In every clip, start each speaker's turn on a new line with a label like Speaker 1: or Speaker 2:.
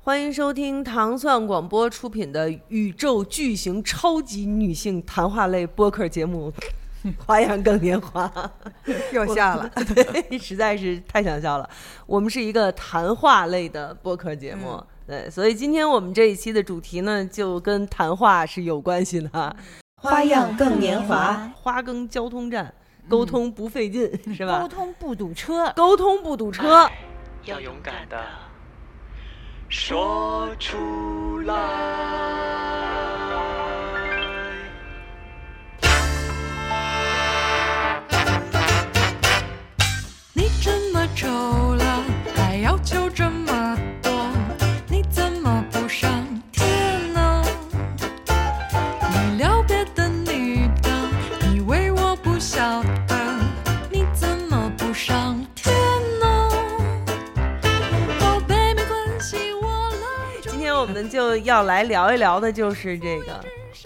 Speaker 1: 欢迎收听糖蒜广播出品的宇宙巨型超级女性谈话类播客节 目《花样更年华》。
Speaker 2: 又下了，
Speaker 1: 对，实在是太想笑了。我们是一个谈话类的播客节目，
Speaker 2: 嗯
Speaker 1: 对，所以今天我们这一期的主题呢，就跟谈话是有关系的。
Speaker 3: 花样更年
Speaker 2: 嗯
Speaker 3: 华，
Speaker 1: 花更交通站，沟通不费劲，是吧
Speaker 2: 沟？通不堵车，
Speaker 1: 沟通不堵车，
Speaker 4: 要勇敢的说出来。
Speaker 5: 你这么丑了，还要求这么多，你怎么不上天呢？你撩别的女的，以为我不晓得，你怎么不上天呢？宝贝，没关系，我来
Speaker 1: 今天我们就要来聊一聊的就是这个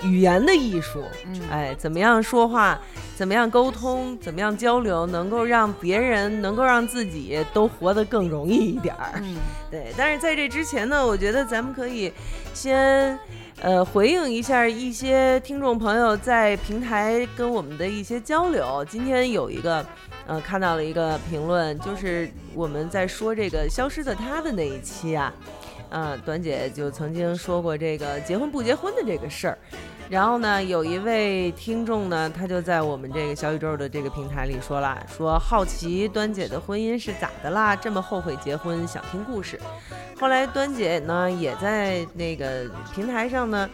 Speaker 1: 语言的艺术，哎，怎么样说话，怎么样沟通，怎么样交流，能够让别人，能够让自己都活得更容易一点儿。
Speaker 2: 嗯，
Speaker 1: 对，但是在这之前呢，我觉得咱们可以先呃回应一下一些听众朋友在平台跟我们的一些交流。今天有一个呃看到了一个评论，就是我们在说这个《消失的她》的那一期啊，呃，短姐就曾经说过这个结婚不结婚的这个事儿。然后呢，有一位听众呢，他就在我们这个小宇宙的这个平台里说啦，说好奇端姐的婚姻是咋的啦？这么后悔结婚，想听故事。后来端姐呢，也在那个平台上呢，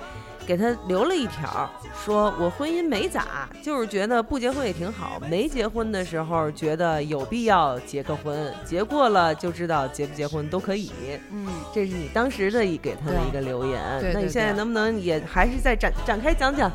Speaker 1: 给他留了一条，说我婚姻没咋，就是觉得不结婚也挺好。没结婚的时候觉得有必要结个婚，结过了就知道结不结婚都可以。
Speaker 2: 嗯，
Speaker 1: 这是你当时的一给他的一个留言。
Speaker 2: 对对
Speaker 1: 那你
Speaker 2: 对
Speaker 1: 现在能不能也还是再展展开讲讲，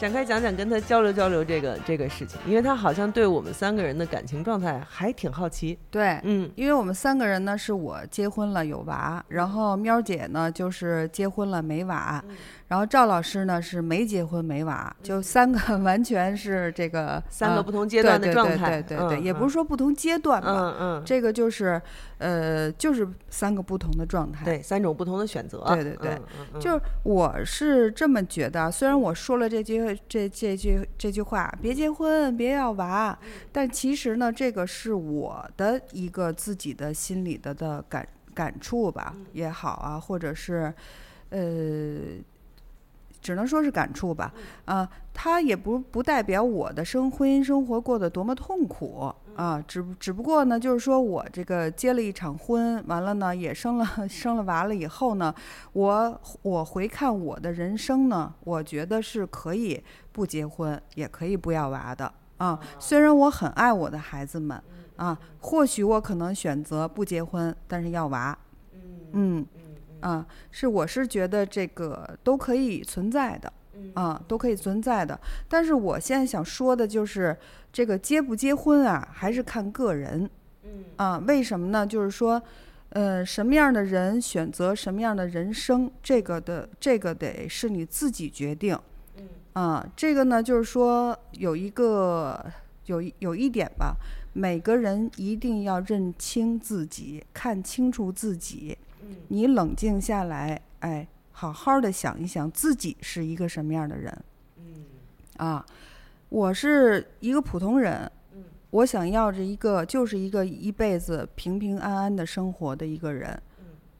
Speaker 1: 展开讲讲跟他交流交流这个这个事情？因为他好像对我们三个人的感情状态还挺好奇。
Speaker 2: 对，
Speaker 1: 嗯
Speaker 2: 因为我们三个人呢，是我结婚了有娃，然后喵姐呢就是结婚了没娃，
Speaker 1: 嗯
Speaker 2: 然后赵老师呢是没结婚没娃，就三个完全是这个
Speaker 1: 三个
Speaker 2: 呃
Speaker 1: 不同阶段的
Speaker 2: 对对
Speaker 1: 状态，
Speaker 2: 对对对对，也不
Speaker 1: 是
Speaker 2: 是说不同阶段吧，
Speaker 1: 嗯嗯，
Speaker 2: 这个就是呃就是三个不同的状态，
Speaker 1: 对三种不同的选择，
Speaker 2: 对对对
Speaker 1: 嗯，嗯嗯
Speaker 2: 就是我是这么觉得啊，虽然我说了这句这这句这句话，别结婚，别要娃，啊但其实呢，这个是我的一个自己的心里的的感感触吧，也好啊，或者是，呃。只能说是感触吧，啊，它也不不代表我的生婚姻生活过得多么痛苦啊，只不只不过呢，就是说我这个结了一场婚，完了呢，也生了生了娃了以后呢，我我回看我的人生呢，我觉得是可以不结婚，也可以不要娃的啊。虽然我很爱我的孩子们啊，或许我可能选择不结婚，但是要娃，嗯，啊，是我是觉得这个都可以存在的。啊，都可以存在的。但是我现在想说的就是，这个结不结婚啊，还是看个人。嗯啊，为什么呢？就是说，呃，什么样的人选择什么样的人生，这个的这个得是你自己决定。啊，这个呢，就是说有一个有一有一点吧，每个人一定要认清自己，看清楚自己。你冷静下来，哎，好好的想一想自己是一个什么样的人。嗯，啊，我是一个普通人。我想要着一个，就是一个一辈子平平安安的生活的一个人。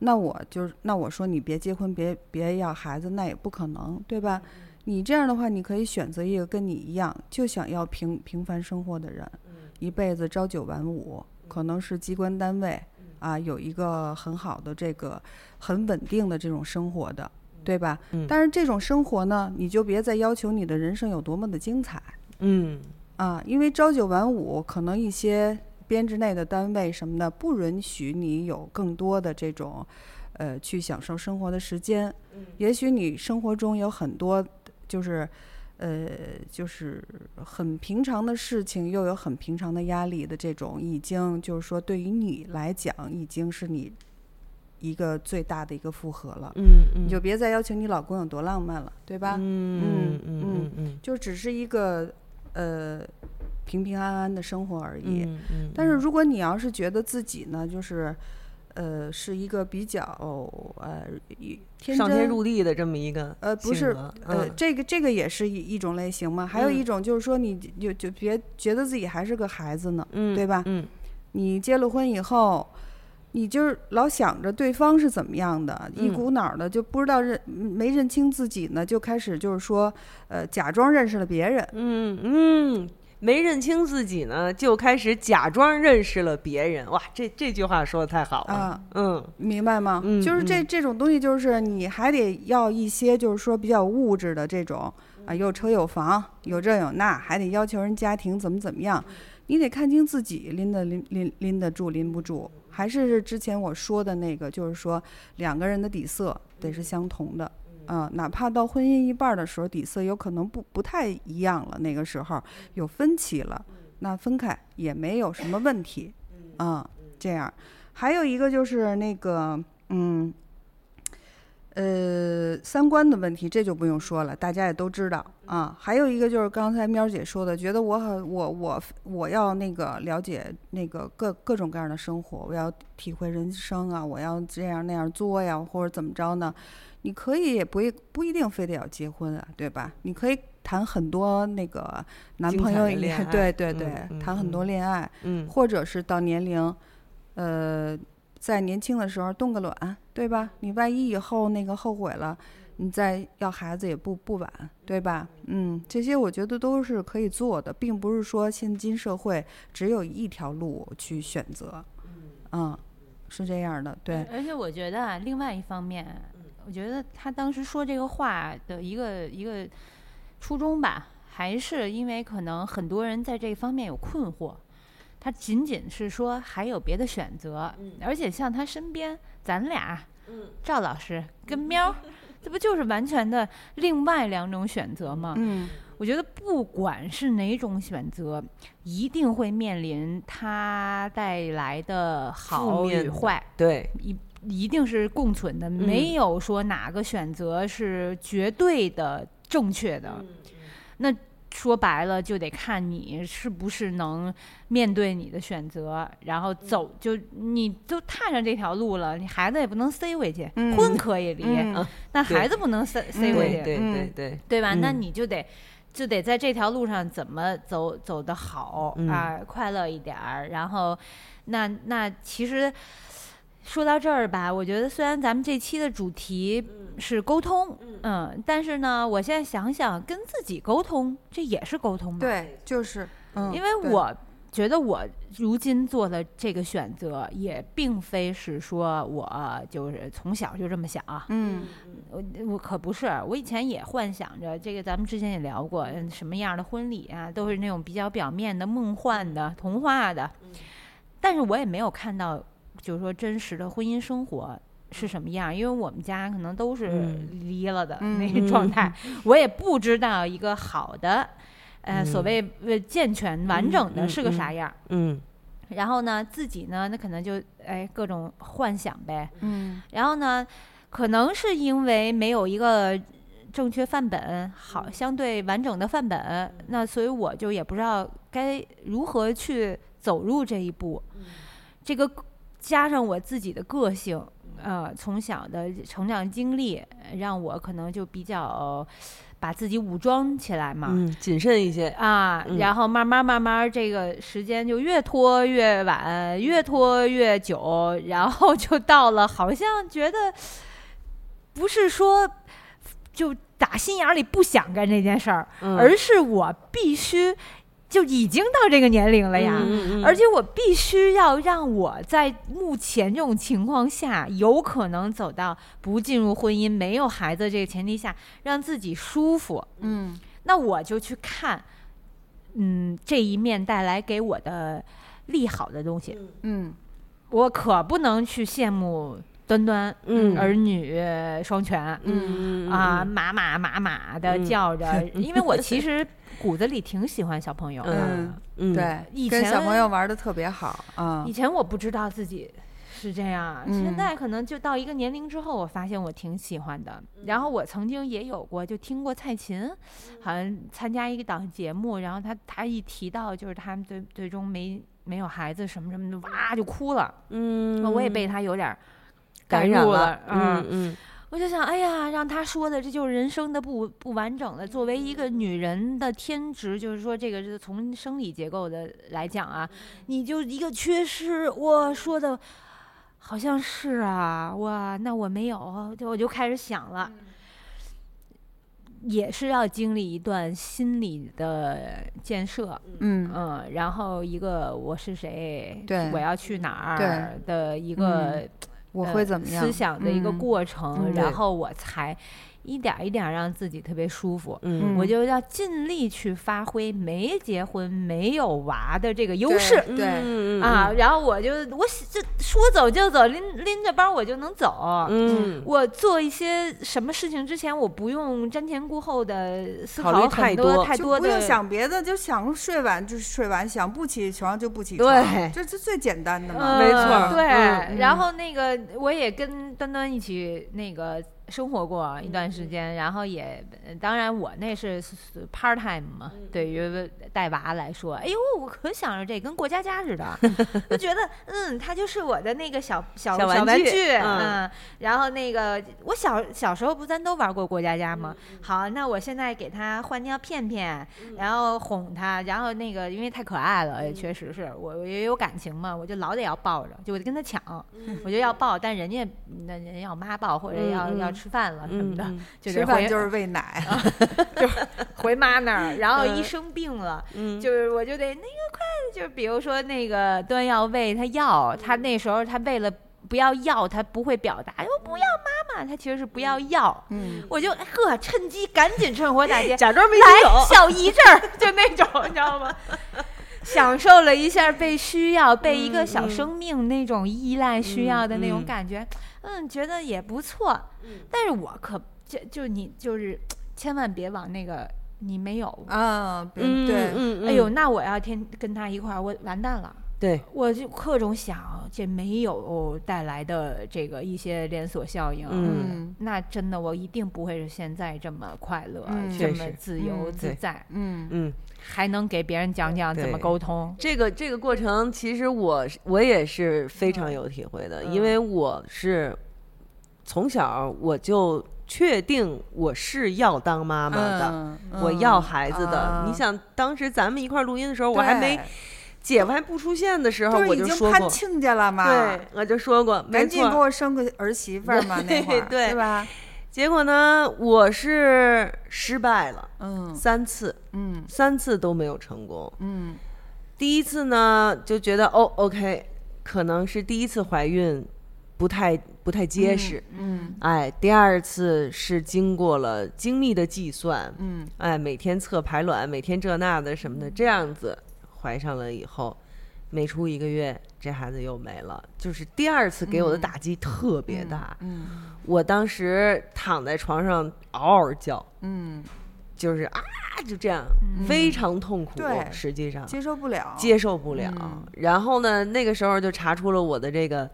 Speaker 2: 那我就是，那我说你别结婚，别别要孩子，那也不可能，对吧？你这样的话，你可以选择一个跟你一样就想要平平凡生活的人，一辈子朝九晚五，可能是机关单位啊，有一个很好的这个很稳定的这种生活的，对吧？
Speaker 1: 嗯
Speaker 2: 但是这种生活呢，你就别再要求你的人生有多么的精彩
Speaker 1: 嗯
Speaker 2: 啊，因为朝九晚五，可能一些编制内的单位什么的不允许你有更多的这种，呃，去享受生活的时间。
Speaker 1: 嗯
Speaker 2: 也许你生活中有很多就是，呃，就是很平常的事情，又有很平常的压力的这种，已经就是说对于你来讲，已经是你一个最大的一个负荷了。
Speaker 1: 嗯嗯，
Speaker 2: 你就别再要求你老公有多浪漫了，对吧？
Speaker 1: 嗯嗯嗯嗯
Speaker 2: 就只是一个呃平平安安的生活而已。
Speaker 1: 嗯嗯，
Speaker 2: 但是如果你要是觉得自己呢，就是呃，是一个比较呃一天
Speaker 1: 上天
Speaker 2: 真
Speaker 1: 入地的这么一个
Speaker 2: 呃，不
Speaker 1: 性
Speaker 2: 是
Speaker 1: 格，
Speaker 2: 呃，
Speaker 1: 嗯
Speaker 2: 这个这个也是一一种类型嘛。还有一种就是说，你就就别觉得自己还是个孩子呢，
Speaker 1: 嗯，
Speaker 2: 对吧
Speaker 1: 嗯，
Speaker 2: 你结了婚以后，你就是老想着对方是怎么样的，一
Speaker 1: 嗯
Speaker 2: 股脑儿的就不知道认没认清自己呢，就开始就是说，呃，假装认识了别人，
Speaker 1: 嗯嗯，没认清自己呢，就开始假装认识了别人。哇，这这句话说的太好了。
Speaker 2: 啊
Speaker 1: 嗯
Speaker 2: 明白吗？
Speaker 1: 嗯
Speaker 2: 就是这这种东西，就是你还得要一些就是说比较物质的这种啊，有车有房，有这有那，还得要求人家庭怎么怎么样，你得看清自己拎得拎拎拎得住拎不住。还是之前我说的那个，就是说两个人的底色得是相同的。啊、哪怕到婚姻一半儿的时候，底色有可能不不太一样了，那个时候有分歧了，那分开也没有什么问题，啊、这样。还有一个就是那个，嗯，呃，三观的问题，这就不用说了，大家也都知道
Speaker 1: 嗯
Speaker 2: 啊。还有一个就是刚才喵姐说的，觉得我很我我我要那个了解那个各各种各样的生活，我要体会人生啊，我要这样那样做呀，或者怎么着呢？你可以也不一不一定非得要结婚啊，对吧？你可以谈很多那个男
Speaker 1: 精
Speaker 2: 朋
Speaker 1: 彩
Speaker 2: 友
Speaker 1: 的
Speaker 2: 也
Speaker 1: 恋爱
Speaker 2: 对对对，
Speaker 1: 嗯嗯
Speaker 2: 谈很多
Speaker 1: 嗯
Speaker 2: 恋爱。
Speaker 1: 嗯
Speaker 2: 或者是到年龄，呃，在年轻的时候冻个卵，对吧？你万一以后那个后悔了，你再要孩子也不不晚，对吧？嗯，这些我觉得都是可以做的，并不是说现今社会只有一条路去选择，嗯，是这样的，对，
Speaker 6: 而且我觉得啊，另外一方面，
Speaker 1: 嗯
Speaker 6: 我觉得他当时说这个话的一个一个初衷吧，还是因为可能很多人在这方面有困惑。他仅仅是说还有别的选择，
Speaker 1: 嗯
Speaker 6: 而且像他身边咱俩，赵老师
Speaker 1: 嗯
Speaker 6: 跟喵 儿，这不就是完全的另外两种选择吗？
Speaker 2: 嗯
Speaker 6: 我觉得不管是哪种选择，一定会面临它带来的好
Speaker 1: 面
Speaker 6: 与
Speaker 1: 的
Speaker 6: 坏。
Speaker 1: 对，
Speaker 6: 一一定是共存的，没有说哪个选择是绝对的正确的。那说白了，就得看你是不是能面对你的选择，然后走。就你都踏上这条路了，你孩子也不能塞回去，
Speaker 2: 嗯
Speaker 6: 婚可以离，
Speaker 2: 嗯
Speaker 6: 那
Speaker 1: 对
Speaker 6: 孩子不能塞塞
Speaker 1: 对
Speaker 6: 回去，
Speaker 1: 对对对
Speaker 2: 嗯
Speaker 1: 对，
Speaker 6: 对吧？那
Speaker 1: 嗯
Speaker 6: 你就得就得在这条路上怎么走走得好、
Speaker 1: 嗯
Speaker 6: 啊，快乐一点儿。然后，那那其实说到这儿吧，我觉得虽然咱们这期的主题是沟通，嗯，但是呢，我现在想想，跟自己沟通这也是沟通吧，
Speaker 2: 对，就是，嗯，
Speaker 6: 因为
Speaker 2: 对
Speaker 6: 我觉得我如今做的这个选择，也并非是说我就是从小就这么想啊。
Speaker 2: 嗯
Speaker 6: 我我可不是，我以前也幻想着这个，咱们之前也聊过，嗯什么样的婚礼啊，都是那种比较表面的、梦幻的、童话的。但是我也没有看到，就是说真实的婚姻生活是什么样，因为我们家可能都是
Speaker 1: 嗯
Speaker 6: 离了的
Speaker 2: 嗯
Speaker 6: 那个状态，我也不知道一个好的，呃，
Speaker 1: 嗯
Speaker 6: 所谓呃健全完整
Speaker 1: 嗯
Speaker 6: 的
Speaker 1: 嗯
Speaker 6: 是个
Speaker 1: 嗯
Speaker 6: 啥样儿。
Speaker 1: 嗯
Speaker 6: 然后呢，自己呢，那可能就哎各种幻想呗，
Speaker 2: 嗯
Speaker 6: 然后呢，可能是因为没有一个正确范本，好相对完整的范本，那所以我就也不知道该如何去走入这一步。这个加上我自己的个性，呃，从小的成长经历，让我可能就比较把自己武装起来嘛。
Speaker 1: 嗯，谨慎一些。
Speaker 6: 啊，
Speaker 1: 嗯
Speaker 6: 然后慢慢慢慢，这个时间就越拖越晚，越拖越久，然后就到了好像觉得不是说就打心眼儿里不想干这件事儿，
Speaker 1: 嗯
Speaker 6: 而是我必须就已经到这个年龄了哎呀。
Speaker 1: 嗯嗯嗯
Speaker 6: 而且我必须要让我在目前这种情况下，有可能走到不进入婚姻、没有孩子这个前提下，让自己舒服。
Speaker 2: 嗯
Speaker 6: 那我就去看，嗯，这一面带来给我的利好的东西，
Speaker 2: 嗯
Speaker 6: 我可不能去羡慕端端
Speaker 1: 嗯
Speaker 6: 儿女双全。
Speaker 1: 嗯嗯
Speaker 6: 啊，妈妈妈妈的
Speaker 1: 嗯
Speaker 6: 叫着， 因为我其实骨子里挺喜欢小朋友的。啊
Speaker 2: 嗯
Speaker 1: 嗯，嗯，
Speaker 2: 对，
Speaker 6: 以
Speaker 2: 跟小
Speaker 6: 前
Speaker 2: 朋友玩的特别好啊
Speaker 6: 以，前我不知道自己是这样，啊现
Speaker 2: 嗯
Speaker 6: 在可能就到一个年龄之后，我发现我挺喜欢的。
Speaker 1: 嗯
Speaker 6: 然后我曾经也有过，就听过蔡琴，好像参加一个档节目，然后她她一提到就是他们最最终没没有孩子什么什么的，哇就哭了。
Speaker 1: 嗯，
Speaker 6: 我也被他有点儿
Speaker 1: 感
Speaker 6: 入
Speaker 1: 染
Speaker 6: 了，啊
Speaker 1: 嗯嗯，
Speaker 6: 我就想，哎呀，让他说的，这就是人生的不不完整了。作为一个女人的天职，就是说，这个是从生理结构的来讲啊，你就一个缺失。哇，说的，好像是啊，哇，那我没有，就我就开始想了，
Speaker 2: 嗯
Speaker 6: 也是要经历一段心理的建设，
Speaker 2: 嗯，
Speaker 6: 嗯，然后一个我是谁，
Speaker 2: 对
Speaker 6: 我要去哪
Speaker 2: 对
Speaker 6: 儿的一个
Speaker 2: 嗯我
Speaker 6: 呃
Speaker 2: 会怎么样？
Speaker 6: 思想的一个
Speaker 2: 嗯，
Speaker 6: 过程，
Speaker 2: 嗯
Speaker 6: 然
Speaker 2: 对
Speaker 6: 后我才一点儿一点儿让自己特别舒服。
Speaker 1: 嗯
Speaker 6: 我
Speaker 2: 嗯
Speaker 6: 就要尽力去发挥没结婚、没有娃的这个优势
Speaker 2: 对对，
Speaker 1: 嗯
Speaker 6: 啊，，然后我就我喜就说走就走，拎拎着包我就能走。
Speaker 1: 嗯嗯，
Speaker 6: 我做一些什么事情之前，我不用瞻前顾后的思
Speaker 1: 考
Speaker 6: 考
Speaker 1: 虑太
Speaker 6: 很多
Speaker 1: 多
Speaker 6: 太
Speaker 2: 就
Speaker 6: 多
Speaker 2: 不用
Speaker 6: 的，
Speaker 2: 想别的，就想睡晚就睡晚，想不起床就不起床，
Speaker 1: 对
Speaker 2: 这这最简单的嘛。
Speaker 6: 嗯
Speaker 1: 没错儿
Speaker 6: 对。
Speaker 1: 嗯
Speaker 6: 然后那个我也跟端端一起那个生活过
Speaker 1: 嗯
Speaker 6: 一段时间，然后也呃当然我那是 part time 嘛，
Speaker 1: 嗯
Speaker 6: 对于带娃来说，哎呦，我可想着这跟过家家 似的，就觉得嗯，它就是我的那个小小
Speaker 1: 小玩
Speaker 6: 玩
Speaker 1: 具嗯
Speaker 6: 嗯。然后那个我小小时候不咱都玩过过家家吗？
Speaker 1: 嗯
Speaker 6: 好，那我现在给它换尿片片，然后哄它，然后那个因为太可爱了，也哎确实是我我也有感情嘛，我就老得要抱着，就我就跟他抢，我就要抱，但人家那人家要妈抱或者要、
Speaker 1: 嗯嗯
Speaker 6: 要吃饭了什么的，
Speaker 1: 嗯
Speaker 6: 就
Speaker 2: 吃
Speaker 6: 得
Speaker 2: 饭
Speaker 6: 回
Speaker 2: 就是喂奶，
Speaker 1: 啊
Speaker 6: 回妈那儿，然后一
Speaker 1: 嗯
Speaker 6: 生病了，
Speaker 1: 嗯，，
Speaker 6: 就是我就得那个快，就比如说那个端药喂他药，他那时候他为了不要药，他不会表达，哎我不要妈妈，他其实是不要药。
Speaker 2: 嗯，
Speaker 6: 我就哎呵，趁机赶紧趁火打劫
Speaker 1: 假装没听懂
Speaker 6: 来，小姨这儿，就那 种，你知道吗？享受了一下被需要、被一个小生命那种依赖、需要的那
Speaker 1: 嗯
Speaker 6: 种
Speaker 1: 嗯
Speaker 6: 感觉，嗯，觉得也不错。但是我可就就你就是千万别往那个你没有，
Speaker 2: 啊，别
Speaker 1: 嗯
Speaker 2: 对，
Speaker 1: 嗯，
Speaker 6: 哎呦，那我要天跟他一块儿，我完蛋了。
Speaker 1: 对，
Speaker 6: 我就各种想这没有带来的这个一些连锁效应，
Speaker 1: 嗯
Speaker 2: 嗯
Speaker 6: 那真的我一定不会是现在这么快乐、
Speaker 2: 嗯
Speaker 1: 确
Speaker 6: 这么
Speaker 1: 实
Speaker 6: 自由
Speaker 2: 嗯
Speaker 6: 自
Speaker 1: 对
Speaker 6: 在。
Speaker 2: 嗯
Speaker 1: 嗯。
Speaker 6: 还能给别人讲讲怎么
Speaker 1: 对
Speaker 6: 沟通。
Speaker 1: 这个这个过程，其实我是我也是非常有体会的，
Speaker 6: 嗯
Speaker 1: 因为我是从小我就确定我是要当妈妈的，
Speaker 2: 嗯，
Speaker 1: 我要孩子的。
Speaker 2: 啊
Speaker 1: 你想，当时咱们一块儿录音的时候，
Speaker 2: 嗯对，
Speaker 1: 我还没姐夫还不出现的时候，
Speaker 2: 就是
Speaker 1: 我
Speaker 2: 已
Speaker 1: 就
Speaker 2: 经
Speaker 1: 说
Speaker 2: 攀
Speaker 1: 过，
Speaker 2: 亲家了嘛，
Speaker 1: 对，我就说过，没
Speaker 2: 赶紧
Speaker 1: 错
Speaker 2: 给
Speaker 1: 儿。
Speaker 2: 我生个儿媳妇儿嘛，那会儿
Speaker 1: 对对
Speaker 2: 吧？
Speaker 1: 结果呢，我是失败了
Speaker 2: 嗯
Speaker 1: 三次，
Speaker 2: 嗯
Speaker 1: 三次都没有成功。
Speaker 2: 嗯
Speaker 1: 第一次呢，就觉得哦，OK，可能是第一次怀孕不太不太结实。
Speaker 2: 嗯
Speaker 1: 哎，第二次是经过了精密的计算，
Speaker 2: 嗯
Speaker 1: 哎，每天测排卵，每天这那的什么的，这样子怀上了以后，没出一个月，这孩子又没了。就是第二次给我的打击特别大，
Speaker 2: 嗯
Speaker 1: 我当时躺在床上嗷嗷叫，
Speaker 2: 嗯，
Speaker 1: 就是啊，就这样，非常痛苦
Speaker 2: 对，
Speaker 1: 实际上
Speaker 2: 接受不了，
Speaker 1: 接受不了。
Speaker 2: 嗯
Speaker 1: 然后呢，那个时候就查出了我的这个，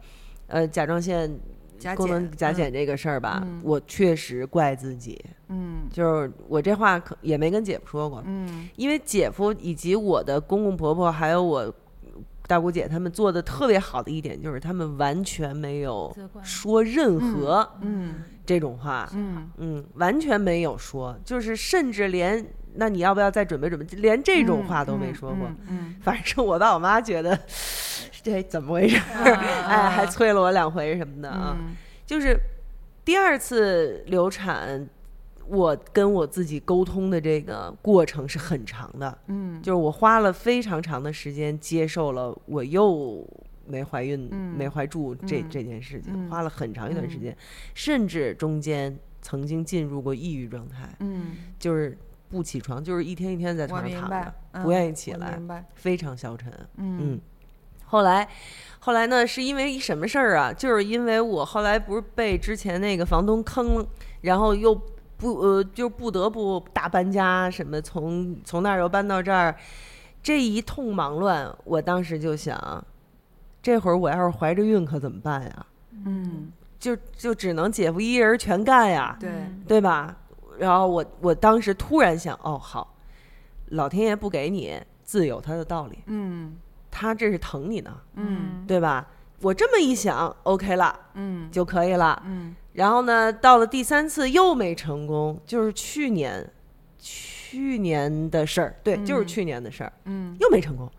Speaker 1: 呃，甲状腺
Speaker 2: 加
Speaker 1: 功
Speaker 2: 减
Speaker 1: 能甲，减这个事儿吧，
Speaker 2: 嗯
Speaker 1: 我确实怪自己，
Speaker 2: 嗯
Speaker 1: 就是我这话可也没跟姐夫说过，
Speaker 2: 嗯
Speaker 1: 因为姐夫以及我的公公婆婆还有我大姑姐他们做的特别好的一点就是他们完全没有
Speaker 6: 责怪
Speaker 1: 说任何
Speaker 2: 嗯
Speaker 1: 这种话，
Speaker 2: 嗯
Speaker 1: 嗯，完全没有说，就是甚至连那你要不要再准备准备，连这种话都没说过。
Speaker 2: 嗯
Speaker 1: 反正我爸我妈觉得这怎么回事儿， 哎，还催了我两回什么的啊。
Speaker 2: 啊嗯
Speaker 1: 就是第二次流产，我跟我自己沟通的这个过程是很长的，
Speaker 2: 嗯
Speaker 1: 就是我花了非常长的时间接受了我又没怀孕、
Speaker 2: 嗯
Speaker 1: 没怀住这、
Speaker 2: 嗯
Speaker 1: 这件事情，
Speaker 2: 嗯
Speaker 1: 花了很长一段时间，甚至中间曾经进入过抑郁状态，
Speaker 2: 嗯，
Speaker 1: 就是不起床，就是一天一天在
Speaker 2: 我
Speaker 1: 床上
Speaker 2: 明
Speaker 1: 躺
Speaker 2: 白嗯
Speaker 1: 着，，不愿意起
Speaker 2: 我
Speaker 1: 来，
Speaker 2: 明白，
Speaker 1: 非常消沉。
Speaker 2: 嗯
Speaker 1: 嗯，后来，后来呢，是因为一什么事儿啊？就是因为我后来不是被之前那个房东坑了，然后又不呃，就不得不大搬家，什么从从那儿又搬到这儿，这一通忙乱，我当时就想，这会儿我要是怀着孕可怎么办呀？
Speaker 2: 嗯，
Speaker 1: 就就只能姐夫一人全干呀，
Speaker 2: 对，
Speaker 1: 对吧？然后我我当时突然想，哦，好，老天爷不给你自有他的道理。
Speaker 2: 嗯
Speaker 1: 他这是疼你呢，
Speaker 2: 嗯
Speaker 1: 对吧？我这么一想，OK 了
Speaker 2: 嗯
Speaker 1: 就可以了。
Speaker 2: 嗯
Speaker 1: 然后呢，到了第三次又没成功，就是去年，去年的事儿，对，就是
Speaker 2: 嗯
Speaker 1: 去年的事儿，
Speaker 2: 嗯
Speaker 1: 又没成功。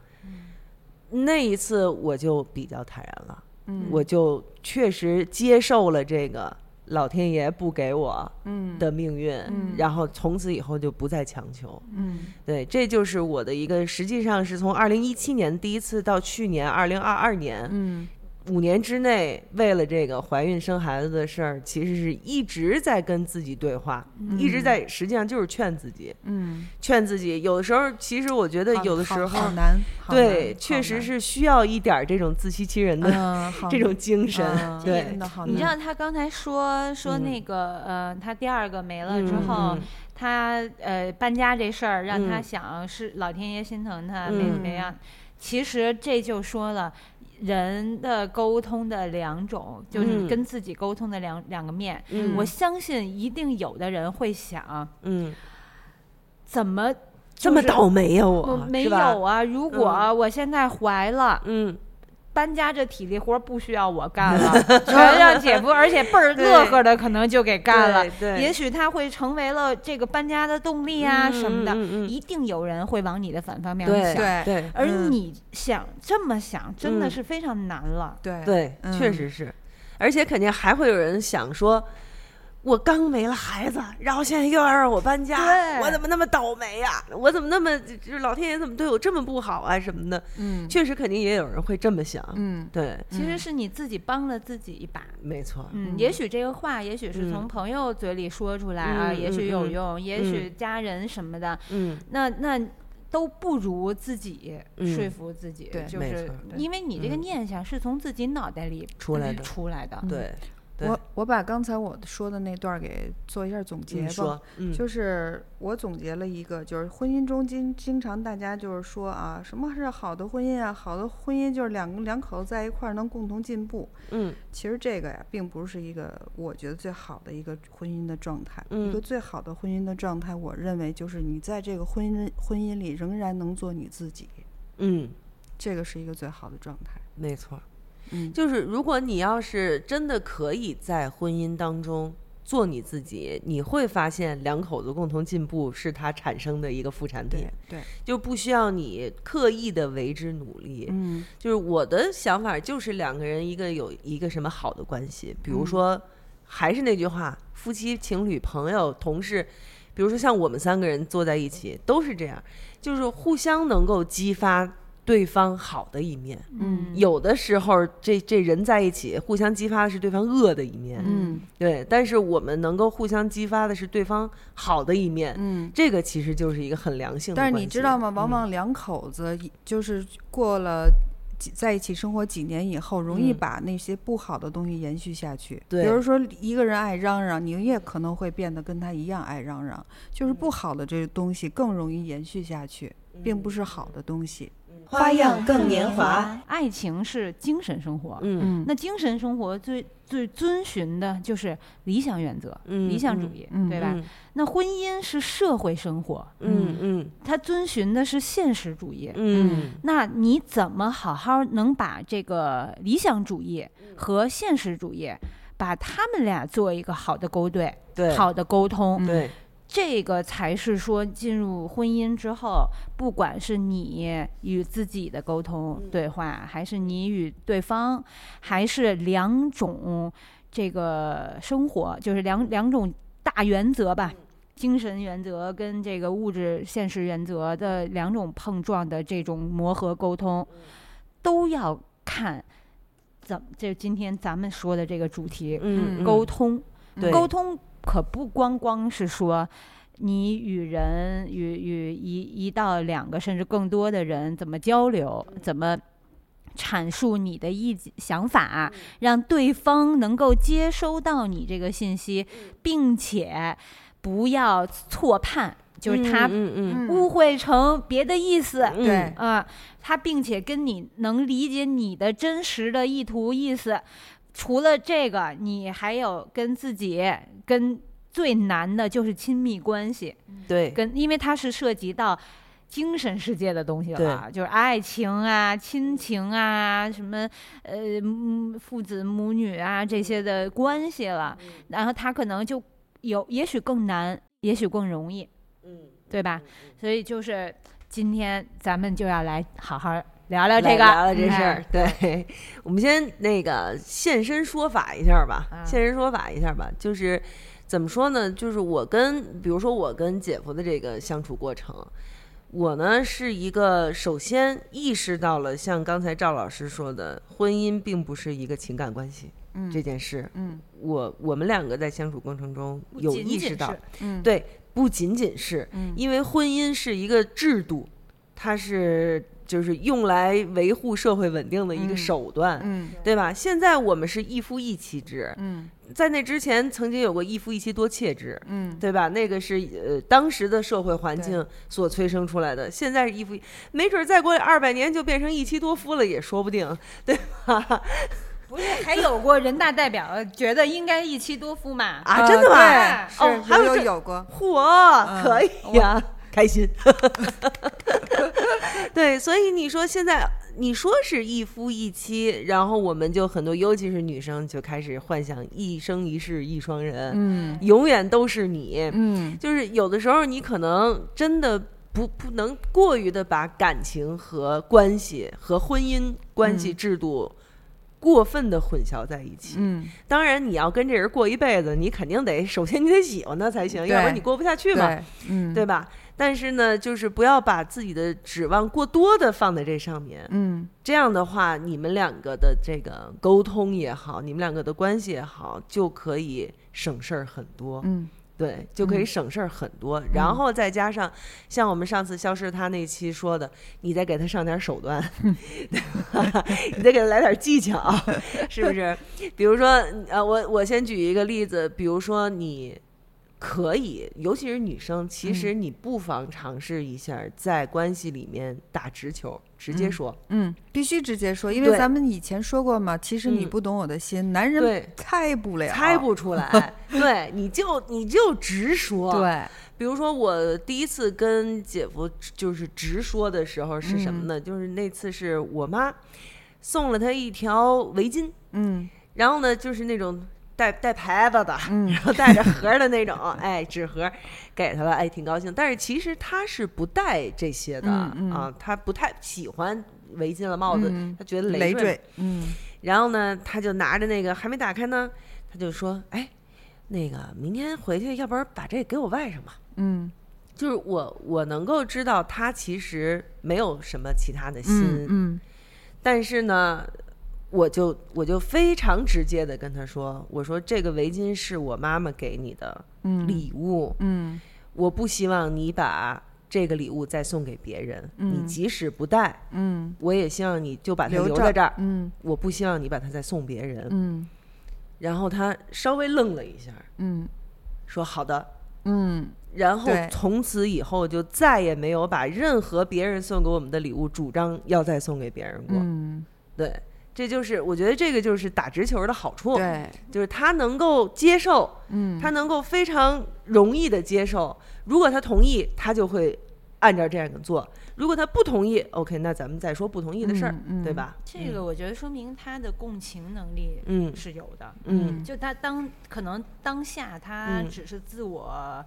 Speaker 1: 那一次我就比较坦然了，
Speaker 2: 嗯
Speaker 1: 我就确实接受了这个老天爷不给我
Speaker 2: 嗯
Speaker 1: 的命运，
Speaker 2: 嗯
Speaker 1: 然后从此以后就不再强求。
Speaker 2: 嗯
Speaker 1: 对，这就是我的一个，实际上是从二零一七年第一次到去年二零二二年，
Speaker 2: 嗯
Speaker 1: 五年之内，为了这个怀孕生孩子的事儿，其实是一直在跟自己对话，一直在，实际上就是劝自己，
Speaker 2: 嗯，
Speaker 1: 劝自己。有的时候，其实我觉得
Speaker 2: 好
Speaker 1: 有的时
Speaker 2: 好好
Speaker 1: 候，
Speaker 2: 难，好
Speaker 1: 对，
Speaker 2: 难
Speaker 1: 确
Speaker 2: 好
Speaker 1: 实
Speaker 2: 难
Speaker 1: 是需要一点儿这种自欺欺人的
Speaker 2: 嗯，好
Speaker 1: 这种精神
Speaker 2: 嗯。真
Speaker 1: 对，
Speaker 2: 的好
Speaker 6: 你知
Speaker 2: 难
Speaker 6: 道他刚才说说
Speaker 1: 嗯
Speaker 6: 那个，呃，他第二个没了之
Speaker 1: 嗯
Speaker 6: 后，
Speaker 1: 嗯
Speaker 6: 他呃搬家这事儿让他
Speaker 1: 嗯
Speaker 6: 想是老天爷心疼他，没怎么
Speaker 2: 嗯
Speaker 6: 样。其实这就说了。人的沟通的两种，就是
Speaker 1: 嗯
Speaker 6: 跟自己沟通的两、两个面。
Speaker 1: 嗯
Speaker 6: 我相信一定有的人会想，
Speaker 1: 嗯，
Speaker 6: 怎么
Speaker 1: 这么
Speaker 6: 就是
Speaker 1: 倒霉呀，
Speaker 6: 我
Speaker 1: 我
Speaker 6: 没
Speaker 1: 是吧
Speaker 6: 有啊？如果我现在怀了，
Speaker 1: 嗯，
Speaker 6: 搬家这体力活儿不需要我干 了，全让姐夫，而且倍儿乐呵的，可能就给干了。
Speaker 1: 对，对
Speaker 6: 也许他会成为了这个搬家的动力啊什么的，
Speaker 1: 嗯嗯嗯嗯
Speaker 6: 一定有人会往你的反方面
Speaker 1: 对
Speaker 6: 想。
Speaker 2: 对
Speaker 1: 对
Speaker 6: 而
Speaker 2: 嗯
Speaker 6: 你想这么想，真的
Speaker 1: 嗯
Speaker 6: 是非常难了。
Speaker 2: 对
Speaker 1: 对，确
Speaker 2: 嗯
Speaker 1: 实是，而且肯定还会有人想说，我刚没了孩子，然后现在又要让我搬家，
Speaker 6: 对
Speaker 1: 我怎么那么倒霉呀、我怎么那么就是老天爷怎么对我这么不好啊什么的？
Speaker 2: 嗯
Speaker 1: 确实，肯定也有人会这么想。
Speaker 2: 嗯
Speaker 1: 对，
Speaker 6: 其实是你自己帮了自己一把。
Speaker 1: 没错。
Speaker 6: 嗯，也许这个话，也许是从
Speaker 1: 嗯
Speaker 6: 朋友嘴里说出来啊，
Speaker 1: 嗯
Speaker 6: 也许
Speaker 1: 嗯
Speaker 6: 有
Speaker 1: 嗯
Speaker 6: 用，也
Speaker 1: 嗯
Speaker 6: 许家人什么的，
Speaker 1: 嗯
Speaker 6: 那那都不如自己说
Speaker 1: 嗯
Speaker 6: 服自己，
Speaker 2: 对
Speaker 6: 就
Speaker 1: 没
Speaker 6: 是
Speaker 1: 错
Speaker 6: 因为你这个
Speaker 1: 嗯
Speaker 6: 念想是从自己脑袋里
Speaker 1: 出来的
Speaker 6: 出来
Speaker 2: 嗯
Speaker 6: 的，
Speaker 1: 对，对
Speaker 2: 我我把刚才我说的那段儿给做一下总结
Speaker 1: 你
Speaker 2: 吧。
Speaker 1: 说，嗯，
Speaker 2: 就是我总结了一个，就是婚姻中经经常大家就是说啊，什么是好的婚姻啊？好的婚姻就是两个两口子在一块儿能共同进步。
Speaker 1: 嗯
Speaker 2: 其实这个呀，并不是一个我觉得最好的一个婚姻的状态。一
Speaker 1: 嗯
Speaker 2: 个最好的婚姻的状态，我认为就是你在这个婚姻婚姻里仍然能做你自己，
Speaker 1: 嗯，
Speaker 2: 这个是一个最好的状态。
Speaker 1: 没错。
Speaker 2: 嗯，
Speaker 1: 就是如果你要是真的可以在婚姻当中做你自己，你会发现两口子共同进步是它产生的一个副产品
Speaker 2: 对。对，
Speaker 1: 就不需要你刻意的为之努力。
Speaker 2: 嗯
Speaker 1: 就是我的想法，就是两个人一个有一个什么好的关系，比
Speaker 2: 嗯
Speaker 1: 如说，还是那句话，夫妻、情侣、朋友、同事，比如说像我们三个人坐在一起，都是这样，就是互相能够激发对方好的一面。
Speaker 2: 嗯
Speaker 1: 有的时候，这这人在一起互相激发的是对方恶的一面，
Speaker 2: 嗯
Speaker 1: 对，但是我们能够互相激发的是对方好的一面，
Speaker 2: 嗯，
Speaker 1: 这个其实就是一个很良性的
Speaker 2: 但
Speaker 1: 关系。嗯
Speaker 2: 是你知道吗？往往两口子一就是过了几在一起生活几年以后，容易
Speaker 1: 嗯
Speaker 2: 把那些不好的东西延续下去。
Speaker 1: 对
Speaker 2: 比如说一个人爱嚷嚷，你也可能会变得跟他一样爱嚷嚷，就是
Speaker 1: 嗯
Speaker 2: 不好的这些东西更容易延续下去，并不是好的东西。
Speaker 3: 花样更年华，
Speaker 6: 爱情是精神生活，
Speaker 1: 嗯，
Speaker 2: 嗯
Speaker 6: 那精神生活最最遵循的就是理想原则、
Speaker 1: 嗯
Speaker 6: 理想主义，
Speaker 2: 嗯
Speaker 6: 对吧？
Speaker 1: 嗯
Speaker 6: 那婚姻是社会生活，
Speaker 1: 嗯嗯
Speaker 6: 它遵循的是现实主义。
Speaker 1: 嗯
Speaker 6: 那你怎么好好能把这个理想主义
Speaker 1: 嗯
Speaker 6: 和现实主义，把他们俩做一个好的勾兑、
Speaker 1: 对，
Speaker 6: 好的沟通？
Speaker 1: 对，
Speaker 6: 这个才是说进入婚姻之后，不管是你与自己的沟通对话，还是你与对方，还是两种这个生活，就是两两种大原则吧。精神原则跟这个物质现实原则的两种碰撞的这种磨合沟通，都要看怎这今天咱们说的这个主题
Speaker 1: 嗯
Speaker 6: 沟通。
Speaker 1: 对
Speaker 6: 沟通可不光光是说你与人与与一一到两个甚至更多的人怎么交流，
Speaker 1: 嗯
Speaker 6: 怎么。阐述你的意见想
Speaker 1: 嗯
Speaker 6: 法，让对方能够接收到你这个信息，
Speaker 1: 嗯
Speaker 6: 并且不要错判，就是他
Speaker 1: 嗯嗯
Speaker 6: 误会成别的意思，
Speaker 1: 嗯
Speaker 2: 对，
Speaker 6: 啊，他并且跟你能理解你的真实的意图意思。除了这个，你还有跟自己跟最难的就是亲密关系，
Speaker 1: 对
Speaker 6: 跟因为它是涉及到精神世界的东西了，就是爱情啊、亲情啊、什么呃嗯父子母女啊这些的关系了。
Speaker 1: 嗯
Speaker 6: 然后他可能就有，也许更难，也许更容易，
Speaker 1: 嗯，
Speaker 6: 对吧？
Speaker 1: 嗯
Speaker 6: 所以就是今天咱们就要来好好聊聊这个，
Speaker 1: 来聊聊这
Speaker 6: 嗯
Speaker 1: 事儿。对，我们先那个现身说法一下吧，
Speaker 6: 啊
Speaker 1: 现身说法一下吧，就是怎么说呢？就是我跟，比如说我跟姐夫的这个相处过程，我呢是一个首先意识到了，像刚才赵老师说的，婚姻并不是一个情感关系、
Speaker 2: 嗯
Speaker 1: 这件事。
Speaker 2: 嗯
Speaker 1: 我我们两个在相处过程中
Speaker 6: 不
Speaker 1: 有
Speaker 6: 仅
Speaker 1: 意
Speaker 6: 仅
Speaker 1: 识到
Speaker 6: 是，
Speaker 2: 嗯，
Speaker 1: 对，不仅仅是，
Speaker 2: 嗯
Speaker 1: 因为婚姻是一个制度，它是就是用来维护社会稳定的一个
Speaker 2: 嗯
Speaker 1: 手段，
Speaker 2: 嗯
Speaker 1: 对吧？现在我们是一夫一妻制，
Speaker 2: 嗯
Speaker 1: 在那之前曾经有过一夫一妻多妾制，
Speaker 2: 嗯，
Speaker 1: 对吧？那个是呃当时的社会环境所催生出来的，现在是一夫一，没准儿再过二百年就变成一妻多夫了，也说不定，对吧？
Speaker 6: 不是还有过人大代表觉得应该一妻多夫嘛？
Speaker 1: 啊，真的吗？
Speaker 2: 呃对是
Speaker 1: 哦，还有
Speaker 2: 有
Speaker 1: 这
Speaker 2: 有过，
Speaker 1: 嚯，
Speaker 2: 嗯
Speaker 1: 可以呀、 开心。对，所以你说现在你说是一夫一妻，然后我们就很多，尤其是女生就开始幻想一生一世一双人，
Speaker 2: 嗯
Speaker 1: 永远都是你。
Speaker 2: 嗯
Speaker 1: 就是有的时候你可能真的不不能过于的把感情和关系和婚姻关系制度过分的混淆在一起。
Speaker 2: 嗯，
Speaker 1: 当然，你要跟这人过一辈子，你肯定得首先你得喜欢他才行，要不然你过不下去嘛，对
Speaker 2: 对，嗯
Speaker 1: 吧？但是呢，就是不要把自己的指望过多的放在这上面，
Speaker 2: 嗯
Speaker 1: 这样的话，你们两个的这个沟通也好，你们两个的关系也好，就可以省事儿很多。
Speaker 2: 嗯
Speaker 1: 对，就可以省事儿很多。然后再加上像我们上次消失他那期说的，你再给他上点手 段，对吧你再给他来点技巧，是不是？比如说，呃，我我先举一个例子，比如说你。可以，尤其是女生，
Speaker 2: 嗯
Speaker 1: 其实你不妨尝试一下在关系里面打直球，直接说。
Speaker 2: 嗯，必须直接说，因为
Speaker 1: 对
Speaker 2: 咱们以前说过嘛，其实你
Speaker 1: 嗯
Speaker 2: 不懂我的心，男人
Speaker 1: 对
Speaker 2: 猜不了，
Speaker 1: 猜不出 来，对，你就你就直说，
Speaker 2: 对，
Speaker 1: 比如说，我第一次跟姐夫就是直说的时候是什么
Speaker 2: 嗯
Speaker 1: 呢？就是那次是我妈送了他一条围巾，
Speaker 2: 嗯
Speaker 1: 然后呢，就是那种带带牌子的，
Speaker 2: 嗯
Speaker 1: 然后带着盒儿的那种， 哎，纸盒儿给他了，哎，挺高兴。但是其实他是不戴这些的、
Speaker 2: 嗯嗯
Speaker 1: 啊，他不太喜欢围巾了帽子，
Speaker 2: 嗯
Speaker 1: 他觉得
Speaker 2: 累
Speaker 1: 累
Speaker 2: 赘，嗯
Speaker 1: 然后呢，他就拿着那个还没打开呢，他就说：“哎，那个明天回去，要不然把这给我外甥吧。”
Speaker 2: 嗯
Speaker 1: 就是我我能够知道他其实没有什么其他的心，
Speaker 2: 嗯嗯
Speaker 1: 但是呢，我就我就非常直接的跟他说，我说这个围巾是我妈妈给你的
Speaker 2: 嗯
Speaker 1: 礼物，
Speaker 2: 嗯
Speaker 1: 我不希望你把这个礼物再送给别人，
Speaker 2: 嗯
Speaker 1: 你即使不戴，
Speaker 2: 嗯，
Speaker 1: 我也希望你就把它留
Speaker 2: 着
Speaker 1: 在这儿，
Speaker 2: 嗯
Speaker 1: 我不希望你把它再送别人。
Speaker 2: 嗯
Speaker 1: 然后他稍微愣了一下，
Speaker 2: 嗯
Speaker 1: 说好的，
Speaker 2: 嗯
Speaker 1: 然后
Speaker 2: 对
Speaker 1: 从此以后就再也没有把任何别人送给我们的礼物主张要再送给别人过。
Speaker 2: 嗯，
Speaker 1: 对，这就是我觉得这个就是打直球的好处，
Speaker 2: 对，
Speaker 1: 就是他能够接受，
Speaker 2: 嗯
Speaker 1: 他能够非常容易的接受。如果他同意，他就会按照这样做；如果他不同意，OK，那咱们再说不同意的事儿，
Speaker 2: 嗯嗯
Speaker 1: 对吧？
Speaker 6: 这个我觉得说明他的共情能力
Speaker 1: 嗯
Speaker 6: 是有的，
Speaker 1: 嗯
Speaker 6: 就他当可能当下他
Speaker 1: 嗯
Speaker 6: 只是自我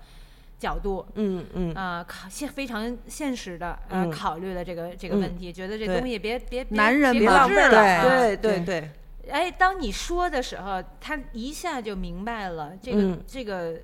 Speaker 6: 角度。
Speaker 1: 嗯嗯，
Speaker 6: 啊、考现非常现实的呃、
Speaker 1: 嗯
Speaker 6: 考虑了这个这个
Speaker 1: 嗯
Speaker 6: 问题，觉得这
Speaker 1: 对
Speaker 6: 东西别别别
Speaker 2: 男人
Speaker 6: 别
Speaker 1: 别
Speaker 2: 嘛
Speaker 1: 浪
Speaker 6: 浪费
Speaker 1: 费
Speaker 2: 是
Speaker 6: 了
Speaker 2: 的
Speaker 6: 啊，
Speaker 1: 对
Speaker 2: 对
Speaker 1: 对对，
Speaker 6: 哎，当你说的时候，他一下就明白了，这个、
Speaker 1: 嗯
Speaker 6: 这个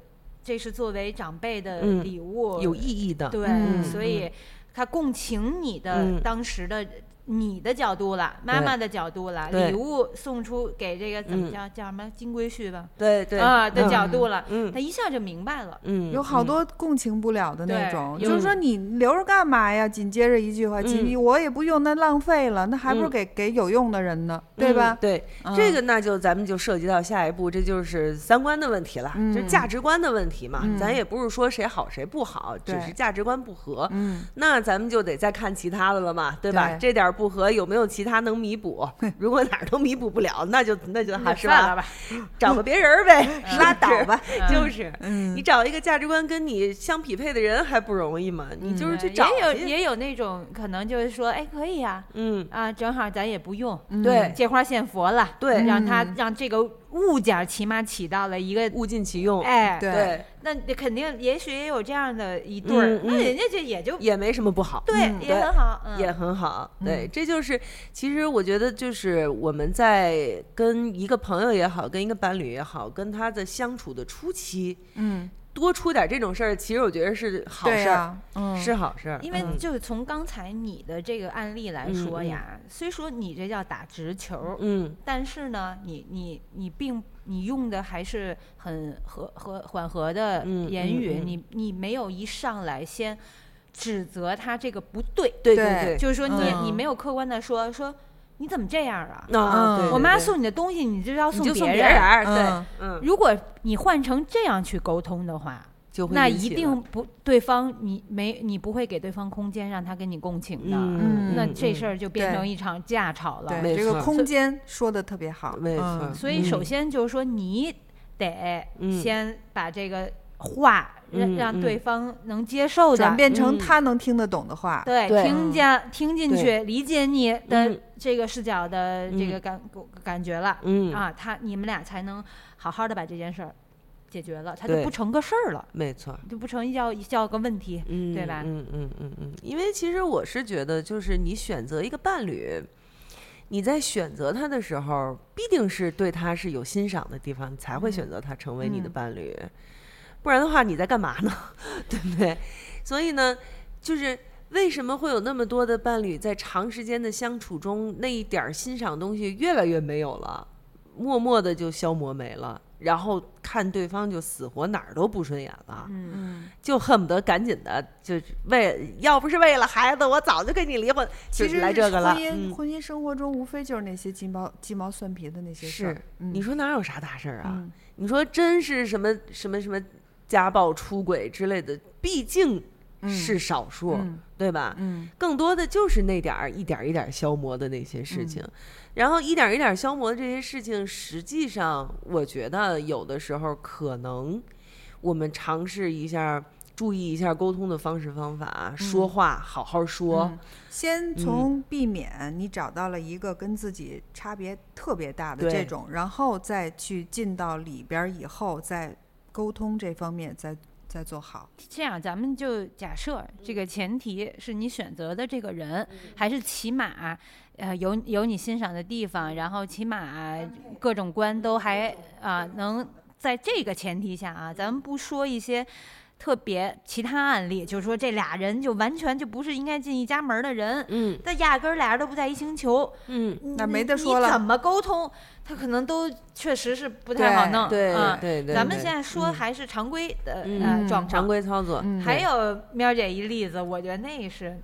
Speaker 6: 这是作为长辈的
Speaker 1: 嗯
Speaker 6: 礼物，
Speaker 1: 有意义的，
Speaker 6: 对，
Speaker 2: 嗯
Speaker 6: 所以他共情你的、
Speaker 1: 嗯
Speaker 6: 当时的你的角度了，妈妈的角度了，
Speaker 1: 对
Speaker 6: 礼物送出给这个怎么
Speaker 1: 嗯
Speaker 6: 叫、叫什么金龟婿吧，
Speaker 1: 对对
Speaker 6: 啊的
Speaker 1: 嗯
Speaker 6: 角度了，
Speaker 1: 嗯
Speaker 6: 他一下就明白了。
Speaker 1: 嗯，
Speaker 2: 有好
Speaker 1: 嗯
Speaker 2: 多共情不了的那
Speaker 6: 对
Speaker 2: 种，
Speaker 6: 有
Speaker 2: 就是说你留着干嘛呀？紧接着一句话，紧
Speaker 1: 嗯
Speaker 2: 接我也不用，那浪费了，那还不如
Speaker 1: 嗯
Speaker 2: 给给有用的人呢，对吧
Speaker 1: 嗯？对，
Speaker 2: 嗯
Speaker 1: 这个那就咱们就涉及到下一步，这就是三观的问题了，
Speaker 2: 嗯
Speaker 1: 就是价值观的问题嘛。
Speaker 2: 嗯
Speaker 1: 咱也不是说谁好谁不好，只
Speaker 2: 对
Speaker 1: 是价值观不合。
Speaker 2: 嗯
Speaker 1: 那咱们就得再看其他的了嘛，对吧？
Speaker 2: 对
Speaker 1: 这点儿不合，有没有其他能弥补？如果哪儿都弥补不了，那就那就还是
Speaker 6: 算了
Speaker 1: 吧，
Speaker 6: 吧，
Speaker 1: 找个别人儿呗，
Speaker 2: 拉倒吧，
Speaker 1: 就是。
Speaker 2: 嗯
Speaker 1: 你，找一个价值观跟你相匹配的人还不容易吗？你就是去
Speaker 6: 嗯
Speaker 1: 找
Speaker 6: 也有
Speaker 1: 去，
Speaker 6: 也有那种可能就是说，哎，可以呀、
Speaker 1: 嗯，
Speaker 6: 啊，正好咱也不用，嗯
Speaker 1: 对
Speaker 6: 借花献佛了，
Speaker 1: 对
Speaker 6: 让他
Speaker 2: 嗯
Speaker 6: 让这个物件儿起码起到了一个，
Speaker 1: 物尽其用，
Speaker 6: 哎，
Speaker 2: 对
Speaker 1: 对，
Speaker 6: 那你肯定也许也有这样的一对儿
Speaker 1: 嗯，
Speaker 6: 那
Speaker 1: 嗯
Speaker 6: 人家这也就
Speaker 1: 也没什么不好。
Speaker 6: 对
Speaker 2: 嗯
Speaker 6: 也
Speaker 1: 对
Speaker 6: 很好，嗯
Speaker 1: 也很好，对，
Speaker 6: 嗯
Speaker 1: 这就是其实我觉得就是我们在跟一个朋友也好，跟一个伴侣也好，跟他的相处的初期，
Speaker 2: 嗯，
Speaker 1: 多出点这种事儿，其实我觉得是好
Speaker 2: 对
Speaker 1: 事儿，
Speaker 6: 啊
Speaker 2: 呀，嗯，
Speaker 1: 是好事儿，
Speaker 6: 因为
Speaker 1: 嗯
Speaker 6: 就是从刚才你的这个案例来说
Speaker 1: 嗯嗯
Speaker 6: 呀，虽说你这叫打直球儿，
Speaker 1: 嗯
Speaker 6: 但是呢，你你你并你用的还是很和和缓和的
Speaker 1: 嗯
Speaker 6: 言语，
Speaker 1: 嗯嗯
Speaker 6: 你你没有一上来先指责他这个不对，
Speaker 1: 对
Speaker 2: 对
Speaker 1: 对
Speaker 6: 就是说你、
Speaker 2: 嗯
Speaker 6: 你没有客观的说说你怎么这样啊？
Speaker 1: 对，啊，
Speaker 2: 嗯
Speaker 1: 对
Speaker 6: 我妈
Speaker 1: 对对
Speaker 6: 送你的东西，你就要
Speaker 1: 你就送
Speaker 6: 别
Speaker 1: 别人儿，
Speaker 2: 嗯
Speaker 1: 对，嗯，
Speaker 6: 如果你换成这样去沟通的话，
Speaker 1: 就会
Speaker 6: 那
Speaker 1: 引
Speaker 6: 一
Speaker 1: 起
Speaker 6: 定
Speaker 1: 了
Speaker 6: 不对方你没你不会给对方空间让他跟你共情的，
Speaker 1: 嗯
Speaker 6: 那
Speaker 1: 嗯
Speaker 6: 这事
Speaker 1: 嗯
Speaker 6: 儿就变
Speaker 2: 对
Speaker 6: 成一场架吵了。
Speaker 2: 对，
Speaker 1: 没
Speaker 2: 这
Speaker 1: 错
Speaker 2: 个
Speaker 1: 儿
Speaker 2: 空间说的特别好，
Speaker 1: 没错
Speaker 2: 嗯
Speaker 1: 儿
Speaker 6: 所以首先就是说，你得先把这个话让
Speaker 1: 嗯嗯
Speaker 6: 让对方能接受
Speaker 2: 转
Speaker 6: 的，
Speaker 2: 变成
Speaker 1: 嗯
Speaker 2: 他能听得懂的话，
Speaker 6: 对，
Speaker 1: 对
Speaker 6: 听见听进去，
Speaker 1: 对
Speaker 6: 理解你的
Speaker 1: 嗯
Speaker 6: 这个视角的这个
Speaker 1: 嗯
Speaker 6: 感感觉了
Speaker 1: 嗯
Speaker 6: 啊，他你们俩才能好好的把这件事儿解决了，他就
Speaker 1: 对
Speaker 6: 不成个事儿了，
Speaker 1: 没错儿，
Speaker 6: 就不成一叫一叫个问题。
Speaker 1: 嗯，
Speaker 6: 对吧
Speaker 1: 嗯嗯嗯嗯，因为其实我是觉得，就是你选择一个伴侣，你在选择他的时候，必定是对他是有欣赏的地方，你才会选择他成为你的
Speaker 2: 嗯
Speaker 1: 伴侣，不然的话你在干嘛呢？ 对不对？所以呢，就是。为什么会有那么多的伴侣在长时间的相处中，那一点儿欣赏的东西越来越没有了，默默的就消磨没了，然后看对方就死活哪儿都不顺眼了。
Speaker 6: 嗯，
Speaker 2: 嗯，
Speaker 1: 就恨不得赶紧的，就是为要不是为了孩子，我早就跟你离婚。
Speaker 2: 其
Speaker 1: 就
Speaker 2: 实
Speaker 1: 来这
Speaker 2: 是
Speaker 1: 个了
Speaker 2: 婚，姻
Speaker 1: 嗯
Speaker 2: 婚姻生活中无非就是那些鸡毛鸡毛蒜皮的那些事儿
Speaker 1: 是，你说哪有啥大事儿啊？
Speaker 2: 嗯
Speaker 1: 你说真是什么什么什么家暴、出轨之类的，毕竟是少数，
Speaker 2: 嗯
Speaker 1: 对吧？
Speaker 2: 嗯
Speaker 1: 更多的就是那点儿一点儿一点儿消磨的那些事
Speaker 2: 嗯
Speaker 1: 情，然后一点儿一点儿消磨的这些事情，实际上我觉得有的时候可能我们尝试一下，注意一下沟通的方式方法，
Speaker 6: 嗯
Speaker 1: 说话好好说，
Speaker 2: 嗯先从避免你找到了一个跟自己差别特别大的
Speaker 1: 对
Speaker 2: 这种，然后再去进到里边儿以后，再沟通这方面再再做好。
Speaker 6: 这样咱们就假设这个前提是你选择的这个人，还是起码呃有有你欣赏的地方，然后起码各种观都还啊、能在这个前提下啊，咱们不说一些。特别其他案例，就是说这俩人就完全就不是应该进一家门的人，
Speaker 1: 嗯
Speaker 6: 但压根儿俩人都不在一星球，
Speaker 1: 嗯，
Speaker 2: 那
Speaker 6: 你
Speaker 2: 没得
Speaker 6: 你
Speaker 2: 说了
Speaker 6: 怎么沟通？他可能都确实是不太好
Speaker 2: 对
Speaker 6: 弄。
Speaker 1: 对
Speaker 6: 啊，
Speaker 1: 对对，
Speaker 6: 咱们
Speaker 1: 对
Speaker 6: 现在说
Speaker 1: 嗯
Speaker 6: 还是常规的、呃
Speaker 1: 嗯
Speaker 6: 状况，
Speaker 1: 常规操作，
Speaker 2: 嗯
Speaker 6: 还有喵姐一例子，我觉得那是，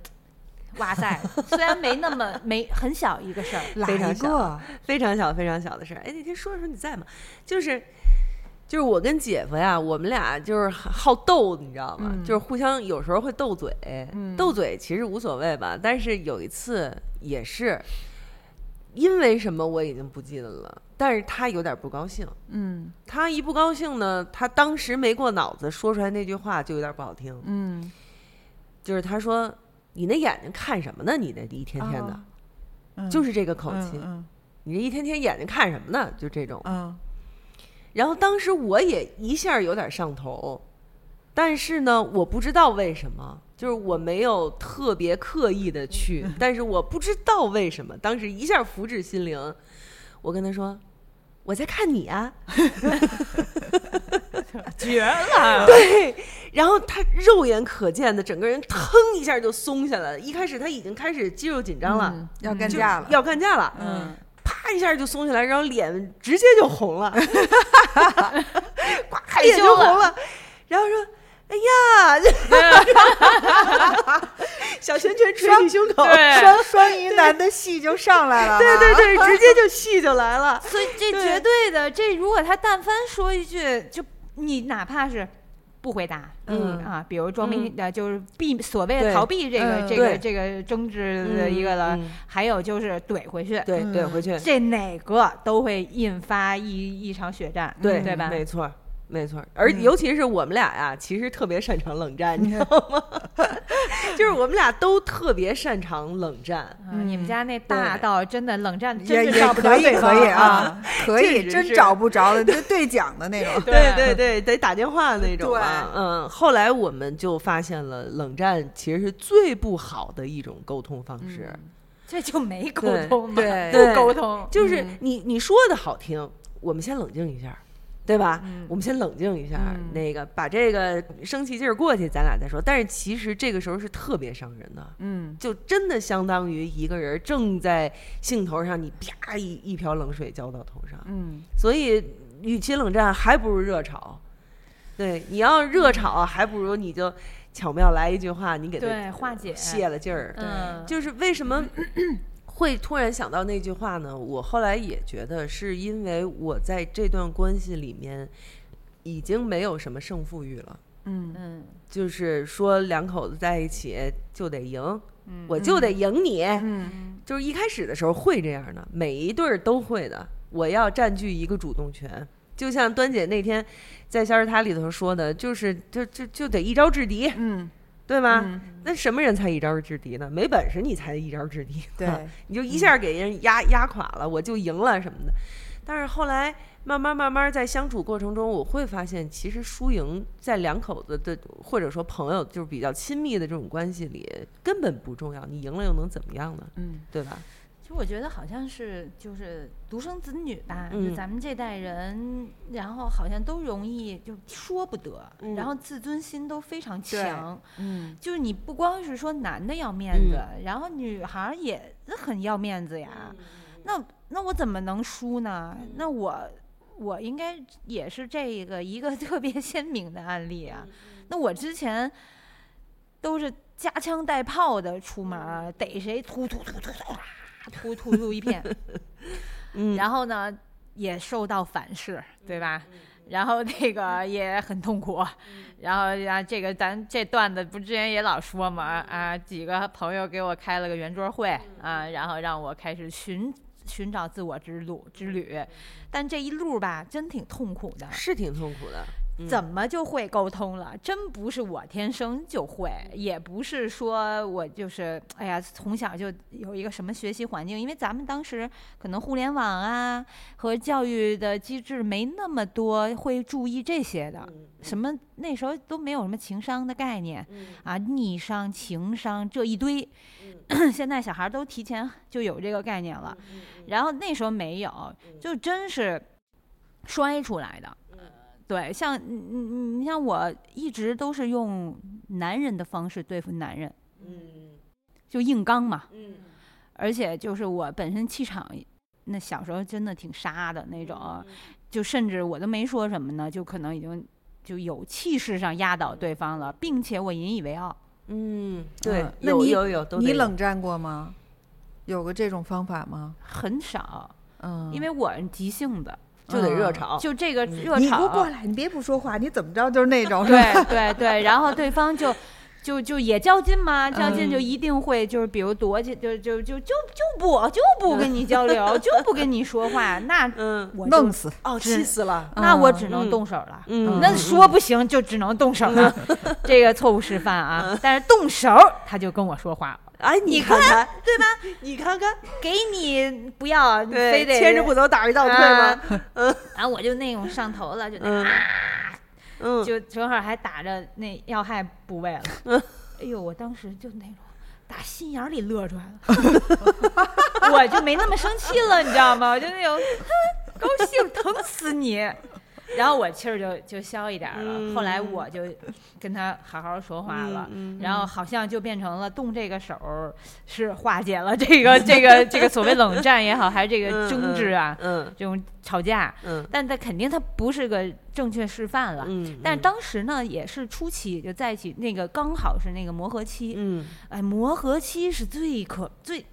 Speaker 6: 哇塞，虽然没那么没很小一个事儿，
Speaker 2: 哪
Speaker 1: 非常
Speaker 2: 一个？
Speaker 1: 非常小非常小的事儿。哎，那天说的时候你在吗？就是。就是我跟姐夫呀，我们俩就是好斗，你知道吗？
Speaker 2: 嗯
Speaker 1: 就是互相有时候会斗嘴，斗嘴其实无所谓吧。但是有一次也是，因为什么我已经不记得了，但是他有点不高兴。
Speaker 2: 嗯
Speaker 1: 他一不高兴呢，他当时没过脑子，说出来那句话就有点不好听，
Speaker 2: 嗯，
Speaker 1: 就是他说：“你那眼睛看什么呢？你那一天天的，
Speaker 2: 嗯
Speaker 1: 就是这个口气。
Speaker 2: 嗯
Speaker 1: 你这一天天眼睛看什么呢？就这种。
Speaker 2: 嗯
Speaker 1: 然后当时我也一下有点上头，但是呢，我不知道为什么，就是我没有特别刻意的 去，但是我不知道为什么，当时一下福至心灵，我跟他说。我在看你啊，
Speaker 6: 绝了，
Speaker 1: 对，然后他肉眼可见的，整个人腾一下就松下来了。一开始他已经开始肌肉紧张了，
Speaker 2: 嗯，要干
Speaker 1: 就
Speaker 2: 架了，
Speaker 1: 要干架了，
Speaker 2: 嗯
Speaker 1: 啪一下就松下来，然后脸直接就红了，
Speaker 6: 害
Speaker 1: 脸
Speaker 6: 羞
Speaker 1: 就
Speaker 6: 了
Speaker 1: 红，了，然后说：“哎呀， 小拳拳捶你胸口，
Speaker 6: 对
Speaker 2: 双双鱼男的戏就上来了，
Speaker 1: 对对对，直 接就戏就来了。
Speaker 6: 所以这绝对的，这如果他但凡说一句，就你哪怕是不回答。
Speaker 1: 嗯
Speaker 6: 啊，比如装明呃，就是避所谓的
Speaker 1: 对
Speaker 6: 逃避这个
Speaker 2: 嗯
Speaker 6: 这个
Speaker 1: 对
Speaker 6: 这个争执的
Speaker 1: 嗯
Speaker 6: 一个了
Speaker 1: 嗯，嗯
Speaker 6: 还有就是怼回去，
Speaker 1: 对对，
Speaker 2: 嗯
Speaker 1: 回去
Speaker 6: 这哪个都会引发一一场血战，
Speaker 1: 对
Speaker 6: 对吧？
Speaker 1: 没错儿，没错儿。而尤其是我们俩呀、其实特别擅长冷战，你知道吗？ 就是我们俩都特别擅长冷战。
Speaker 6: 啊，你们家那
Speaker 1: 嗯
Speaker 6: 大
Speaker 1: 对
Speaker 6: 到真的冷战，
Speaker 2: 也
Speaker 6: 真是
Speaker 2: 也
Speaker 6: 找不着
Speaker 2: 可以
Speaker 6: 对方
Speaker 2: 可以，啊，可
Speaker 1: 确
Speaker 2: 以
Speaker 1: 实
Speaker 2: 真
Speaker 1: 是
Speaker 2: 找不着的，就对讲的那种。
Speaker 1: 对对对，得打电话那种啊。
Speaker 2: 对
Speaker 1: 嗯，后来我们就发现了，冷战其实是最不好的一种沟通方式，
Speaker 2: 嗯
Speaker 6: 这就没沟
Speaker 1: 对
Speaker 6: 通嘛，
Speaker 2: 对
Speaker 6: 不
Speaker 1: 对
Speaker 6: 沟通，
Speaker 1: 就是
Speaker 2: 嗯
Speaker 1: 你你说的好听，我们先冷静一下。对吧？
Speaker 2: 嗯
Speaker 1: 我们先冷静一下，那个把这个生气劲儿过去，咱俩再说。但是其实这个时候是特别伤人的，
Speaker 2: 嗯，
Speaker 1: 就真的相当于一个人正在兴头上，你啪一一瓢冷水浇到头上。
Speaker 2: 嗯，
Speaker 1: 所以，与其冷战，还不如热吵。对，你要热吵，还不如你就巧妙来一句话，你给他
Speaker 6: 对化解
Speaker 1: 泄了劲儿。
Speaker 6: 嗯，
Speaker 1: 就是为什 么会突然想到那句话呢？我后来也觉得是因为我在这段关系里面已经没有什么胜负欲了。
Speaker 6: 嗯
Speaker 1: 就是说两口子在一起就得赢，
Speaker 6: 嗯
Speaker 1: 我就得赢你。
Speaker 2: 嗯
Speaker 1: 就是一开始的时候会这样的，每一对儿都会的。我要占据一个主动权，就像端姐那天在《消失塔》里头说的，就是就就就得一招制敌，
Speaker 2: 嗯，
Speaker 1: 对吧？那什么人才一招制敌呢？没本事你才一招制敌，
Speaker 2: 对，嗯
Speaker 1: 你就一下给人压、压垮了，我就赢了什么的。但是后来慢慢慢慢在相处过程中，我会发现，其实输赢在两口子的或者说朋友就是比较亲密的这种关系里根本不重要，你赢了又能怎么样呢？
Speaker 2: 嗯，
Speaker 1: 对吧？
Speaker 6: 其实我觉得好像是就是独生子女吧，
Speaker 1: 嗯
Speaker 6: 就咱们这代人，然后好像都容易就说不得，
Speaker 1: 嗯
Speaker 6: 然后自尊心都非常
Speaker 2: 对
Speaker 6: 强。
Speaker 2: 嗯，
Speaker 6: 就是你不光是说男的要面子，然后女孩儿也很要面子呀。那那我怎么能输呢？那我我应该也是这个一个特别鲜明的案例啊。那我之前都是夹枪带炮的出门儿，逮谁突突突突突啦，突突突一片。
Speaker 1: 嗯，
Speaker 6: 然后呢，也受到反噬，对吧？然后那个也很痛苦，然后啊，这个咱这段子不之前也老说嘛啊，几个朋友给我开了个圆桌会啊，然后让我开始寻寻找自我之路之旅，但这一路吧，真挺痛苦的。
Speaker 1: 是挺痛苦的。嗯
Speaker 6: 怎么就会沟通了？真不是我天生就会，也不是说我就是哎呀，从小就有一个什么学习环境，因为咱们当时可能互联网啊和教育的机制没那么多会注意这些的，什么那时候都没有什么情商的概念啊，逆商、情商这一堆， 现在小孩都提前就有这个概念了，然后那时候没有，就真是摔出来的。对，像你你你像我一直都是用男人的方式对付男人，
Speaker 1: 嗯
Speaker 6: 就硬刚嘛。
Speaker 1: 嗯
Speaker 6: 而且就是我本身气场，那小时候真的挺杀的那
Speaker 2: 嗯
Speaker 6: 种，啊就甚至我都没说什么呢，就可能已经就有气势上压倒对方了，并且我引以为傲。
Speaker 1: 嗯，对
Speaker 2: 嗯，那
Speaker 1: 有
Speaker 2: 你
Speaker 1: 有有都
Speaker 2: 你
Speaker 1: 得有
Speaker 2: 冷战过吗？有过这种方法吗？
Speaker 6: 很少，
Speaker 2: 嗯，哦
Speaker 6: 因为我是急性子，
Speaker 1: 就得热吵，
Speaker 6: 就这个
Speaker 1: 嗯
Speaker 6: 热
Speaker 2: 你给我
Speaker 6: 场，
Speaker 2: 过来，你别不说话，你怎么着就是那 种，是吧
Speaker 6: 对对对，然后对方就。就就也较劲
Speaker 1: 嗯
Speaker 6: 嘛，较劲就一定会就是，比如躲起，就就就就就不就不跟你 交流，就不跟你说话，那
Speaker 1: 嗯
Speaker 6: 我就
Speaker 2: 弄死。
Speaker 1: 哦，
Speaker 6: 是
Speaker 1: 气死了，
Speaker 6: 那我只能
Speaker 1: 嗯
Speaker 6: 动手了。
Speaker 1: 嗯，
Speaker 6: 那说不行就只能动手了， 这个错误示范
Speaker 1: 嗯
Speaker 6: 啊！但是动手他就跟我说话，
Speaker 1: 哎，你看看 对吧？你看看，
Speaker 6: 给你不要，你
Speaker 1: 对，
Speaker 6: 非得
Speaker 1: 牵着不走，打一道退
Speaker 6: 啊
Speaker 1: 吗？
Speaker 6: 然后我就那种上头了，就那
Speaker 1: 嗯嗯，
Speaker 6: 就正好还打着那要害部位了。哎呦，我当时就那种打心眼儿里乐出来了， 我就没那么生气了，你知道吗？我就那种哼高兴，疼死你。然后我气儿就就消一点儿了。后来
Speaker 1: 嗯
Speaker 6: 我就跟他好好说话了，然后好像就变成了动这个手儿是化解了这个这个这个所谓冷战也好，还是这个
Speaker 1: 嗯
Speaker 6: 争执啊，
Speaker 1: 嗯
Speaker 6: 这种吵架。
Speaker 1: 嗯
Speaker 6: 但他肯定他不是个正确示范了。
Speaker 1: 嗯，
Speaker 6: 但当时呢，也是初期就在一起，那个刚好是那个磨合期。
Speaker 1: 嗯
Speaker 6: 哎，磨合期是最可最，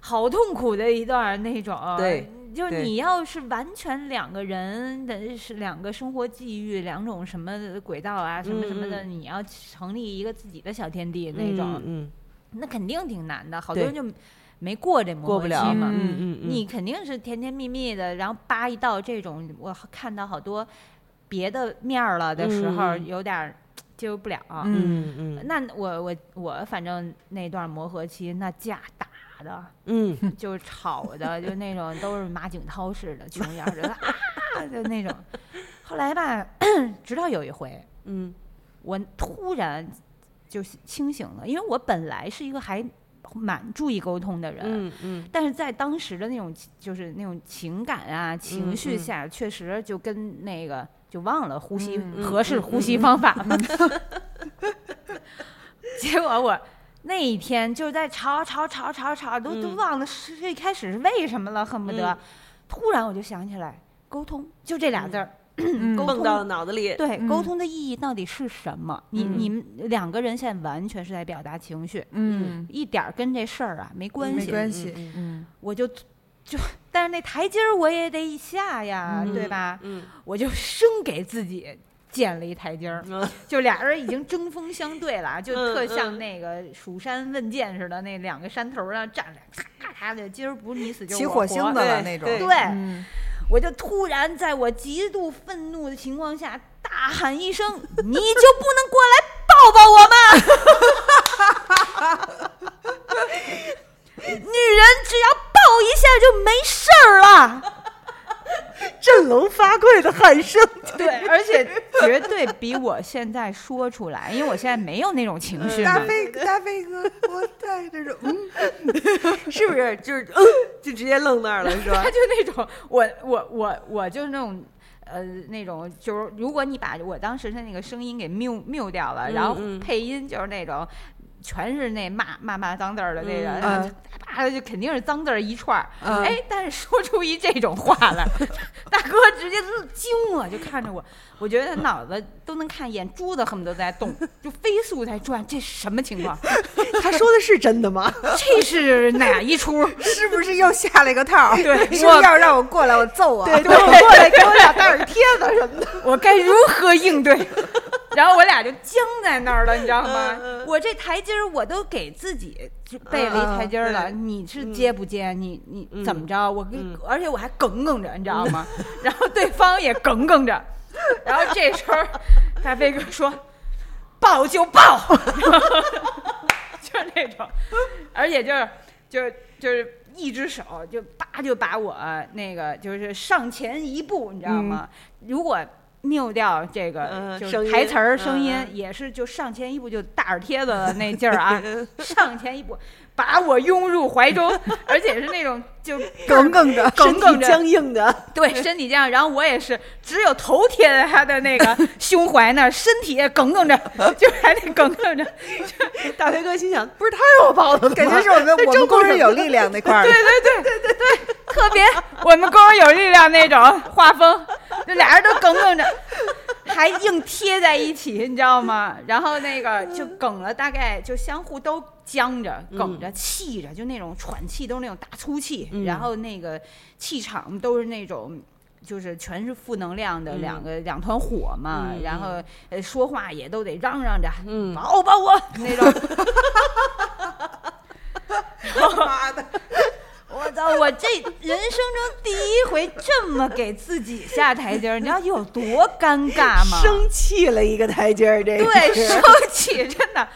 Speaker 6: 好痛苦的一段儿那种。
Speaker 1: 对，
Speaker 6: 就是
Speaker 1: 对
Speaker 6: 你要是完全两个人的是两个生活际遇、两种什么轨道啊、什么什么的，你要成立一个自己的小天地那种，
Speaker 1: 嗯，
Speaker 6: 那肯定挺难的。好
Speaker 1: 对
Speaker 6: 多人就没过这
Speaker 1: 嗯
Speaker 6: 磨
Speaker 1: 过不
Speaker 6: 合
Speaker 1: 了，
Speaker 6: 期嘛。
Speaker 1: 嗯嗯嗯，
Speaker 6: 你肯定是甜甜蜜蜜的，然后扒一到这种，我看到好多别的面儿了的时候，
Speaker 1: 嗯
Speaker 6: 有点儿接受不了。
Speaker 1: 嗯嗯
Speaker 6: 那我我我反正那段磨合期，那架打的，
Speaker 1: 嗯嗯，
Speaker 6: 就是吵的，就那种都是马景涛似的，穷样儿的啊，就那种。后来吧，直到有一回，
Speaker 1: 嗯
Speaker 6: 我突然就清醒了，因为我本来是一个还蛮注意沟通的人，
Speaker 1: 嗯嗯
Speaker 6: 但是在当时的那种情就是那种情感啊情
Speaker 1: 嗯
Speaker 6: 绪下，确实就跟那个就忘了呼吸、
Speaker 1: 嗯
Speaker 6: 合适
Speaker 1: 嗯
Speaker 6: 呼吸方法嘛。 结果我那一天就是在吵吵吵吵吵，都、都
Speaker 1: 嗯
Speaker 6: 忘了是最开始是为什么了，恨不得、
Speaker 1: 嗯
Speaker 6: 突然我就想起来沟通，就这俩字儿。
Speaker 1: 嗯，
Speaker 6: 沟通
Speaker 1: 蹦到脑子里，
Speaker 6: 对，沟
Speaker 5: 嗯
Speaker 6: 通的意义到底是什么？你
Speaker 1: 嗯
Speaker 6: 你们两个人现在完全是在表达情绪，
Speaker 5: 嗯
Speaker 6: 一点儿跟这事儿啊没关
Speaker 2: 没
Speaker 6: 系。
Speaker 2: 关
Speaker 1: 嗯
Speaker 2: 系，
Speaker 1: 嗯
Speaker 5: 嗯
Speaker 6: 我就 就，但是那台阶儿我也得下呀，
Speaker 5: 嗯
Speaker 6: 对吧？
Speaker 1: 嗯
Speaker 6: 我就生给自己建了一台阶儿，
Speaker 1: 嗯
Speaker 6: 就俩人已经针锋相对了啊，就
Speaker 1: 嗯
Speaker 6: 特像
Speaker 1: 嗯
Speaker 6: 那个蜀山问剑似的，那两个山头儿上站着，咔咔的，今儿不是你死就是
Speaker 2: 起
Speaker 6: 我
Speaker 2: 火
Speaker 6: 活
Speaker 2: 星子
Speaker 1: 对
Speaker 2: 了那种。
Speaker 1: 对
Speaker 6: 对，
Speaker 5: 嗯
Speaker 6: 我就突然在我极度愤怒的情况下大喊一声：“你就不能过来抱抱我吗？” 女人只要抱一下就没事儿了。
Speaker 1: 振聋发聩的喊声，
Speaker 6: 对，而且绝对比我现在说出来，因为我现在没有那种情绪嘛
Speaker 2: 嗯大。飞大飞哥，我带着这种，嗯，
Speaker 1: 是不是？就是嗯，就直接愣那儿了，是吧
Speaker 6: 他？就那种，我我我我就是那种。呃，那种就是，如果你把我当时的那个声音给 mute mute 掉了，
Speaker 1: 嗯
Speaker 6: 然后
Speaker 1: 嗯
Speaker 6: 配音就是那种，全是那骂骂骂脏字儿的那个，
Speaker 1: 嗯
Speaker 6: 然后
Speaker 2: 嗯
Speaker 6: 啪、就肯定是脏字儿一串儿。
Speaker 2: 嗯
Speaker 6: 哎，但是说出一这种话来， 大哥直接就惊了，就看着我，我觉得他脑子都能看，眼珠子恨不得在动，就飞速在转，这什么情况？
Speaker 1: 他说的是真的吗？
Speaker 6: 这是哪一出？
Speaker 2: 是不是又下了一个套儿？
Speaker 6: 对
Speaker 2: 是不是要让我过来，我揍啊！
Speaker 1: 对，过来给我俩大耳贴子什么的。
Speaker 6: 我该如何 应对？然后我俩就僵在那儿了，你知道吗
Speaker 1: 嗯嗯？
Speaker 6: 我这台阶儿我都给自己就备了一台阶儿了，你是接不接？你你
Speaker 1: 嗯
Speaker 6: 怎么着？我跟
Speaker 1: 嗯
Speaker 6: 而且我还梗梗着，你知道吗？然后对方也梗梗着，然后这时候大飞哥说：“抱就抱。” 就是那种，而且就是就是就是一只手就叭就把我那个就是上前一步，你知道吗？如果谬掉这个
Speaker 1: 嗯
Speaker 6: 就
Speaker 1: 声
Speaker 6: 是
Speaker 1: 音
Speaker 6: 台词儿声音
Speaker 1: 嗯，
Speaker 6: 也是就上前一步就大耳贴子的那劲 儿啊，上前一步把我拥入怀中，而且是那种 就
Speaker 2: 耿耿着，
Speaker 6: 耿耿
Speaker 1: 身体
Speaker 6: 着，
Speaker 1: 僵 硬的，
Speaker 6: 对身体这样，然后我也是只有头贴在他的那个胸怀那儿，身体也耿耿着， 就还得耿耿着，
Speaker 1: 大飞哥心想，不是他让我抱的吗，
Speaker 2: 感觉 是我们我
Speaker 1: 这
Speaker 2: 们公
Speaker 1: 正
Speaker 2: 司有力量那块儿的。
Speaker 6: 特别我们公有力量那种画风，这俩人都梗梗着，还硬贴在一起，你知道吗？然后那个就梗了，大概就相互都僵着、梗着、气着，就那种喘气都是那种大粗气，
Speaker 1: 嗯
Speaker 6: 然后那个气场都是那种。就是全是负能量的
Speaker 1: 嗯
Speaker 6: 两个、两团火嘛，
Speaker 1: 嗯嗯
Speaker 6: 然后呃说话也都得嚷嚷着，
Speaker 1: 嗯
Speaker 6: 抱抱我那种，
Speaker 2: 妈的，
Speaker 6: 我操！我这人生中第一回这么给自己下台阶儿，你知道有多尴尬吗？
Speaker 1: 生气了一个台阶儿，这个
Speaker 6: 对，
Speaker 1: 是
Speaker 6: 生气真的。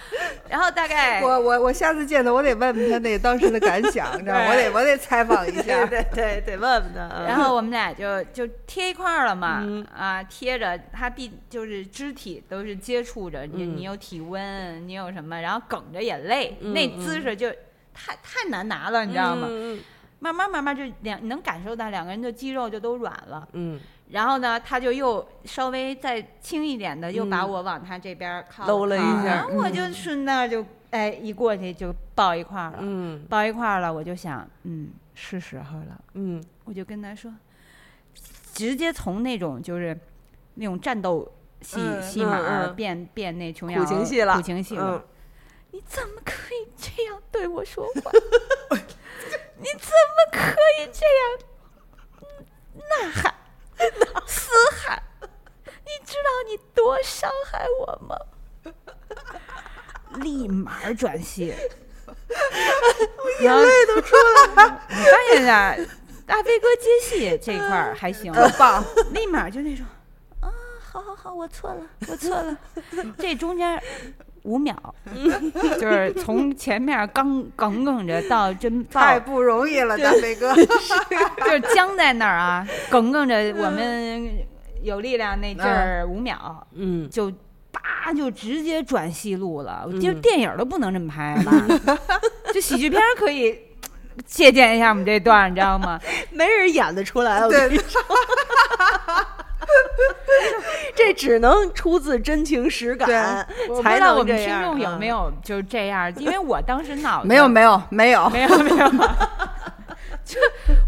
Speaker 6: 然后大 概
Speaker 2: 我我我下次见他，我得问问他那当时的感想，你知道吗？我得我得采访一
Speaker 1: 对
Speaker 2: 下。
Speaker 1: 对对，得问问他。嗯
Speaker 6: 然后我们俩就就贴一块儿了嘛，
Speaker 1: 嗯
Speaker 6: 啊，贴着他必就是肢体都是接触着，你、
Speaker 1: 嗯
Speaker 6: 你有体温，你有什么，然后梗着眼泪，
Speaker 1: 嗯
Speaker 6: 那
Speaker 1: 嗯
Speaker 6: 姿势就太太难拿了，你知道吗？
Speaker 1: 嗯
Speaker 6: 慢慢慢慢就两，你能感受到两个人的肌肉就都软了。
Speaker 1: 嗯，
Speaker 6: 然后呢，他就又稍微再轻一点的，又把
Speaker 1: 嗯
Speaker 6: 我往他这边儿靠
Speaker 1: 搂了
Speaker 6: 靠
Speaker 1: 一下嗯
Speaker 6: 然后我就顺道就哎一过去就抱一块儿了，
Speaker 1: 嗯
Speaker 6: 抱一块儿了，我就想，嗯，是时候了，
Speaker 1: 嗯
Speaker 6: 我就跟他说，直接从那种就是那种战斗戏、
Speaker 1: 嗯
Speaker 6: 戏码儿
Speaker 1: 嗯嗯
Speaker 6: 变变那琼瑶
Speaker 1: 苦情戏了
Speaker 6: 苦情戏了，
Speaker 1: 嗯
Speaker 6: 你怎么可以这样对我说话？你怎么可以这样呐喊、嘶喊？你知道你多伤害我吗？”立马转系，然后
Speaker 2: 对，都出
Speaker 6: 我发现啊，大飞哥接戏这一块儿还行，
Speaker 2: 哦棒，
Speaker 6: 立马就那种啊，好好好，我错了，我错了。 这中间五 秒，就是从前面刚耿耿着到真爆，
Speaker 2: 太不容易了，大飞哥。
Speaker 6: 就是僵在那儿啊，耿耿着。我们有力量那阵儿五秒，
Speaker 1: 嗯，
Speaker 6: 就叭就直接转戏路了。我就是电影儿都不能这么拍吧？ 就喜剧片儿可以借鉴一下我们这段儿，你知道吗？
Speaker 1: 没人演得出来，我跟你
Speaker 2: 对
Speaker 1: 说，这只能出自真情实感
Speaker 6: 我，不
Speaker 1: 才
Speaker 6: 知道
Speaker 1: 能
Speaker 6: 我们
Speaker 1: 这
Speaker 6: 听
Speaker 1: 样
Speaker 6: 众有没？
Speaker 1: 啊
Speaker 6: 有就是这样儿，因为我当时脑子
Speaker 2: 没有没有没有，
Speaker 6: 没有没有，就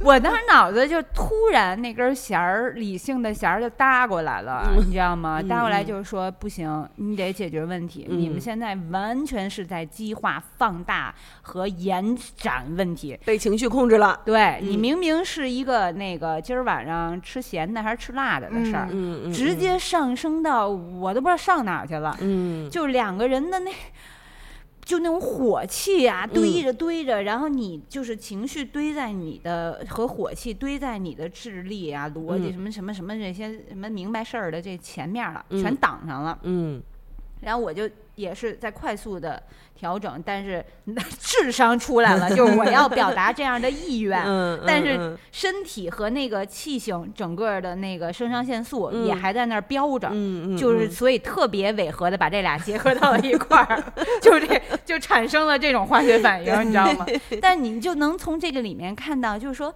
Speaker 6: 我当时脑子就突然那根弦儿，理性的弦儿就搭过来了，
Speaker 1: 嗯
Speaker 6: 你知道吗？搭过来就是说不行，你得解决问题。你们
Speaker 1: 嗯
Speaker 6: 现在完全是在激化、放大和延展问题。
Speaker 1: 被情绪控制了，
Speaker 6: 对你
Speaker 1: 嗯
Speaker 6: 明明是一个那个今儿晚上吃咸的还是吃辣的的事儿，
Speaker 1: 嗯嗯，
Speaker 6: 直接上升到我都不知道上哪儿去了。
Speaker 1: 嗯，
Speaker 6: 就两个人的那，就那种火气啊，堆
Speaker 1: 嗯
Speaker 6: 着堆着，然后你就是情绪堆在你的和火气堆在你的智力啊、逻辑
Speaker 1: 嗯
Speaker 6: 什么什么什么这些什么明白事儿的这前面了，
Speaker 1: 嗯
Speaker 6: 全挡上了。
Speaker 1: 嗯，
Speaker 6: 然后我就也是在快速的调整，但是 智商出来了，就是我要表达这样的意愿。
Speaker 1: 嗯，
Speaker 6: 但
Speaker 1: 嗯
Speaker 6: 是
Speaker 1: 嗯
Speaker 6: 身体和那个气性，整个的那个肾上腺素也
Speaker 1: 嗯
Speaker 6: 还在那儿飙着，
Speaker 1: 嗯嗯，
Speaker 6: 就是所以特别违和的把这俩结合到了一块儿， 就是这就产生了这种化学反应，你知道吗？但你就能从这个里面看到，就是说，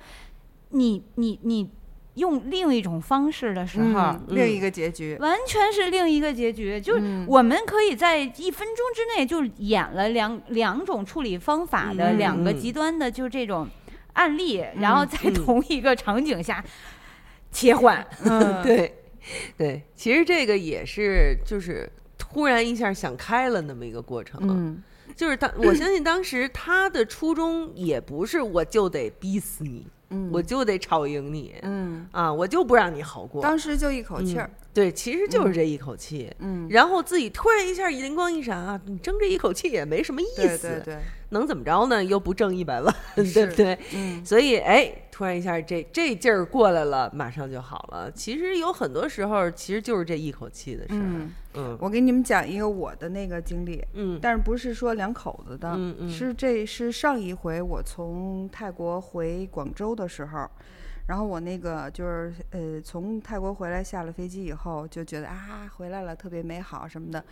Speaker 6: 你你你用另一种方式的时候，
Speaker 2: 嗯另一个结局，
Speaker 6: 完全是另一个结局。就是
Speaker 2: 嗯
Speaker 6: 我们可以在一分钟之内就演了两两种处理方法的
Speaker 1: 嗯
Speaker 6: 两个
Speaker 1: 嗯
Speaker 6: 极端的，就这种案例，然后在同一个场景下切换。
Speaker 1: 嗯 对对，其实这个也是就是突然一下想开了那么一个过程，
Speaker 2: 嗯，
Speaker 1: 就是当我相信当时他的初衷也不是我就得逼死你，
Speaker 2: 嗯
Speaker 1: 我就得吵赢你。
Speaker 2: 嗯，
Speaker 1: 啊，我就不让你好过。嗯
Speaker 2: 当时就一口气儿，
Speaker 1: 对，其实就是这一口气，
Speaker 2: 嗯，
Speaker 1: 然后自己突然一下灵光一闪啊，你争这一口气也没什么意
Speaker 2: 对
Speaker 1: 思，
Speaker 2: 对对，
Speaker 1: 能怎么着呢？又不挣一百 万，对不
Speaker 2: 是
Speaker 1: 对？
Speaker 2: 嗯
Speaker 1: 所以哎，突然一下这这劲儿过来了，马上就好了。其实有很多时候，其实就是这一口气的事儿。
Speaker 2: 嗯，
Speaker 1: 嗯
Speaker 2: 我给你们讲一个我的那个经历，
Speaker 1: 嗯
Speaker 2: 但是不是说两口子的，
Speaker 1: 嗯嗯
Speaker 2: 是这是上一回我从泰国回广州的时候，然后我那个就是呃从泰国回来下了飞机以后就觉得啊回来了特别美好什么的，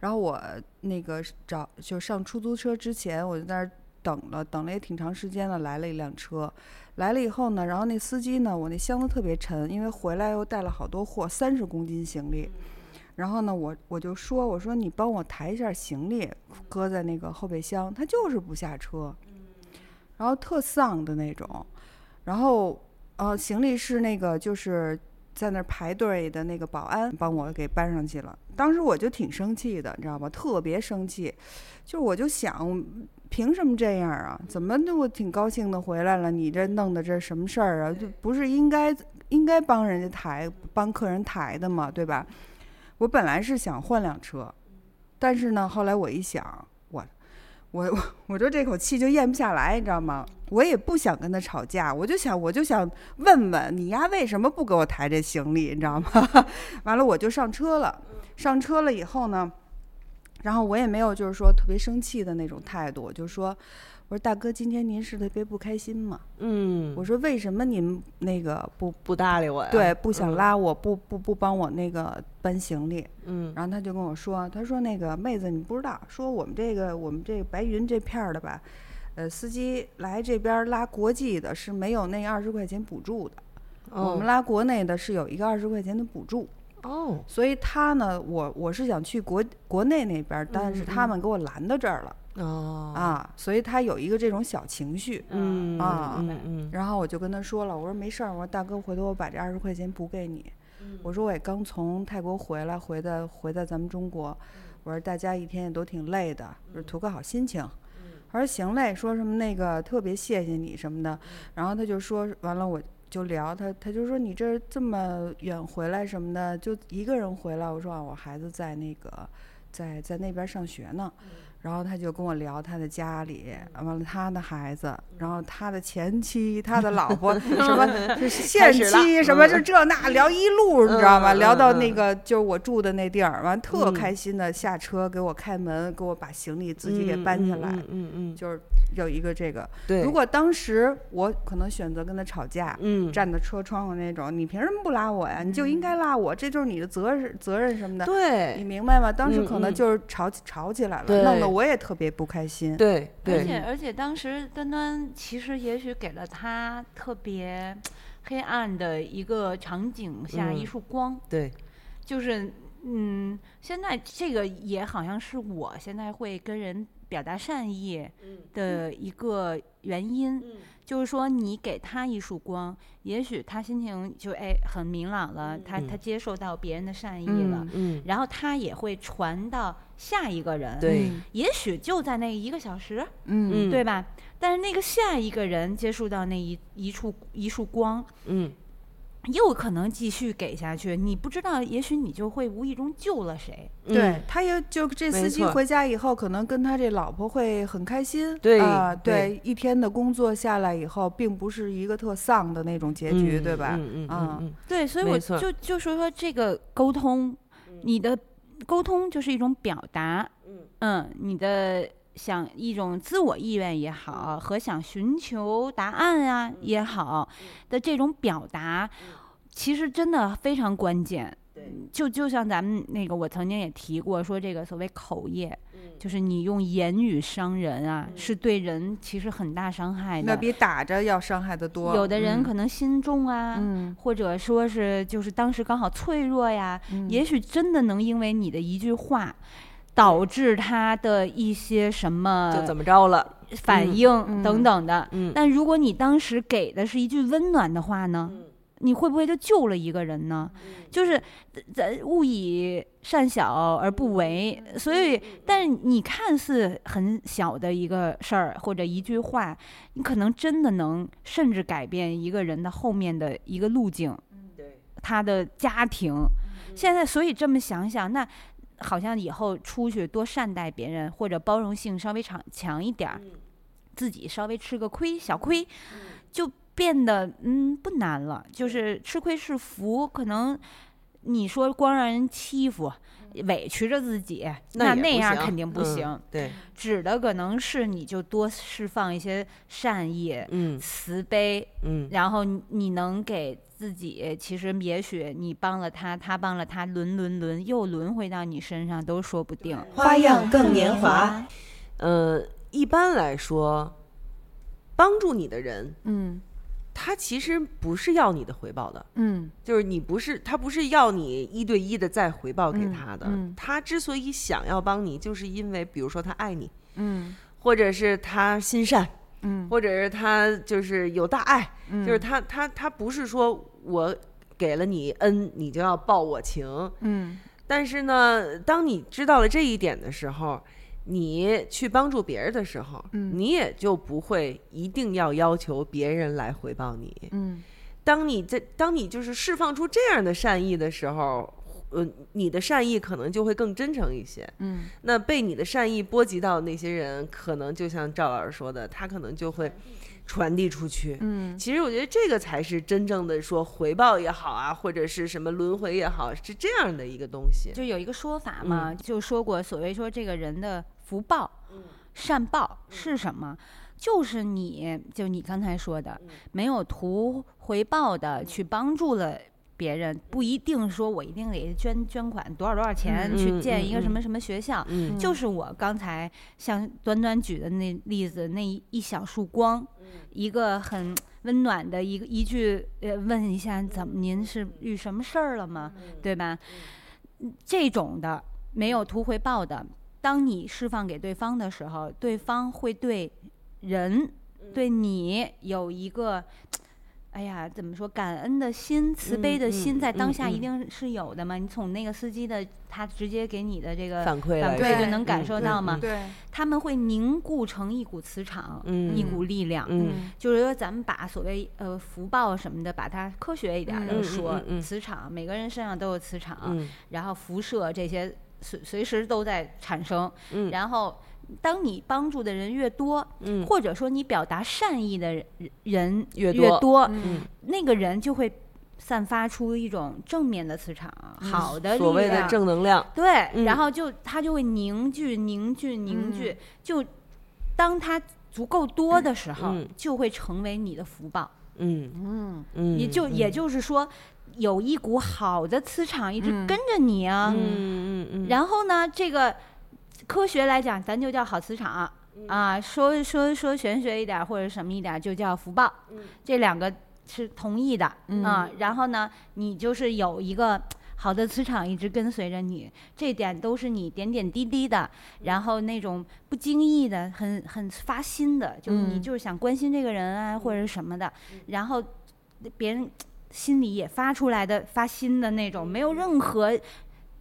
Speaker 2: 然后我那个是找就上出租车之前我就在那儿等了等了也挺长时间了，来了一辆车，来了以后呢，然后那司机呢我那箱子特别沉，因为回来又带了好多货，三十公斤行李。然后呢，我我就说，我说你帮我抬一下行李，搁在那个后备箱，他就是不下车，然后特丧的那种。然后呃，行李是那个就是在那儿排队的那个保安帮我给搬上去了。当时我就挺生气的，你知道吧？特别生气，就是我就想，凭什么这样啊？怎么就我挺高兴的回来了，你这弄的这什么事儿啊？就不是应该应该帮人家抬，帮客人抬的嘛，对吧？我本来是想换辆车，但是呢，后来我一想，我我我我就这口气就咽不下来，你知道吗？我也不想跟他吵架，我就想我就想问问你丫为什么不给我抬这行李，你知道吗？ 完了我就上车了，上车了以后呢，然后我也没有就是说特别生气的那种态度，我就说。我说大哥，今天您是特别不开心吗？
Speaker 1: 嗯，
Speaker 2: 我说为什么您那个不
Speaker 1: 不搭理我呀。
Speaker 2: 对，不想
Speaker 1: 嗯
Speaker 2: 拉我，不不不帮我那个搬行李？
Speaker 1: 嗯
Speaker 2: 然后他就跟我说，他说那个妹子你不知道，说我们这个我们这个白云这片儿的吧，呃，司机来这边儿拉国际的是没有那二十块钱补助的，我们
Speaker 1: 哦
Speaker 2: 拉国内的是有一个二十块钱的补助，
Speaker 1: 哦，
Speaker 2: 所以他呢，我我是想去国国内那边儿，但是他们给我拦到这儿了、
Speaker 1: 嗯哦，
Speaker 2: 啊，所以他有一个这种小情绪。
Speaker 1: 嗯
Speaker 2: 啊
Speaker 1: 嗯嗯
Speaker 2: 然后我就跟他说了，我说没事儿，我说大哥，回头我把这二十块钱补给你。我说我也刚从泰国回来，回的回到咱们中国，我说大家一天也都挺累的，我说图个好心情。我说行嘞，说什么那个特别谢谢你什么的，然后他就说完了我就聊他，他就说你这这么远回来什么的，就一个人回来。我说啊，我孩子在那个在在那边上学呢。
Speaker 1: 嗯
Speaker 2: 然后他就跟我聊他的家里，完了他的孩子，
Speaker 1: 嗯
Speaker 2: 然后他的前妻、他的老 婆什么就是现
Speaker 1: 嗯始了
Speaker 2: 妻什么就
Speaker 1: 嗯
Speaker 2: 这那聊一路，你知道吧？
Speaker 1: 嗯嗯
Speaker 2: 聊到
Speaker 1: 嗯
Speaker 2: 那
Speaker 1: 嗯
Speaker 2: 个就是我住的那地儿，完了特
Speaker 1: 嗯
Speaker 2: 开心的下车给我开门，给我把行李自己给搬起来，
Speaker 1: 嗯嗯嗯，嗯
Speaker 2: 就是有一个这个。
Speaker 1: 对。
Speaker 2: 如果当时我可能选择跟他吵架，
Speaker 1: 嗯，
Speaker 2: 站在车窗户那种，你凭什么不拉我呀？你就应该拉我，这就是你的责任责任什么的。你
Speaker 1: 对
Speaker 2: 明白吗？当时
Speaker 1: 嗯
Speaker 2: 可能
Speaker 1: 嗯
Speaker 2: 就是吵起吵起来了，
Speaker 1: 对
Speaker 2: 弄得我也特别不开心。
Speaker 1: 对
Speaker 6: 而
Speaker 1: 对，
Speaker 6: 且而且当时端端其实也许给了他特别黑暗的一个场景下一
Speaker 1: 嗯
Speaker 6: 束光，
Speaker 1: 对，
Speaker 6: 就是嗯，现在这个也好像是我现在会跟人表达善意
Speaker 4: 嗯
Speaker 6: 的
Speaker 1: 嗯
Speaker 6: 一个原因，就是说你给他一束光，也许他心情就哎很明朗了，他他
Speaker 1: 嗯
Speaker 6: 接受到别人的善意了，
Speaker 2: 嗯，
Speaker 1: 嗯，
Speaker 6: 然后他也会传到下一个人，
Speaker 1: 对，
Speaker 6: 也许就在那一个小时，
Speaker 2: 嗯
Speaker 1: 嗯
Speaker 6: 对吧？但是那个下一个人接触到那一一处一束光，
Speaker 1: 嗯，
Speaker 6: 又可能继续给下去，你不知道，也许你就会无意中救了谁。
Speaker 1: 嗯
Speaker 2: 对，他也就这
Speaker 1: 没
Speaker 2: 司机
Speaker 1: 错
Speaker 2: 回家以后，可能跟他这老婆会很开心。
Speaker 1: 对
Speaker 2: 啊、
Speaker 1: 对
Speaker 2: 对，一天的工作下来以后，并不是一个特丧的那种结局，
Speaker 1: 嗯
Speaker 2: 对吧？
Speaker 1: 嗯嗯
Speaker 2: 啊
Speaker 1: 嗯嗯，
Speaker 6: 对，所以
Speaker 1: 没
Speaker 6: 我
Speaker 1: 错
Speaker 6: 就就说说这个沟通，你的沟通就是一种表达，嗯，你的想一种自我意愿也好，和想寻求答案啊也好的这种表达，其实真的非常关键。就就像咱们那个，我曾经也提过，说这个所谓口业，
Speaker 1: 嗯
Speaker 6: 就是你用言语伤人啊，是对人其实很大伤
Speaker 1: 嗯
Speaker 6: 害
Speaker 2: 那
Speaker 6: 的。
Speaker 2: 比打着要伤害的多。
Speaker 6: 有的人
Speaker 2: 嗯
Speaker 6: 可能心重啊，
Speaker 2: 嗯，
Speaker 6: 或者说是就是当时刚好脆弱呀，
Speaker 2: 嗯
Speaker 6: 也许真的能因为你的一句话。导致他的一些什
Speaker 1: 就
Speaker 6: 么
Speaker 1: 怎么着了？嗯
Speaker 6: 反应等等的，
Speaker 1: 嗯
Speaker 6: 但如果你当时给的是一句温暖的话呢，
Speaker 1: 嗯
Speaker 6: 你会不会就救了一个人呢？就是咱勿以善小而不为，
Speaker 1: 嗯
Speaker 6: 呃所以，但是你看似很小的一个事儿或者一句话，你可能真的能甚至改变一个人的后面的一个路径，他的家庭。
Speaker 1: 嗯
Speaker 6: 现在，所以这么想想，那好像以后出去多善待别人，或者包容性稍微强强一点儿，
Speaker 1: 嗯
Speaker 6: 自己稍微吃个亏小亏，就变得嗯不难了，就是吃亏是福，可能。你说光让人欺负，委屈着自己，
Speaker 1: 嗯也
Speaker 6: 那那
Speaker 1: 不
Speaker 6: 样
Speaker 1: 行
Speaker 6: 肯定不
Speaker 1: 嗯
Speaker 6: 行。
Speaker 1: 对，
Speaker 6: 指的可能是你就多释放一些善意、
Speaker 1: 嗯
Speaker 6: 慈悲，
Speaker 1: 嗯，
Speaker 6: 然后你你能给自己，其实也许你帮了他，他帮了他，轮轮轮又轮回到你身上都说不定。
Speaker 3: 花样更年华，
Speaker 1: 呃，一般来说，帮助你的人，
Speaker 2: 嗯
Speaker 1: 他其实不是要你的回报的，
Speaker 2: 嗯
Speaker 1: 就是你不是他不是要你一对一的再回报给他的，
Speaker 2: 嗯嗯
Speaker 1: 他之所以想要帮你，就是因为比如说他爱你，
Speaker 2: 嗯
Speaker 1: 或者是他心善，
Speaker 2: 嗯
Speaker 1: 或者是他就是有大爱，
Speaker 2: 嗯
Speaker 1: 就是他他他不是说我给了你恩，你就要报我情。
Speaker 2: 嗯
Speaker 1: 但是呢，当你知道了这一点的时候，你去帮助别人的时候，
Speaker 2: 嗯
Speaker 1: 你也就不会一定要要求别人来回报你。
Speaker 2: 嗯
Speaker 1: 当你在当你就是释放出这样的善意的时候，呃，你的善意可能就会更真诚一些。
Speaker 2: 嗯
Speaker 1: 那被你的善意波及到那些人，可能就像赵老师说的，他可能就会传递出去。
Speaker 2: 嗯
Speaker 1: 其实我觉得这个才是真正的说回报也好啊，或者是什么轮回也好，是这样的一个东西。
Speaker 6: 就有一个说法嘛，就说过，所谓说这个人的福报、善报是什么？就是你，就你刚才说的，没有图回报的去帮助了别人，不一定说我一定得捐捐款多少多少钱
Speaker 1: 嗯
Speaker 6: 去
Speaker 1: 嗯
Speaker 6: 建一个
Speaker 1: 嗯
Speaker 6: 什么什么学校，
Speaker 1: 嗯
Speaker 6: 就是我刚才像端端举的那例子，那一一小束光，
Speaker 1: 嗯
Speaker 6: 一个很温暖的一个一句，呃，问一下怎么您是遇什么事儿了
Speaker 1: 嗯
Speaker 6: 吗？对吧？嗯这种的没有图回报的，当你释放给对方的时候，
Speaker 1: 嗯
Speaker 6: 对方会对人、对你有一个。哎呀，怎么说？感恩的心、慈悲的
Speaker 1: 嗯
Speaker 6: 心，
Speaker 1: 嗯
Speaker 6: 在当下
Speaker 1: 嗯
Speaker 6: 一定是有的嘛。你从那个司机的他直接给你的这个
Speaker 1: 反馈来
Speaker 6: 反
Speaker 2: 对
Speaker 6: 馈就能
Speaker 1: 嗯
Speaker 6: 感受到嘛
Speaker 1: 嗯。
Speaker 2: 对，
Speaker 6: 他们会凝固成一股磁场，
Speaker 1: 嗯
Speaker 6: 一股力量。
Speaker 1: 嗯
Speaker 6: 就是说，咱们把所谓呃福报什么的，把它科学一点
Speaker 1: 嗯嗯
Speaker 6: 的说，
Speaker 1: 嗯嗯嗯
Speaker 6: 磁场，每个人身上都有磁场，
Speaker 1: 嗯
Speaker 6: 然后辐射这些随随时都在产生。
Speaker 1: 嗯
Speaker 6: 然后，当你帮助的人越多，
Speaker 1: 嗯
Speaker 6: 或者说你表达善意的人人
Speaker 1: 越
Speaker 6: 多，
Speaker 1: 多
Speaker 2: 嗯
Speaker 6: 那个人就会散发出一种正面的磁场，好的
Speaker 1: 嗯
Speaker 6: 力量。
Speaker 1: 所谓的正能量，
Speaker 6: 对，
Speaker 1: 嗯
Speaker 6: 然后就它就会凝聚、凝聚、凝聚，就当它足够多的时候，
Speaker 1: 嗯
Speaker 6: 就会成为你的福报。
Speaker 1: 嗯
Speaker 2: 嗯
Speaker 1: 嗯，
Speaker 6: 也就、也
Speaker 1: 嗯
Speaker 6: 就是说，有一股好的磁场一直
Speaker 2: 嗯
Speaker 6: 跟着你啊。
Speaker 1: 嗯嗯嗯，
Speaker 6: 然后呢，这个科学来讲，咱就叫好磁场。
Speaker 1: 嗯
Speaker 6: 啊，说说说玄学一点或者什么一点，就叫福报，
Speaker 1: 嗯
Speaker 6: 这两个是同义的、啊。然后呢，你就是有一个好的磁场一直跟随着你，这点都是你点点滴滴的，然后那种不经意的、很很发心的，就是你
Speaker 2: 嗯
Speaker 6: 就是想关心这个人啊、或者什么的，然后别人心里也发出来的发心的那种，没有任何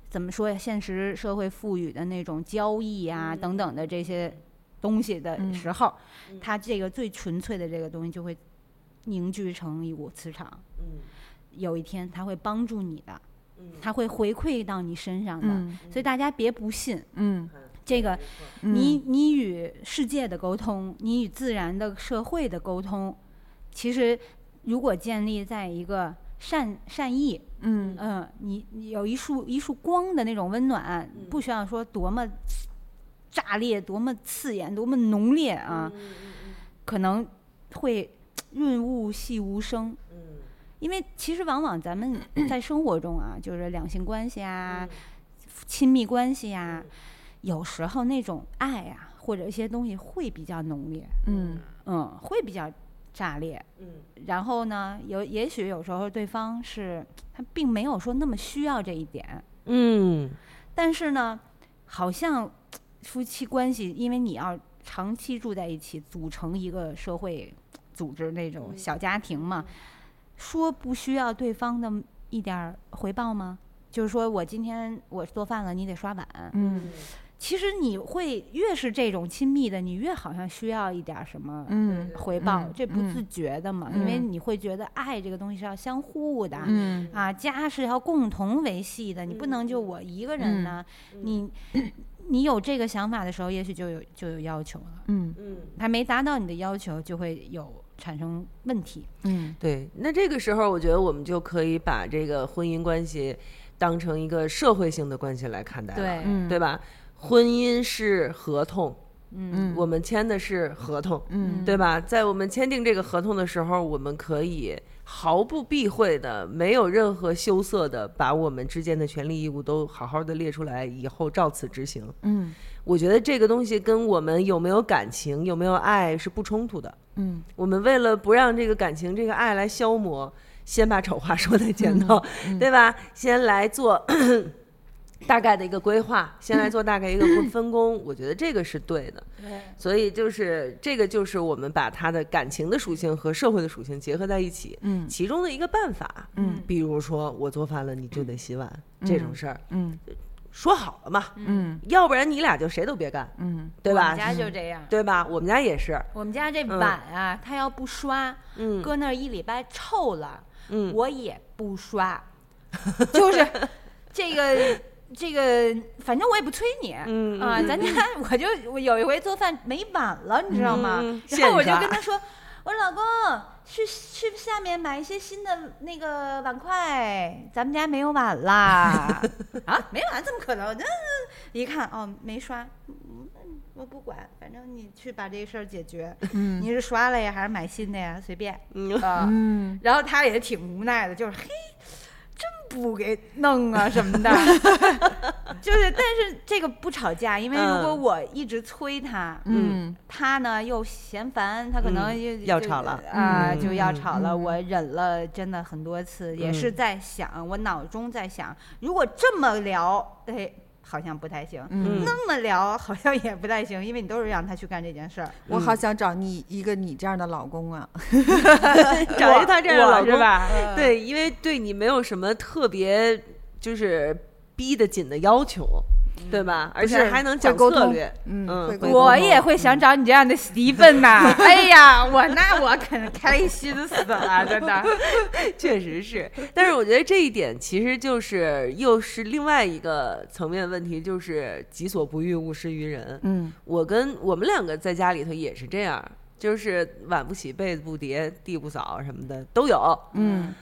Speaker 6: 怎么说呀，现实社会赋予的那种交易啊、等等的这些东西的
Speaker 2: 嗯
Speaker 6: 时候，它这个最纯粹的这个东西就会凝聚成一股磁场。
Speaker 1: 嗯
Speaker 6: 有一天它会帮助你的，
Speaker 1: 嗯
Speaker 6: 它会回馈到你身上的。
Speaker 2: 嗯
Speaker 6: 所以大家别不信
Speaker 2: 嗯，
Speaker 6: 这个，
Speaker 2: 嗯
Speaker 6: 你你与世界的沟通，你与自然的社会的沟通，其实如果建立在一个善善意，
Speaker 2: 嗯
Speaker 6: 嗯，你你有一束一束光的那种温暖，不需要说多么炸裂、多么刺眼、多么浓烈啊，可能会润物细无声。
Speaker 1: 嗯
Speaker 6: 因为其实往往咱们在生活中啊，就是两性关系啊、亲密关系啊，有时候那种爱啊，或者一些东西会比较浓烈，
Speaker 2: 嗯
Speaker 6: 嗯，会比较炸裂。
Speaker 1: 嗯
Speaker 6: 然后呢，有也许有时候对方是他并没有说那么需要这一点，
Speaker 1: 嗯
Speaker 6: 但是呢，好像夫妻关系，因为你要长期住在一起，组成一个社会组织那种小家庭嘛，说不需要对方的一点儿回报吗？就是说我今天我做饭了，你得刷碗。
Speaker 2: 嗯
Speaker 6: 其实你会越是这种亲密的，你越好像需要一点儿什么
Speaker 2: 嗯
Speaker 6: 回报，
Speaker 2: 嗯
Speaker 6: 这不自觉的嘛，因为你会觉得爱这个东西是要相互的。
Speaker 2: 嗯
Speaker 6: 啊，家是要共同维系的，你不能就我一个人呢。
Speaker 2: 嗯
Speaker 6: 你你有这个想法的时候，也许就有就有要求了。
Speaker 2: 嗯
Speaker 1: 嗯。
Speaker 6: 他没达到你的要求，就会有产生问题。
Speaker 2: 嗯
Speaker 1: 对，那这个时候，我觉得我们就可以把这个婚姻关系当成一个社会性的关系来看待了，
Speaker 6: 对
Speaker 2: 嗯
Speaker 1: 对吧？婚姻是合同，
Speaker 6: 嗯
Speaker 1: 我们签的是合同，
Speaker 2: 嗯
Speaker 1: 对吧？在我们签订这个合同的时候，我们可以毫不避讳的、没有任何羞涩的，把我们之间的权利义务都好好的列出来，以后照此执行。
Speaker 2: 嗯
Speaker 1: 我觉得这个东西跟我们有没有感情、有没有爱是不冲突的。
Speaker 2: 嗯
Speaker 1: 我们为了不让这个感情、这个爱来消磨，先把丑话说在前
Speaker 2: 嗯
Speaker 1: 头，对吧？先来做 大概的一个规划，先来做大概一个分 工，我觉得这个是对的。所以就是这个，就是我们把它的感情的属性和社会的属性结合在一起，
Speaker 2: 嗯
Speaker 1: 其中的一个办法。
Speaker 2: 嗯，
Speaker 1: 比如说我做饭了，你就得洗碗、这种事儿，
Speaker 2: 嗯
Speaker 1: 说好了嘛，
Speaker 2: 嗯
Speaker 1: 要不然你俩就谁都别干，
Speaker 2: 嗯
Speaker 1: 对
Speaker 6: 我
Speaker 1: 吧
Speaker 6: 们？家就这样。
Speaker 1: 对吧？我们家也是，
Speaker 6: 我们家这
Speaker 1: 嗯
Speaker 6: 碗啊，他要不刷，
Speaker 1: 嗯
Speaker 6: 搁那儿一礼拜臭了，
Speaker 1: 嗯
Speaker 6: 我也不刷， 就是这个这个，反正我也不催你，
Speaker 1: 嗯
Speaker 6: 啊，咱家 我就我有一回做饭没碗了，你知道吗？
Speaker 1: 嗯
Speaker 6: 然后我就
Speaker 1: 现杀
Speaker 6: 跟他说，我说老公。去去下面买一些新的那个碗筷，咱们家没有碗 啦！啊，没碗怎么可能？ 那一看哦，没刷，嗯我不管，反正你去把这事儿解决。你是刷了呀，还是买新的呀？随便啊。
Speaker 2: 嗯
Speaker 6: 然后他也挺无奈的，就是嘿，真不给弄啊 什么的，就是但是这个不吵架，因为如果
Speaker 1: 嗯
Speaker 6: 我一直催他，
Speaker 2: 嗯
Speaker 6: 他呢又嫌烦，他可能
Speaker 1: 嗯
Speaker 6: 又
Speaker 1: 要
Speaker 6: 就
Speaker 1: 吵了
Speaker 6: 啊，
Speaker 1: 嗯
Speaker 6: 就要吵了。
Speaker 2: 嗯
Speaker 6: 我忍了真的很多次，也
Speaker 1: 嗯
Speaker 6: 是在想，我脑中在想，如果这么聊，哎，
Speaker 7: 好像不太行，
Speaker 1: 嗯
Speaker 7: 那么聊好像也不太行，因为你都是让他去干这件事儿，
Speaker 2: 我好想找你一个你这样的老公啊！
Speaker 7: 找一他这样
Speaker 1: 我
Speaker 7: 老
Speaker 1: 我
Speaker 7: 是吧？
Speaker 1: 对，因为对你没有什么特别就是逼得紧的要求，对吧？而且
Speaker 2: 是
Speaker 1: 还能
Speaker 2: 会
Speaker 1: 讲
Speaker 2: 沟
Speaker 1: 策
Speaker 2: 通
Speaker 1: 略，
Speaker 2: 嗯
Speaker 1: 嗯会
Speaker 2: 会沟
Speaker 1: 沟
Speaker 6: 我
Speaker 2: 通
Speaker 6: 也会
Speaker 1: 嗯
Speaker 6: 想找你这样的史蒂芬 呐！哎呀，我那我肯
Speaker 7: 开心死了，真的。
Speaker 1: 确实是。但是我觉得这一点其实就是又是另外一个层面问题，就是己所不欲，勿施于人。
Speaker 2: 嗯，
Speaker 1: 我跟我们两个在家里头也是这样，就是碗不洗，被子不叠，地不扫什么的都有。
Speaker 2: 嗯，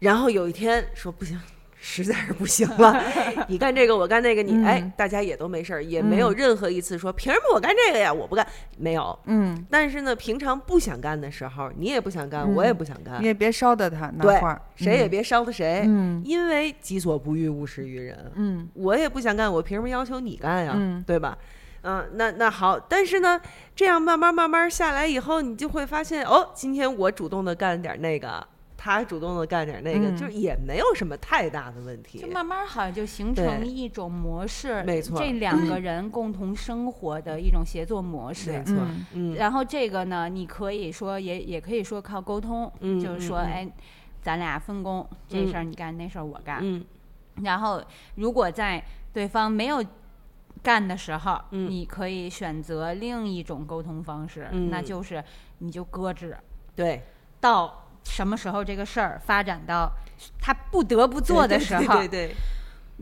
Speaker 1: 然后有一天说不行。实在是不行了， 你干这个，我干那个，你、
Speaker 2: 嗯
Speaker 1: 哎，大家也都没事儿，也没有任何一次说凭什么我干这个呀，我不干，没有。
Speaker 2: 嗯，
Speaker 1: 但是呢，平常不想干的时候，你也不想干，我也不想干
Speaker 2: 嗯你，也别烧的他拿
Speaker 1: 嗯对
Speaker 2: 花儿，
Speaker 1: 谁也
Speaker 2: 嗯
Speaker 1: 别伤了谁，
Speaker 2: 嗯
Speaker 1: 因为己所不欲，勿施于人。
Speaker 2: 嗯
Speaker 1: 我也不想干，我凭什么要求你干呀？
Speaker 2: 嗯
Speaker 1: 对吧？嗯、那那好，但是呢，这样慢慢慢慢下来以后，你就会发现，哦，今天我主动的干点那个，他主动的干点那个，
Speaker 2: 嗯
Speaker 1: 就是也没有什么太大的问题
Speaker 6: 就。慢慢好像就形成
Speaker 1: 对
Speaker 6: 一种模式，
Speaker 1: 没错
Speaker 6: 这两个人共同生活的一种协作模式
Speaker 1: 没。错，
Speaker 2: 嗯
Speaker 1: 嗯，
Speaker 6: 然后这个呢，你可以说也也可以说靠沟通，
Speaker 1: 嗯
Speaker 6: 就是说，
Speaker 1: 嗯嗯
Speaker 6: 哎，咱俩分工，这
Speaker 1: 嗯
Speaker 6: 事儿你干，那事儿我干。
Speaker 1: 嗯
Speaker 6: 然后如果在对方没有干的时候，
Speaker 1: 嗯
Speaker 6: 你可以选择另一种沟通方式，
Speaker 1: 嗯
Speaker 6: 那就是你就搁置
Speaker 1: 对，
Speaker 6: 到什么时候这个事儿发展到他不得不做的时候，
Speaker 1: 对对对，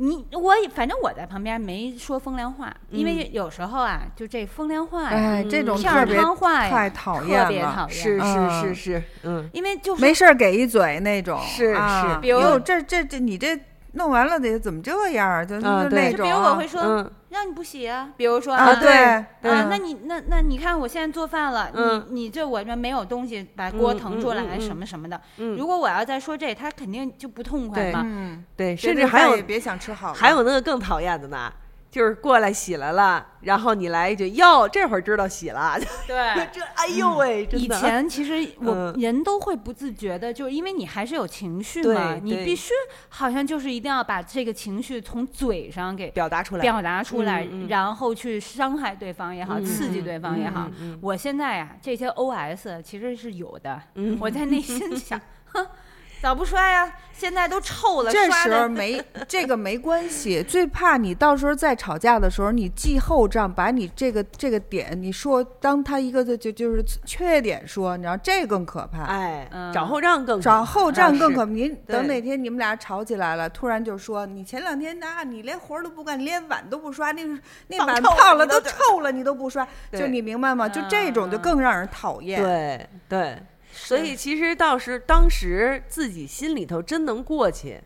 Speaker 6: 你我也反正我在旁边没说风凉话，因
Speaker 1: 嗯
Speaker 6: 为有时候啊，就这风凉话呀、
Speaker 2: 哎，这种
Speaker 6: 嗯片
Speaker 2: 特
Speaker 6: 儿
Speaker 2: 别
Speaker 6: 汤话呀，
Speaker 2: 太讨厌
Speaker 6: 特别
Speaker 2: 了，
Speaker 6: 讨厌。
Speaker 1: 是
Speaker 2: 嗯
Speaker 1: 是是是，嗯，
Speaker 6: 因为就是
Speaker 2: 没事儿给一嘴那种，
Speaker 1: 是
Speaker 2: 啊
Speaker 1: 是
Speaker 6: 比如
Speaker 2: 哟这这这你这弄完了得怎么这样儿？就就
Speaker 1: 啊对
Speaker 2: 那
Speaker 6: 就
Speaker 2: 种
Speaker 6: 比
Speaker 2: 啊，
Speaker 6: 如我会说、
Speaker 1: 嗯
Speaker 6: 让你不洗啊，比如说
Speaker 2: 啊，对
Speaker 6: 啊，那
Speaker 2: 嗯
Speaker 6: 你那那你看我现在做饭了，
Speaker 1: 嗯
Speaker 6: 你你这我这没有东西把锅
Speaker 1: 嗯
Speaker 6: 腾出来
Speaker 1: 嗯嗯
Speaker 6: 什么什么的，
Speaker 1: 嗯
Speaker 6: 如，果我要再说这，他肯定就不痛快
Speaker 1: 对
Speaker 6: 嘛。
Speaker 2: 嗯，
Speaker 1: 对，
Speaker 2: 这
Speaker 1: 甚至
Speaker 2: 顿
Speaker 1: 还
Speaker 2: 饭
Speaker 1: 有
Speaker 2: 也别想吃好了，
Speaker 1: 还有那个更讨厌的呢，就是过来洗来了，然后你来一句“哟，这会儿知道洗了”，
Speaker 6: 对
Speaker 1: 这哎呦喂，真
Speaker 6: 嗯以
Speaker 1: 的
Speaker 6: 前 其实我
Speaker 1: 嗯
Speaker 6: 人都会不自觉的，就是因为你还是有情绪
Speaker 1: 对
Speaker 6: 嘛，你
Speaker 1: 对
Speaker 6: 必须好像就是一定要把这个情绪从嘴上给
Speaker 1: 表达出来，
Speaker 6: 表达出来，
Speaker 1: 嗯嗯
Speaker 6: 然后去伤害对方也好，
Speaker 1: 嗯
Speaker 6: 刺激对方也好。
Speaker 1: 嗯
Speaker 6: 我现在呀、这些 OS 其实是有的，
Speaker 1: 嗯
Speaker 6: 我在内心想，哼， 早不刷呀、现在都臭了，
Speaker 2: 这
Speaker 6: 刷
Speaker 2: 时
Speaker 6: 的
Speaker 2: 候 没这个没关系，最怕你到时候再吵架的时候，你记后账，把你这个这个点，你说当他一个就就就是缺点说，你知道这更可怕，
Speaker 1: 哎
Speaker 6: 嗯，
Speaker 1: 找后账更
Speaker 2: 找后账更可
Speaker 1: 怕。
Speaker 2: 怕。您
Speaker 1: 对
Speaker 2: 等哪天你们俩吵起来了，突然就说你前两天那、你连活儿都不干，你连碗都不刷，那那
Speaker 1: 放
Speaker 2: 碗
Speaker 1: 臭了
Speaker 2: 泡了
Speaker 1: 你
Speaker 2: 都
Speaker 1: 都
Speaker 2: 臭了，你都不刷，
Speaker 1: 对
Speaker 2: 就你明白吗？就这种就更让人讨厌。
Speaker 1: 对对，所以其实到时当时自己心里头真能过去，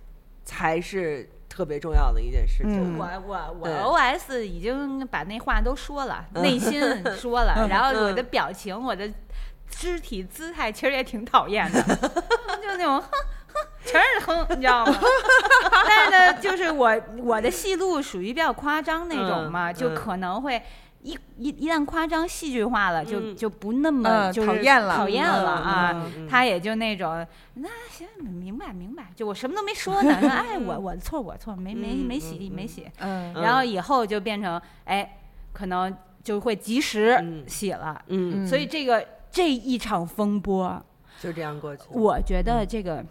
Speaker 1: 才是特别重要的一件事情。
Speaker 2: 嗯
Speaker 6: 我我我
Speaker 1: 对嗯
Speaker 6: OS 已经把那话都说了，内心 说了，然后我的表情、我的肢体姿态其实也挺讨厌的，就那种哼哼，全是哼，你知道吗？但是呢，就是我我的戏路属于比较夸张那种嘛，
Speaker 1: 嗯
Speaker 6: 就
Speaker 1: 嗯
Speaker 6: 可能会。一一一旦夸张戏剧化了，就、
Speaker 1: 嗯
Speaker 6: 就不那么
Speaker 2: 嗯
Speaker 6: 就是
Speaker 2: 讨厌了
Speaker 6: 讨厌了啊！
Speaker 1: 嗯嗯嗯
Speaker 6: 他也就那种，那行，明白明白，就我什么都没说 呢，说哎，我我错我错，没没
Speaker 1: 嗯
Speaker 6: 没
Speaker 1: 嗯
Speaker 6: 洗
Speaker 1: 嗯
Speaker 6: 没洗，
Speaker 2: 嗯，
Speaker 1: 嗯
Speaker 6: 然后以后就变成哎，可能就会及时
Speaker 1: 嗯
Speaker 6: 洗了，
Speaker 1: 嗯，
Speaker 6: 所以这个这一场风波，
Speaker 1: 就这样过去。
Speaker 6: 我觉得这个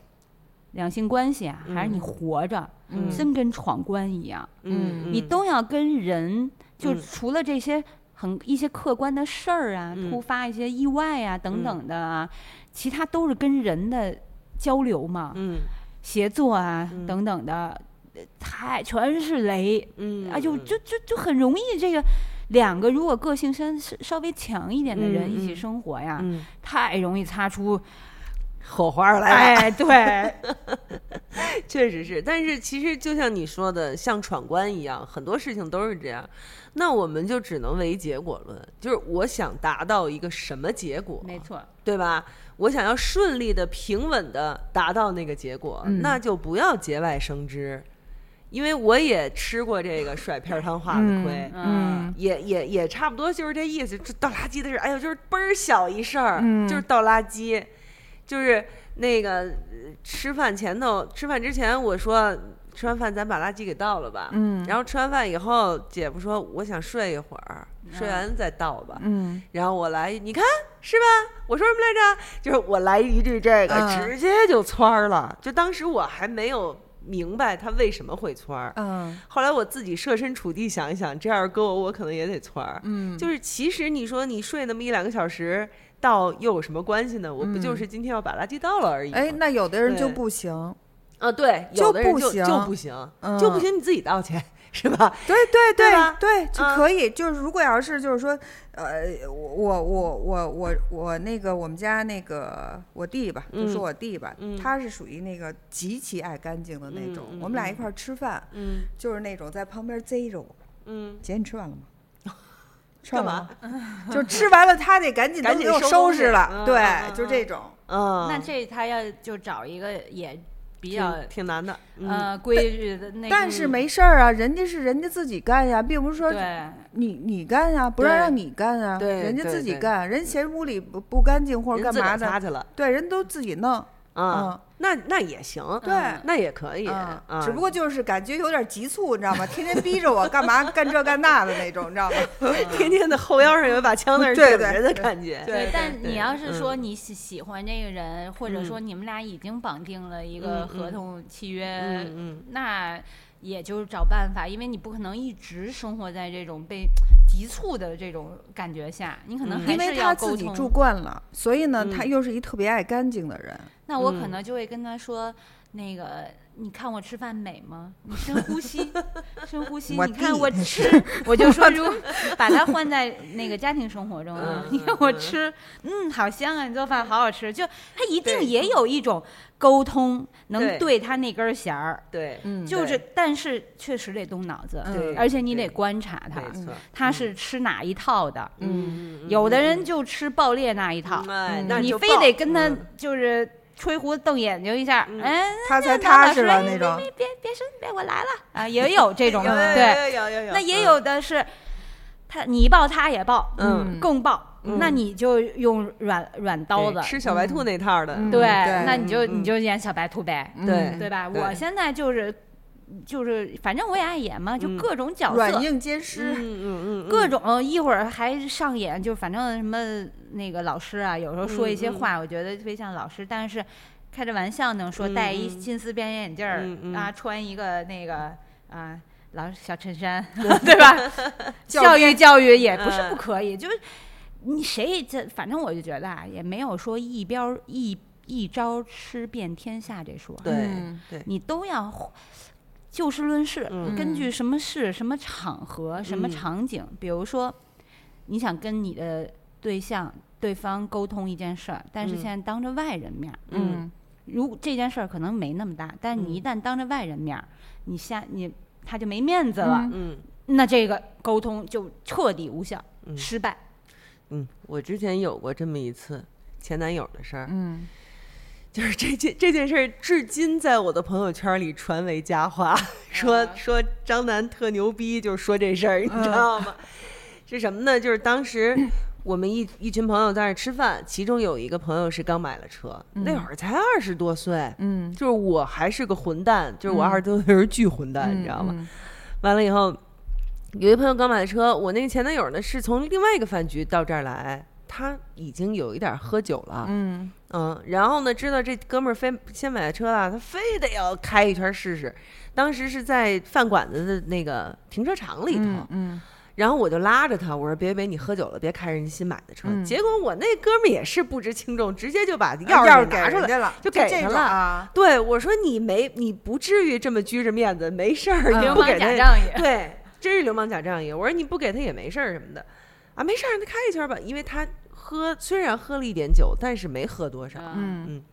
Speaker 6: 两性关系啊，还是你
Speaker 1: 嗯
Speaker 6: 活着，
Speaker 2: 嗯
Speaker 6: 真跟闯关一样，
Speaker 1: 嗯，
Speaker 6: 你
Speaker 1: 嗯
Speaker 6: 都要跟人，就
Speaker 1: 嗯
Speaker 6: 除了这些很一些客观的事儿啊，
Speaker 1: 嗯
Speaker 6: 突发一些意外啊等等的啊，其他都是跟人的交流嘛，
Speaker 1: 嗯
Speaker 6: 协作啊、
Speaker 1: 嗯
Speaker 6: 等等的，呃太全是雷，
Speaker 1: 嗯，
Speaker 6: 哎呦，
Speaker 1: 嗯
Speaker 6: 就就就很容易这个。两个如果个性稍稍微强一点的人
Speaker 1: 嗯
Speaker 6: 一起
Speaker 1: 嗯
Speaker 6: 生活呀，
Speaker 1: 嗯
Speaker 6: 太容易擦出
Speaker 1: 火花来了。
Speaker 6: 哎，对，
Speaker 1: 确实是，但是其实就像你说的，像闯关一样，很多事情都是这样。那我们就只能唯结果论，就是我想达到一个什么结果，
Speaker 6: 没错，
Speaker 1: 对吧？我想要顺利的、平稳的达到那个结果，
Speaker 6: 嗯
Speaker 1: 那就不要节外生枝，因为我也吃过这个甩片儿汤话的亏。
Speaker 6: 嗯，
Speaker 1: 也也也差不多就是这意思，就倒垃圾的事儿，哎呦，就是倍儿小一事儿，
Speaker 2: 嗯
Speaker 1: 就是倒垃圾，就是那个呃吃饭前头，吃饭之前我说吃完饭咱把垃圾给倒了吧。
Speaker 2: 嗯
Speaker 1: 然后吃完饭以后，姐夫说我想睡一会儿，睡完再倒吧。
Speaker 2: 嗯，
Speaker 1: 然后我来，你看是吧？我说什么来着？就是我来一句这个，
Speaker 2: 嗯
Speaker 1: 直接就窜儿了。就当时我还没有明白他为什么会窜儿，
Speaker 2: 嗯
Speaker 1: 后来我自己设身处地想一想，这要是搁我，我可能也得窜儿。
Speaker 2: 嗯，
Speaker 1: 就是其实你说你睡那么一两个小时，倒又有什么关系呢？我不就是今天要把垃圾倒了而已吗？
Speaker 2: 哎，那有的人就
Speaker 1: 对
Speaker 2: 不行，
Speaker 1: 啊，对，
Speaker 2: 就
Speaker 1: 有的人
Speaker 2: 不
Speaker 1: 就
Speaker 2: 行
Speaker 1: 就不行，
Speaker 2: 嗯
Speaker 1: 就不行，你自己倒去 是吧？
Speaker 2: 对对
Speaker 1: 对吧
Speaker 2: 对对，就
Speaker 1: 嗯
Speaker 2: 可以。就是如果要是就是说，呃，我我我我我我那个我们家那个我弟吧，就说
Speaker 1: 嗯
Speaker 2: 我弟吧，
Speaker 1: 嗯
Speaker 2: 他是属于那个极其爱干净的那种。
Speaker 1: 嗯嗯
Speaker 2: 我们俩
Speaker 1: 嗯
Speaker 2: 一块儿吃饭，
Speaker 1: 嗯
Speaker 2: 就是那种在旁边贼着我，
Speaker 1: 嗯，
Speaker 2: 姐你吃完了吗？吃
Speaker 1: 干
Speaker 2: 完了
Speaker 1: 嘛
Speaker 2: 吗？？ 就吃完了，他得赶紧
Speaker 1: 赶
Speaker 2: 都给
Speaker 1: 紧
Speaker 2: 我
Speaker 1: 收
Speaker 2: 收
Speaker 1: 东西
Speaker 2: 拾了。
Speaker 1: 嗯
Speaker 2: 对，
Speaker 1: 嗯嗯
Speaker 2: 就这种。
Speaker 1: 嗯，
Speaker 6: 那这他要就找一个也比
Speaker 1: 挺
Speaker 6: 较
Speaker 1: 挺难的，嗯
Speaker 6: 呃规矩的那个，
Speaker 2: 但是没事儿啊，人家是人家自己干呀，并不是说
Speaker 6: 对，
Speaker 2: 你你干呀，不让
Speaker 1: 对
Speaker 2: 让你干呀，
Speaker 1: 对
Speaker 2: 人家
Speaker 1: 对
Speaker 2: 自己
Speaker 1: 对
Speaker 2: 干，人嫌屋里不不干净或者
Speaker 1: 人
Speaker 2: 干
Speaker 1: 自个
Speaker 2: 嘛
Speaker 1: 儿擦
Speaker 2: 的，
Speaker 1: 去了
Speaker 2: 对，人都自己弄，
Speaker 1: 啊
Speaker 2: 嗯，
Speaker 1: 那那也行，
Speaker 2: 对。
Speaker 1: 那也可以
Speaker 2: 嗯
Speaker 1: 啊，，
Speaker 2: 只不过就是感觉有点急促，你知道吗？天天逼着我干嘛干这干那的那种，你知道吗？
Speaker 1: 天天的后腰上有一把枪在那儿
Speaker 2: 对
Speaker 1: 顶着的感觉，
Speaker 2: 对
Speaker 6: 但
Speaker 1: 对
Speaker 6: 你要是
Speaker 1: 嗯
Speaker 6: 说你喜喜欢这个人，或者
Speaker 1: 嗯
Speaker 6: 说你们俩已经绑定了一
Speaker 1: 嗯
Speaker 6: 个
Speaker 1: 嗯
Speaker 6: 合同契约，
Speaker 1: 嗯
Speaker 6: 那也就是找办法，因为你不可能一直生活在这种被急促的这种感觉下，你可能
Speaker 1: 嗯
Speaker 6: 还
Speaker 2: 因为
Speaker 6: 是
Speaker 2: 他
Speaker 6: 要沟
Speaker 2: 自己
Speaker 6: 通。
Speaker 2: 住惯了，所以呢，
Speaker 1: 嗯
Speaker 2: 他又是一特别爱干净的人。
Speaker 6: 那我可
Speaker 1: 嗯
Speaker 6: 能就会跟他说，那个。你看我吃饭美吗？你深呼吸， 深呼吸。
Speaker 2: 我
Speaker 6: 你看
Speaker 2: 弟
Speaker 6: 我吃，我就说，如果把它换在那个家庭生活中啊，
Speaker 1: 嗯
Speaker 6: 你看
Speaker 1: 嗯
Speaker 6: 我
Speaker 1: 嗯
Speaker 6: 吃，嗯，好香啊！你做饭好好吃，就他一定
Speaker 1: 对
Speaker 6: 也有一种沟通，
Speaker 1: 对
Speaker 6: 能对他那根弦儿
Speaker 1: 嗯，，对，
Speaker 2: 嗯
Speaker 6: 就
Speaker 1: 对
Speaker 6: 是，但是确实得动脑子，
Speaker 1: 对
Speaker 6: 而且你
Speaker 1: 对
Speaker 6: 得观察他，嗯
Speaker 1: 没错，
Speaker 6: 他是吃哪一套的。
Speaker 2: 嗯，
Speaker 1: 嗯
Speaker 6: 有的人就吃爆裂那一套
Speaker 1: 嗯，哎
Speaker 2: 嗯
Speaker 1: 那
Speaker 6: 你
Speaker 1: 就
Speaker 6: 非
Speaker 1: 爆
Speaker 6: 得跟他
Speaker 1: 嗯
Speaker 6: 就是吹胡子瞪眼睛一下，
Speaker 1: 嗯
Speaker 6: 哎，
Speaker 2: 他才
Speaker 6: 那老
Speaker 2: 踏实
Speaker 6: 师
Speaker 2: 了
Speaker 6: 哎
Speaker 2: 那种。
Speaker 6: 别别别生别，我来了啊，也有 这种
Speaker 1: 有
Speaker 6: 的，对，
Speaker 1: 有有有有，
Speaker 6: 那也
Speaker 1: 嗯
Speaker 6: 有的是，他你抱他也抱，
Speaker 1: 嗯
Speaker 6: 更抱，
Speaker 1: 嗯
Speaker 6: 那你就用软软刀
Speaker 1: 对
Speaker 6: 子，
Speaker 1: 吃小白兔那套的，
Speaker 2: 嗯
Speaker 6: 对，
Speaker 2: 对
Speaker 6: 那你就
Speaker 1: 嗯嗯
Speaker 6: 你就演小白兔呗，
Speaker 2: 嗯
Speaker 1: 对
Speaker 6: 对吧？
Speaker 1: 对
Speaker 6: 我现在就是就是，反正我也爱演嘛，就
Speaker 1: 嗯
Speaker 6: 各种角
Speaker 2: 软
Speaker 6: 色。
Speaker 2: 硬兼
Speaker 1: 嗯
Speaker 2: 施。
Speaker 1: 嗯嗯，
Speaker 6: 各
Speaker 1: 嗯
Speaker 6: 种一会儿还上演，就反正什么那个老师啊，有时候说一些
Speaker 1: 嗯嗯
Speaker 6: 话，我觉得特别像老师，但是开着玩笑呢，说
Speaker 1: 嗯
Speaker 6: 戴一
Speaker 1: 嗯
Speaker 6: 金丝边眼镜儿
Speaker 1: 嗯嗯
Speaker 6: 啊，穿一个那个啊老小 衬衫，对吧？教育教育也不
Speaker 1: 嗯
Speaker 6: 是不可以，就是你谁这，反正我就觉得啊，也没有说一标一一招吃遍天下这说，
Speaker 1: 对
Speaker 2: 嗯
Speaker 1: 对，
Speaker 6: 你都要就事论事，
Speaker 1: 嗯
Speaker 6: 根据什么事、什么场合、什么
Speaker 1: 嗯
Speaker 6: 场景，比如说你想跟你的对象、对方沟通一件事儿，但是
Speaker 1: 嗯
Speaker 6: 现在当着外人面儿，
Speaker 1: 嗯
Speaker 6: 如这件事儿可能没那么大，但是你一
Speaker 1: 嗯
Speaker 6: 旦当着外人面儿，你下你他就没面子了。
Speaker 2: 嗯
Speaker 1: 嗯
Speaker 6: 那这个沟通就彻底无效，
Speaker 1: 嗯
Speaker 6: 失败。
Speaker 1: 嗯，我之前有过这么一次前男友的事儿，
Speaker 2: 嗯，
Speaker 1: 就是这件这件事儿，至今在我的朋友圈里传为佳话，
Speaker 6: 嗯
Speaker 1: 说说张楠特牛逼，就是说这事儿，你
Speaker 6: 嗯
Speaker 1: 知道吗？是什么呢？就是当时我们一一群朋友在那儿吃饭，其中有一个朋友是刚买了车，
Speaker 6: 嗯
Speaker 1: 那会儿才二十多岁，
Speaker 2: 嗯，
Speaker 1: 就是我还是个混蛋，就是我二十多岁的时候巨混蛋，你知道吗？
Speaker 2: 嗯？
Speaker 1: 完了以后，有一朋友刚买车，我那个前男友呢是从另外一个饭局到这儿来，他已经有一点儿喝酒了，
Speaker 2: 嗯
Speaker 1: 嗯，然后呢，知道这哥们儿非先买车了，他非得要开一圈试试。当时是在饭馆子的那个停车场里头，
Speaker 2: 嗯嗯
Speaker 1: 然后我就拉着他，我说别别，你喝酒了，别开人家新买的车。
Speaker 2: 嗯
Speaker 1: 结果我那哥们儿也是不知轻重，直接就把钥
Speaker 2: 嗯，要是
Speaker 1: 匙
Speaker 2: 给
Speaker 1: 拿出
Speaker 2: 人
Speaker 1: 来。
Speaker 2: 家了，
Speaker 1: 就
Speaker 2: 这
Speaker 1: 给他
Speaker 2: 种
Speaker 1: 了
Speaker 2: 啊。
Speaker 1: 对，我说你没，你不至于这么拘着面子，没事儿，你
Speaker 6: 嗯流
Speaker 1: 不
Speaker 6: 氓
Speaker 1: 给他
Speaker 6: 假仗义，
Speaker 1: 对，真是流氓假仗义。我说你不给他也没事儿什么的，啊，没事儿，让他开一圈吧，因为他喝虽然喝了一点酒，但是没喝多少。
Speaker 6: 嗯，
Speaker 2: 嗯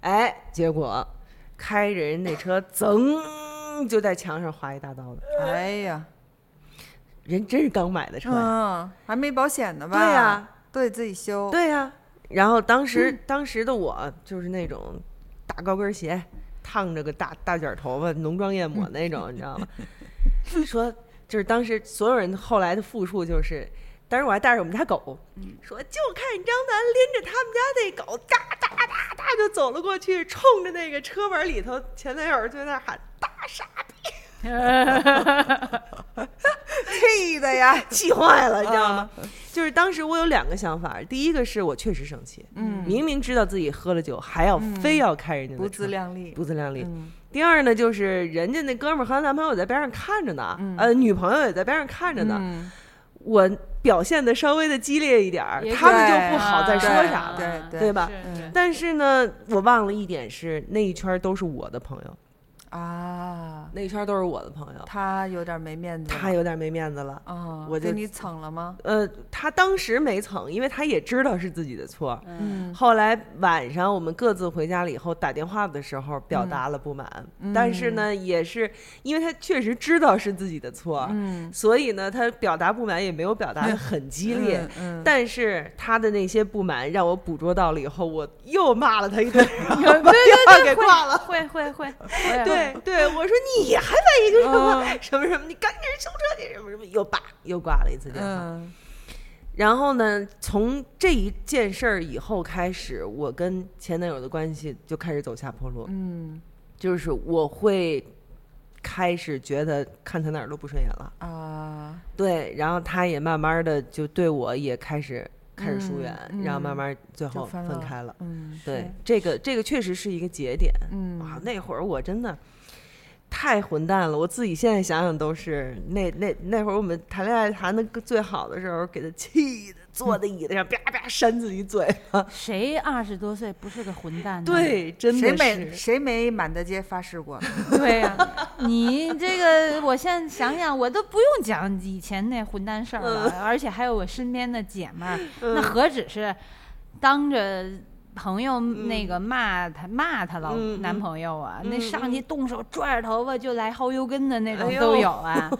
Speaker 1: 哎，结果开着人那车，噌就在墙上划一大刀子。
Speaker 2: 哎呀，
Speaker 1: 人真是刚买的车呀，
Speaker 2: 嗯，还没保险呢吧？
Speaker 1: 对呀，
Speaker 2: 都得自己修。
Speaker 1: 对呀、然后当时、
Speaker 2: 嗯
Speaker 1: 当时的我就是那种大高跟鞋，烫着个大大卷头发，浓妆艳
Speaker 2: 嗯
Speaker 1: 抹那种，你知道吗？ 说就是当时所有人后来的复述就是。当时我还带着我们家狗，
Speaker 2: 嗯
Speaker 1: 说就看张楠拎着他们家那狗，哒哒哒哒就走了过去，冲着那个车门里头前男友就在那喊大
Speaker 2: 气的呀！
Speaker 1: 气坏了，你知道吗？
Speaker 2: 啊
Speaker 1: 就是当时我有两个想法，第一个是我确实生气，
Speaker 2: 嗯
Speaker 1: 明明知道自己喝了酒，还要非要开人家的
Speaker 2: 不自
Speaker 1: 车
Speaker 2: 量力。
Speaker 1: 不自量力。
Speaker 2: 嗯
Speaker 1: 第二呢，就是人家那哥们儿和他男朋友在边上看着呢，呃，女朋友也在边上看着呢，
Speaker 2: 嗯
Speaker 1: 我表现的稍微的激烈一点儿，
Speaker 6: 也
Speaker 1: 他们就
Speaker 2: 对
Speaker 1: 不好再说
Speaker 2: 对
Speaker 1: 啥了，
Speaker 2: 对对
Speaker 1: 吧？
Speaker 2: 嗯
Speaker 1: 但啊是呢，我忘了一点是那一圈儿都是我的朋友，
Speaker 2: 啊，
Speaker 1: 那一圈儿都是我的朋友，
Speaker 2: 他有点没面子了。
Speaker 1: 他有点没面子了。
Speaker 2: 啊，
Speaker 1: 我
Speaker 2: 给
Speaker 1: 就
Speaker 2: 你蹭了吗？
Speaker 1: 呃，他当时没蹭，因为他也知道是自己的错。
Speaker 2: 嗯
Speaker 1: 后来晚上我们各自回家了以后，打电话的时候
Speaker 2: 嗯
Speaker 1: 表达了不满，但是呢，也是因为他确实知道是自己的错，
Speaker 2: 嗯
Speaker 1: 所以呢，他表达不满也没有表达的很激烈。
Speaker 2: 嗯，
Speaker 1: 但是他的那些不满让我捕捉到了以后，我又骂了他一 顿，然后把电话给挂了。
Speaker 6: 会会会，我也
Speaker 1: 对对，我说你还在一个什
Speaker 2: 嗯
Speaker 1: 么什么什么，你赶紧修车去什么什么，又叭又挂了一次电话。
Speaker 2: 嗯
Speaker 1: 然后呢，从这一件事儿以后开始，我跟前男友的关系就开始走下坡路，
Speaker 2: 嗯
Speaker 1: 就是我会开始觉得看他哪儿都不顺眼了，
Speaker 2: 啊，
Speaker 1: 对，然后他也慢慢的就对我也开始开始疏远，
Speaker 2: 嗯嗯
Speaker 1: 然后慢慢最
Speaker 2: 就
Speaker 1: 后
Speaker 2: 分
Speaker 1: 分
Speaker 2: 了
Speaker 1: 开了。
Speaker 2: 嗯
Speaker 1: 对，这个这个确实是一个节点。哇，
Speaker 2: 嗯，
Speaker 1: 那会儿我真的太混蛋了，我自己现在想想都是那那那会儿我们谈恋爱谈的最好的时候，给他气的坐在椅子上啪啪扇自己嘴。
Speaker 6: 谁二十多岁不是个混蛋呢？
Speaker 1: 对，真
Speaker 2: 谁
Speaker 1: 的
Speaker 2: 没
Speaker 1: 是。
Speaker 2: 谁没满大街发誓过？
Speaker 6: 对呀、你这个我现在想想，我都不用讲以前那混蛋事儿了，
Speaker 1: 嗯
Speaker 6: 而且还有我身边的姐们儿，那何止是当着。朋友那个骂她骂她老
Speaker 1: 嗯嗯嗯
Speaker 6: 男朋友啊，那
Speaker 1: 嗯
Speaker 6: 上去动手拽着头发就来薅油根的那种
Speaker 1: 哎呦
Speaker 6: 都 有啊，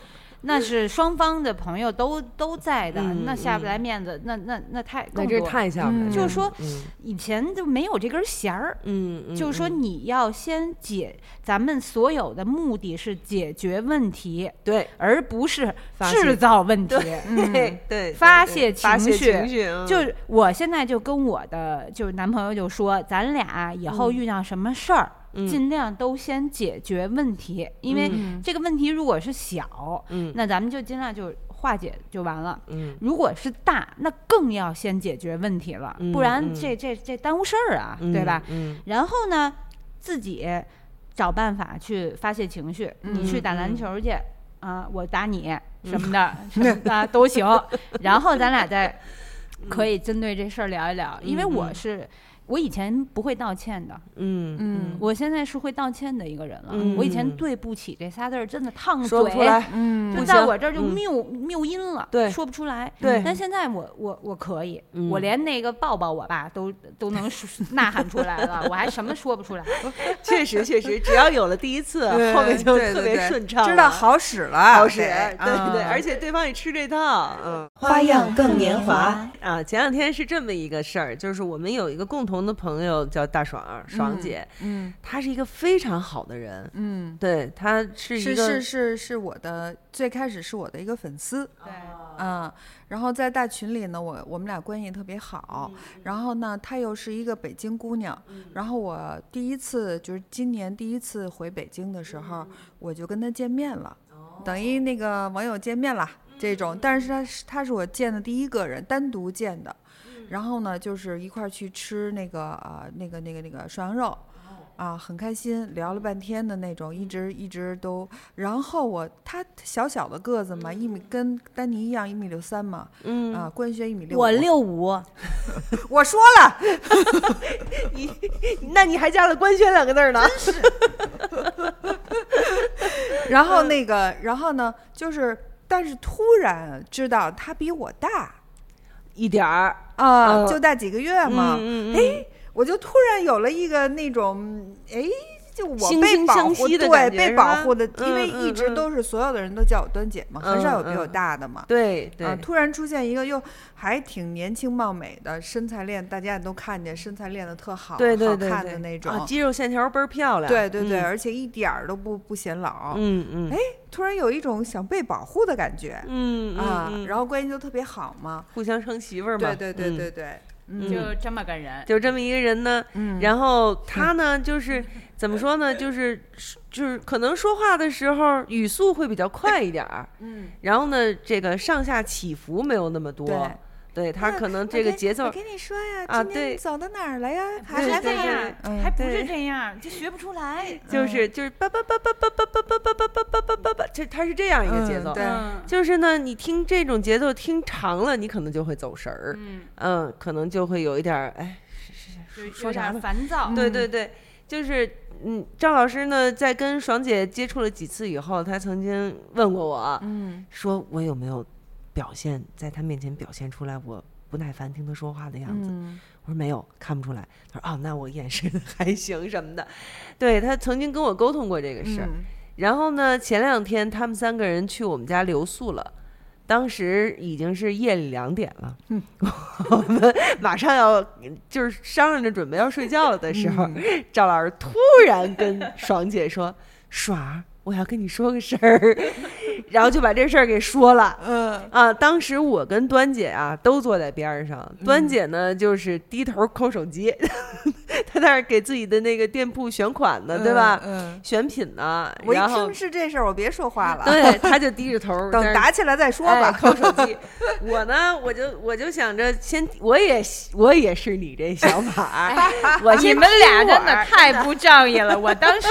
Speaker 6: 那是双方的朋友都都在的，
Speaker 1: 嗯
Speaker 6: 那下
Speaker 1: 嗯
Speaker 6: 不来面子，那那那太
Speaker 1: 那
Speaker 6: 更
Speaker 1: 真
Speaker 6: 多
Speaker 1: 是太吓人了，
Speaker 2: 嗯
Speaker 6: 就是说
Speaker 1: 嗯，
Speaker 6: 以前就没有这根弦儿，
Speaker 1: 嗯嗯，
Speaker 6: 就是说
Speaker 1: 嗯
Speaker 6: 你要先解，咱们所有的目的是解决问题，
Speaker 1: 对
Speaker 6: 而不是
Speaker 1: 发泄
Speaker 6: 制造问题。
Speaker 1: 对嗯对，
Speaker 6: 发
Speaker 1: 对
Speaker 6: 泄
Speaker 1: 对发
Speaker 6: 情
Speaker 1: 泄
Speaker 6: 绪
Speaker 1: 情绪，嗯
Speaker 6: 就是我现在就跟我的就是男朋友就说，咱俩以后遇到什么事儿，
Speaker 1: 嗯
Speaker 6: 尽量都先解决问题，因为
Speaker 2: 嗯
Speaker 6: 这个问题如果是小，
Speaker 1: 嗯
Speaker 6: 那咱们就尽量就化解就完了。
Speaker 1: 嗯
Speaker 6: 如果是大，那更要先解决问题了，
Speaker 1: 嗯
Speaker 6: 不然
Speaker 1: 嗯
Speaker 6: 这这这耽误事儿啊，
Speaker 1: 嗯
Speaker 6: 对吧？
Speaker 1: 嗯
Speaker 6: 然后呢，自己找办法去发泄情绪，
Speaker 1: 嗯
Speaker 6: 你去打篮球去。啊，我 打你什么的，什么的都行。然后咱俩再
Speaker 1: 嗯
Speaker 6: 可以针对这事儿聊一聊，因为我是我以前不会道歉的，
Speaker 1: 嗯
Speaker 2: 嗯
Speaker 6: 我现在是会道歉的一个人了。
Speaker 1: 嗯
Speaker 6: 我以前对不起这仨字儿真的烫嘴，
Speaker 1: 说不出来，
Speaker 2: 嗯
Speaker 6: 就
Speaker 1: 不
Speaker 6: 在
Speaker 1: 行
Speaker 6: 我这儿就
Speaker 1: 嗯
Speaker 6: 谬谬音了，
Speaker 1: 对
Speaker 6: 说不出来。
Speaker 1: 对
Speaker 6: 但现在我我我可以，
Speaker 1: 嗯
Speaker 6: 我连那个抱抱我爸都都能说呐喊出来了，我还什么说不出来？
Speaker 1: 确实确实，只要有了第一次，
Speaker 2: 对
Speaker 1: 后面就
Speaker 2: 对
Speaker 1: 特
Speaker 2: 对
Speaker 1: 别
Speaker 2: 对
Speaker 1: 顺畅了，
Speaker 2: 知道好使了，
Speaker 1: 好使，对
Speaker 2: 对
Speaker 1: 对
Speaker 2: 嗯
Speaker 1: 对，而且对方也吃这套，嗯
Speaker 3: 花样更年华。
Speaker 1: 啊，前两天是这么一个事儿，就是我们有一个共同的朋友叫大爽，爽姐，
Speaker 2: 嗯
Speaker 1: 她是一个非常好的人，
Speaker 2: 嗯，
Speaker 1: 对，她是一
Speaker 2: 是
Speaker 1: 个
Speaker 2: 是是是我的最开始是我的一个粉丝，
Speaker 6: 对，
Speaker 1: 啊
Speaker 2: 嗯，然后在大群里呢，我我们俩关系特别好。然后呢，她又是一个北京姑娘。然后我第一次就是今年第一次回北京的时候，我就跟她见面了，等于那个网友见面了
Speaker 1: 嗯
Speaker 2: 这种。但是她是她是我见的第一个人，单独见的。然后呢，就是一块儿去吃那个呃那个那个那个涮羊肉。
Speaker 1: 哦
Speaker 2: 啊，很开心，聊了半天的那种，一
Speaker 1: 嗯
Speaker 2: 直一直都。然后我他小小的个子嘛，一米跟丹尼一样，一米六三嘛，
Speaker 1: 嗯
Speaker 2: 啊，官宣一米六，
Speaker 6: 我，六五，
Speaker 2: 我说了，
Speaker 1: 那你还加了“官宣”两个字儿呢，
Speaker 2: 然后那个，然后呢，就是，但是突然知道他比我大
Speaker 1: 一点儿
Speaker 2: 啊，
Speaker 1: 嗯
Speaker 2: 就大几个月嘛，
Speaker 1: 嗯嗯嗯
Speaker 2: 哎，我就突然有了一个那种，哎，就我
Speaker 1: 惺
Speaker 2: 被
Speaker 1: 惺
Speaker 2: 保
Speaker 1: 相
Speaker 2: 护，
Speaker 1: 惜的
Speaker 2: 对，
Speaker 1: 感觉
Speaker 2: 被
Speaker 1: 是
Speaker 2: 保
Speaker 1: 吧
Speaker 2: 护的，因
Speaker 1: 嗯
Speaker 2: 为
Speaker 1: 嗯
Speaker 2: 一直
Speaker 1: 嗯
Speaker 2: 都是所有的人都叫我端姐嘛，很少有比
Speaker 1: 嗯
Speaker 2: 我
Speaker 1: 嗯
Speaker 2: 大的嘛。
Speaker 1: 对对、
Speaker 2: 啊，突然出现一个又还挺年轻貌美的身材练，大家也都看见身材练得特好，
Speaker 1: 对对对
Speaker 2: 好看
Speaker 1: 对
Speaker 2: 的那种。
Speaker 1: 啊，肌肉线条倍儿漂亮，
Speaker 2: 对对对，
Speaker 1: 嗯
Speaker 2: 而且一点儿都不不显老、
Speaker 1: 嗯嗯，
Speaker 2: 哎突然有一种想被保护的感觉、
Speaker 1: 嗯
Speaker 2: 啊、
Speaker 1: 嗯嗯
Speaker 2: 然后关系就特别好嘛。
Speaker 1: 互相称媳妇儿嘛，
Speaker 2: 对对对
Speaker 1: 嗯
Speaker 2: 对对，嗯
Speaker 1: 嗯
Speaker 6: 这么个人。
Speaker 1: 就这么一个人呢，
Speaker 2: 嗯
Speaker 1: 然后他呢，就是怎么说呢？就是就是可能说话的时候语速会比较快一点儿，
Speaker 7: 嗯，
Speaker 1: 然后呢，这个上下起伏没有那么多。
Speaker 2: 对
Speaker 1: 对他可能
Speaker 2: 嗯我
Speaker 1: 这个
Speaker 2: 给
Speaker 1: 节奏
Speaker 2: 我跟你说呀，
Speaker 1: 啊
Speaker 2: 今天
Speaker 1: 对
Speaker 2: 走到哪儿了呀？
Speaker 7: 还
Speaker 2: 还
Speaker 7: 是
Speaker 2: 是
Speaker 7: 这
Speaker 2: 在
Speaker 1: 对
Speaker 7: 样，
Speaker 2: 嗯
Speaker 7: 还不是
Speaker 1: 对
Speaker 7: 这样，就学不出来。
Speaker 1: 就是就是叭叭叭叭叭叭叭叭叭叭叭叭叭叭，这它是这样一个节
Speaker 2: 嗯
Speaker 1: 奏。
Speaker 2: 对
Speaker 7: 嗯
Speaker 1: 就是呢，你听这种节奏听长了，你可能就会走神儿，
Speaker 7: 嗯，
Speaker 1: 嗯，可能就会有一点儿，哎，
Speaker 6: 嗯
Speaker 7: 就有
Speaker 1: 说啥
Speaker 7: 点
Speaker 1: 呢
Speaker 7: 烦躁。
Speaker 1: 对对对，就是嗯，赵老师呢，在跟爽姐接触了几次以后，他曾经问过我，
Speaker 7: 嗯，
Speaker 1: 说我有没有表现在他面前表现出来我不耐烦听他说话的样
Speaker 2: 嗯
Speaker 1: 子？我说没有，看不出来。他说哦，那我掩饰的 还行什么的。对他曾经跟我沟通过这
Speaker 2: 嗯
Speaker 1: 个事儿。然后呢，前两天他们三个人去我们家留宿了。当时已经是夜里两点了，嗯、我们马上要就是商量着准备要睡觉了的时候，
Speaker 2: 嗯
Speaker 1: 赵老师突然跟爽姐说：“爽儿，我要跟你说个事 儿。”然后就把这事儿给说了。
Speaker 2: 嗯，
Speaker 1: 啊，当时我跟端姐啊都坐在边儿上，
Speaker 2: 嗯
Speaker 1: 端姐呢就是低头抠手机， 她在那儿给自己的那个店铺选款呢，对吧？
Speaker 2: 嗯，
Speaker 1: 选品呢，
Speaker 2: 我一
Speaker 1: 然后 嗯
Speaker 2: 听是这事儿，我别说话了，
Speaker 1: 对，她就低着头 儿在那
Speaker 2: 等
Speaker 1: 儿
Speaker 2: 打起来再说
Speaker 1: 哎
Speaker 2: 吧。
Speaker 1: 抠手机。我呢，我就我就想着先，我也我也是你这想法儿，我
Speaker 6: 你
Speaker 1: 先
Speaker 6: 们俩
Speaker 1: 听会
Speaker 6: 真的
Speaker 1: 儿
Speaker 6: 太不仗义了！我当时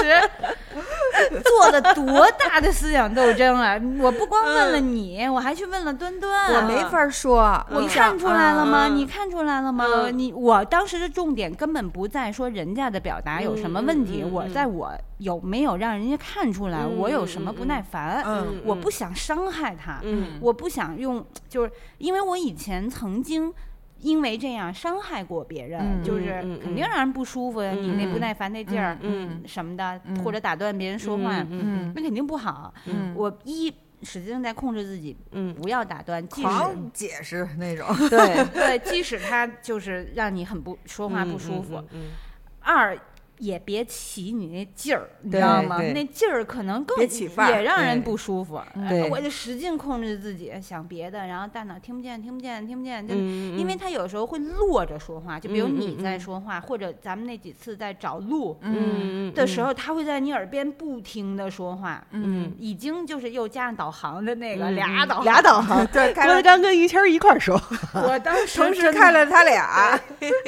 Speaker 6: 做了多大的思想斗争啊！我不光问了你，我还去问了端端。
Speaker 2: 我没法说，
Speaker 6: 我
Speaker 2: 你想
Speaker 6: 看出来了吗？
Speaker 1: 嗯
Speaker 6: 你看出来了吗？
Speaker 1: 嗯
Speaker 6: 你我当时的重点根本不在说人家的表达有什么问题，
Speaker 1: 嗯嗯嗯
Speaker 6: 我在我有没有让人家看出来
Speaker 1: 嗯
Speaker 6: 我有什么不耐烦，
Speaker 2: 嗯
Speaker 6: 我不想伤害他，
Speaker 1: 嗯
Speaker 6: 我不想用，就是因为我以前曾经。因为这样伤害过别人，
Speaker 2: 嗯
Speaker 6: 就是
Speaker 1: 嗯嗯
Speaker 6: 肯定让人不舒服呀。你那不耐烦那劲儿，
Speaker 1: 嗯
Speaker 6: 什么的，
Speaker 2: 嗯
Speaker 6: 或者打断别人说话，
Speaker 1: 嗯
Speaker 6: 那肯定不好。
Speaker 2: 嗯
Speaker 6: 我一使劲在控制自己，
Speaker 1: 嗯，
Speaker 6: 不要打断，即使
Speaker 2: 狂解释那 种，
Speaker 1: 对，
Speaker 6: 对，即使他就是让你很不 说话不舒服，
Speaker 1: 嗯，嗯嗯
Speaker 6: 二也别起你那劲儿，你知
Speaker 1: 对
Speaker 6: 道吗？
Speaker 1: 对
Speaker 6: 那劲儿可能更
Speaker 2: 别起范儿
Speaker 6: 也让人
Speaker 1: 对
Speaker 6: 不舒服。哎
Speaker 1: 对
Speaker 6: 我就使劲控制自己想别的，然后大脑听不见，听不见，听不见，就。
Speaker 1: 嗯
Speaker 6: 因为他有时候会落着说话，就比如
Speaker 1: 嗯嗯
Speaker 6: 你
Speaker 1: 嗯
Speaker 6: 在说话，或者咱们那几次在找路
Speaker 1: 嗯嗯
Speaker 6: 的时候，他会在你耳边不停的说话，
Speaker 1: 嗯，
Speaker 6: 已经就是又加上导航的那个
Speaker 1: 嗯
Speaker 6: 俩导航，
Speaker 1: 俩导航，
Speaker 2: 对，开
Speaker 1: 郭德
Speaker 2: 了
Speaker 1: 纲跟于谦儿一块儿说，
Speaker 6: 我 当时
Speaker 2: 同时
Speaker 6: 真的
Speaker 2: 看了他俩，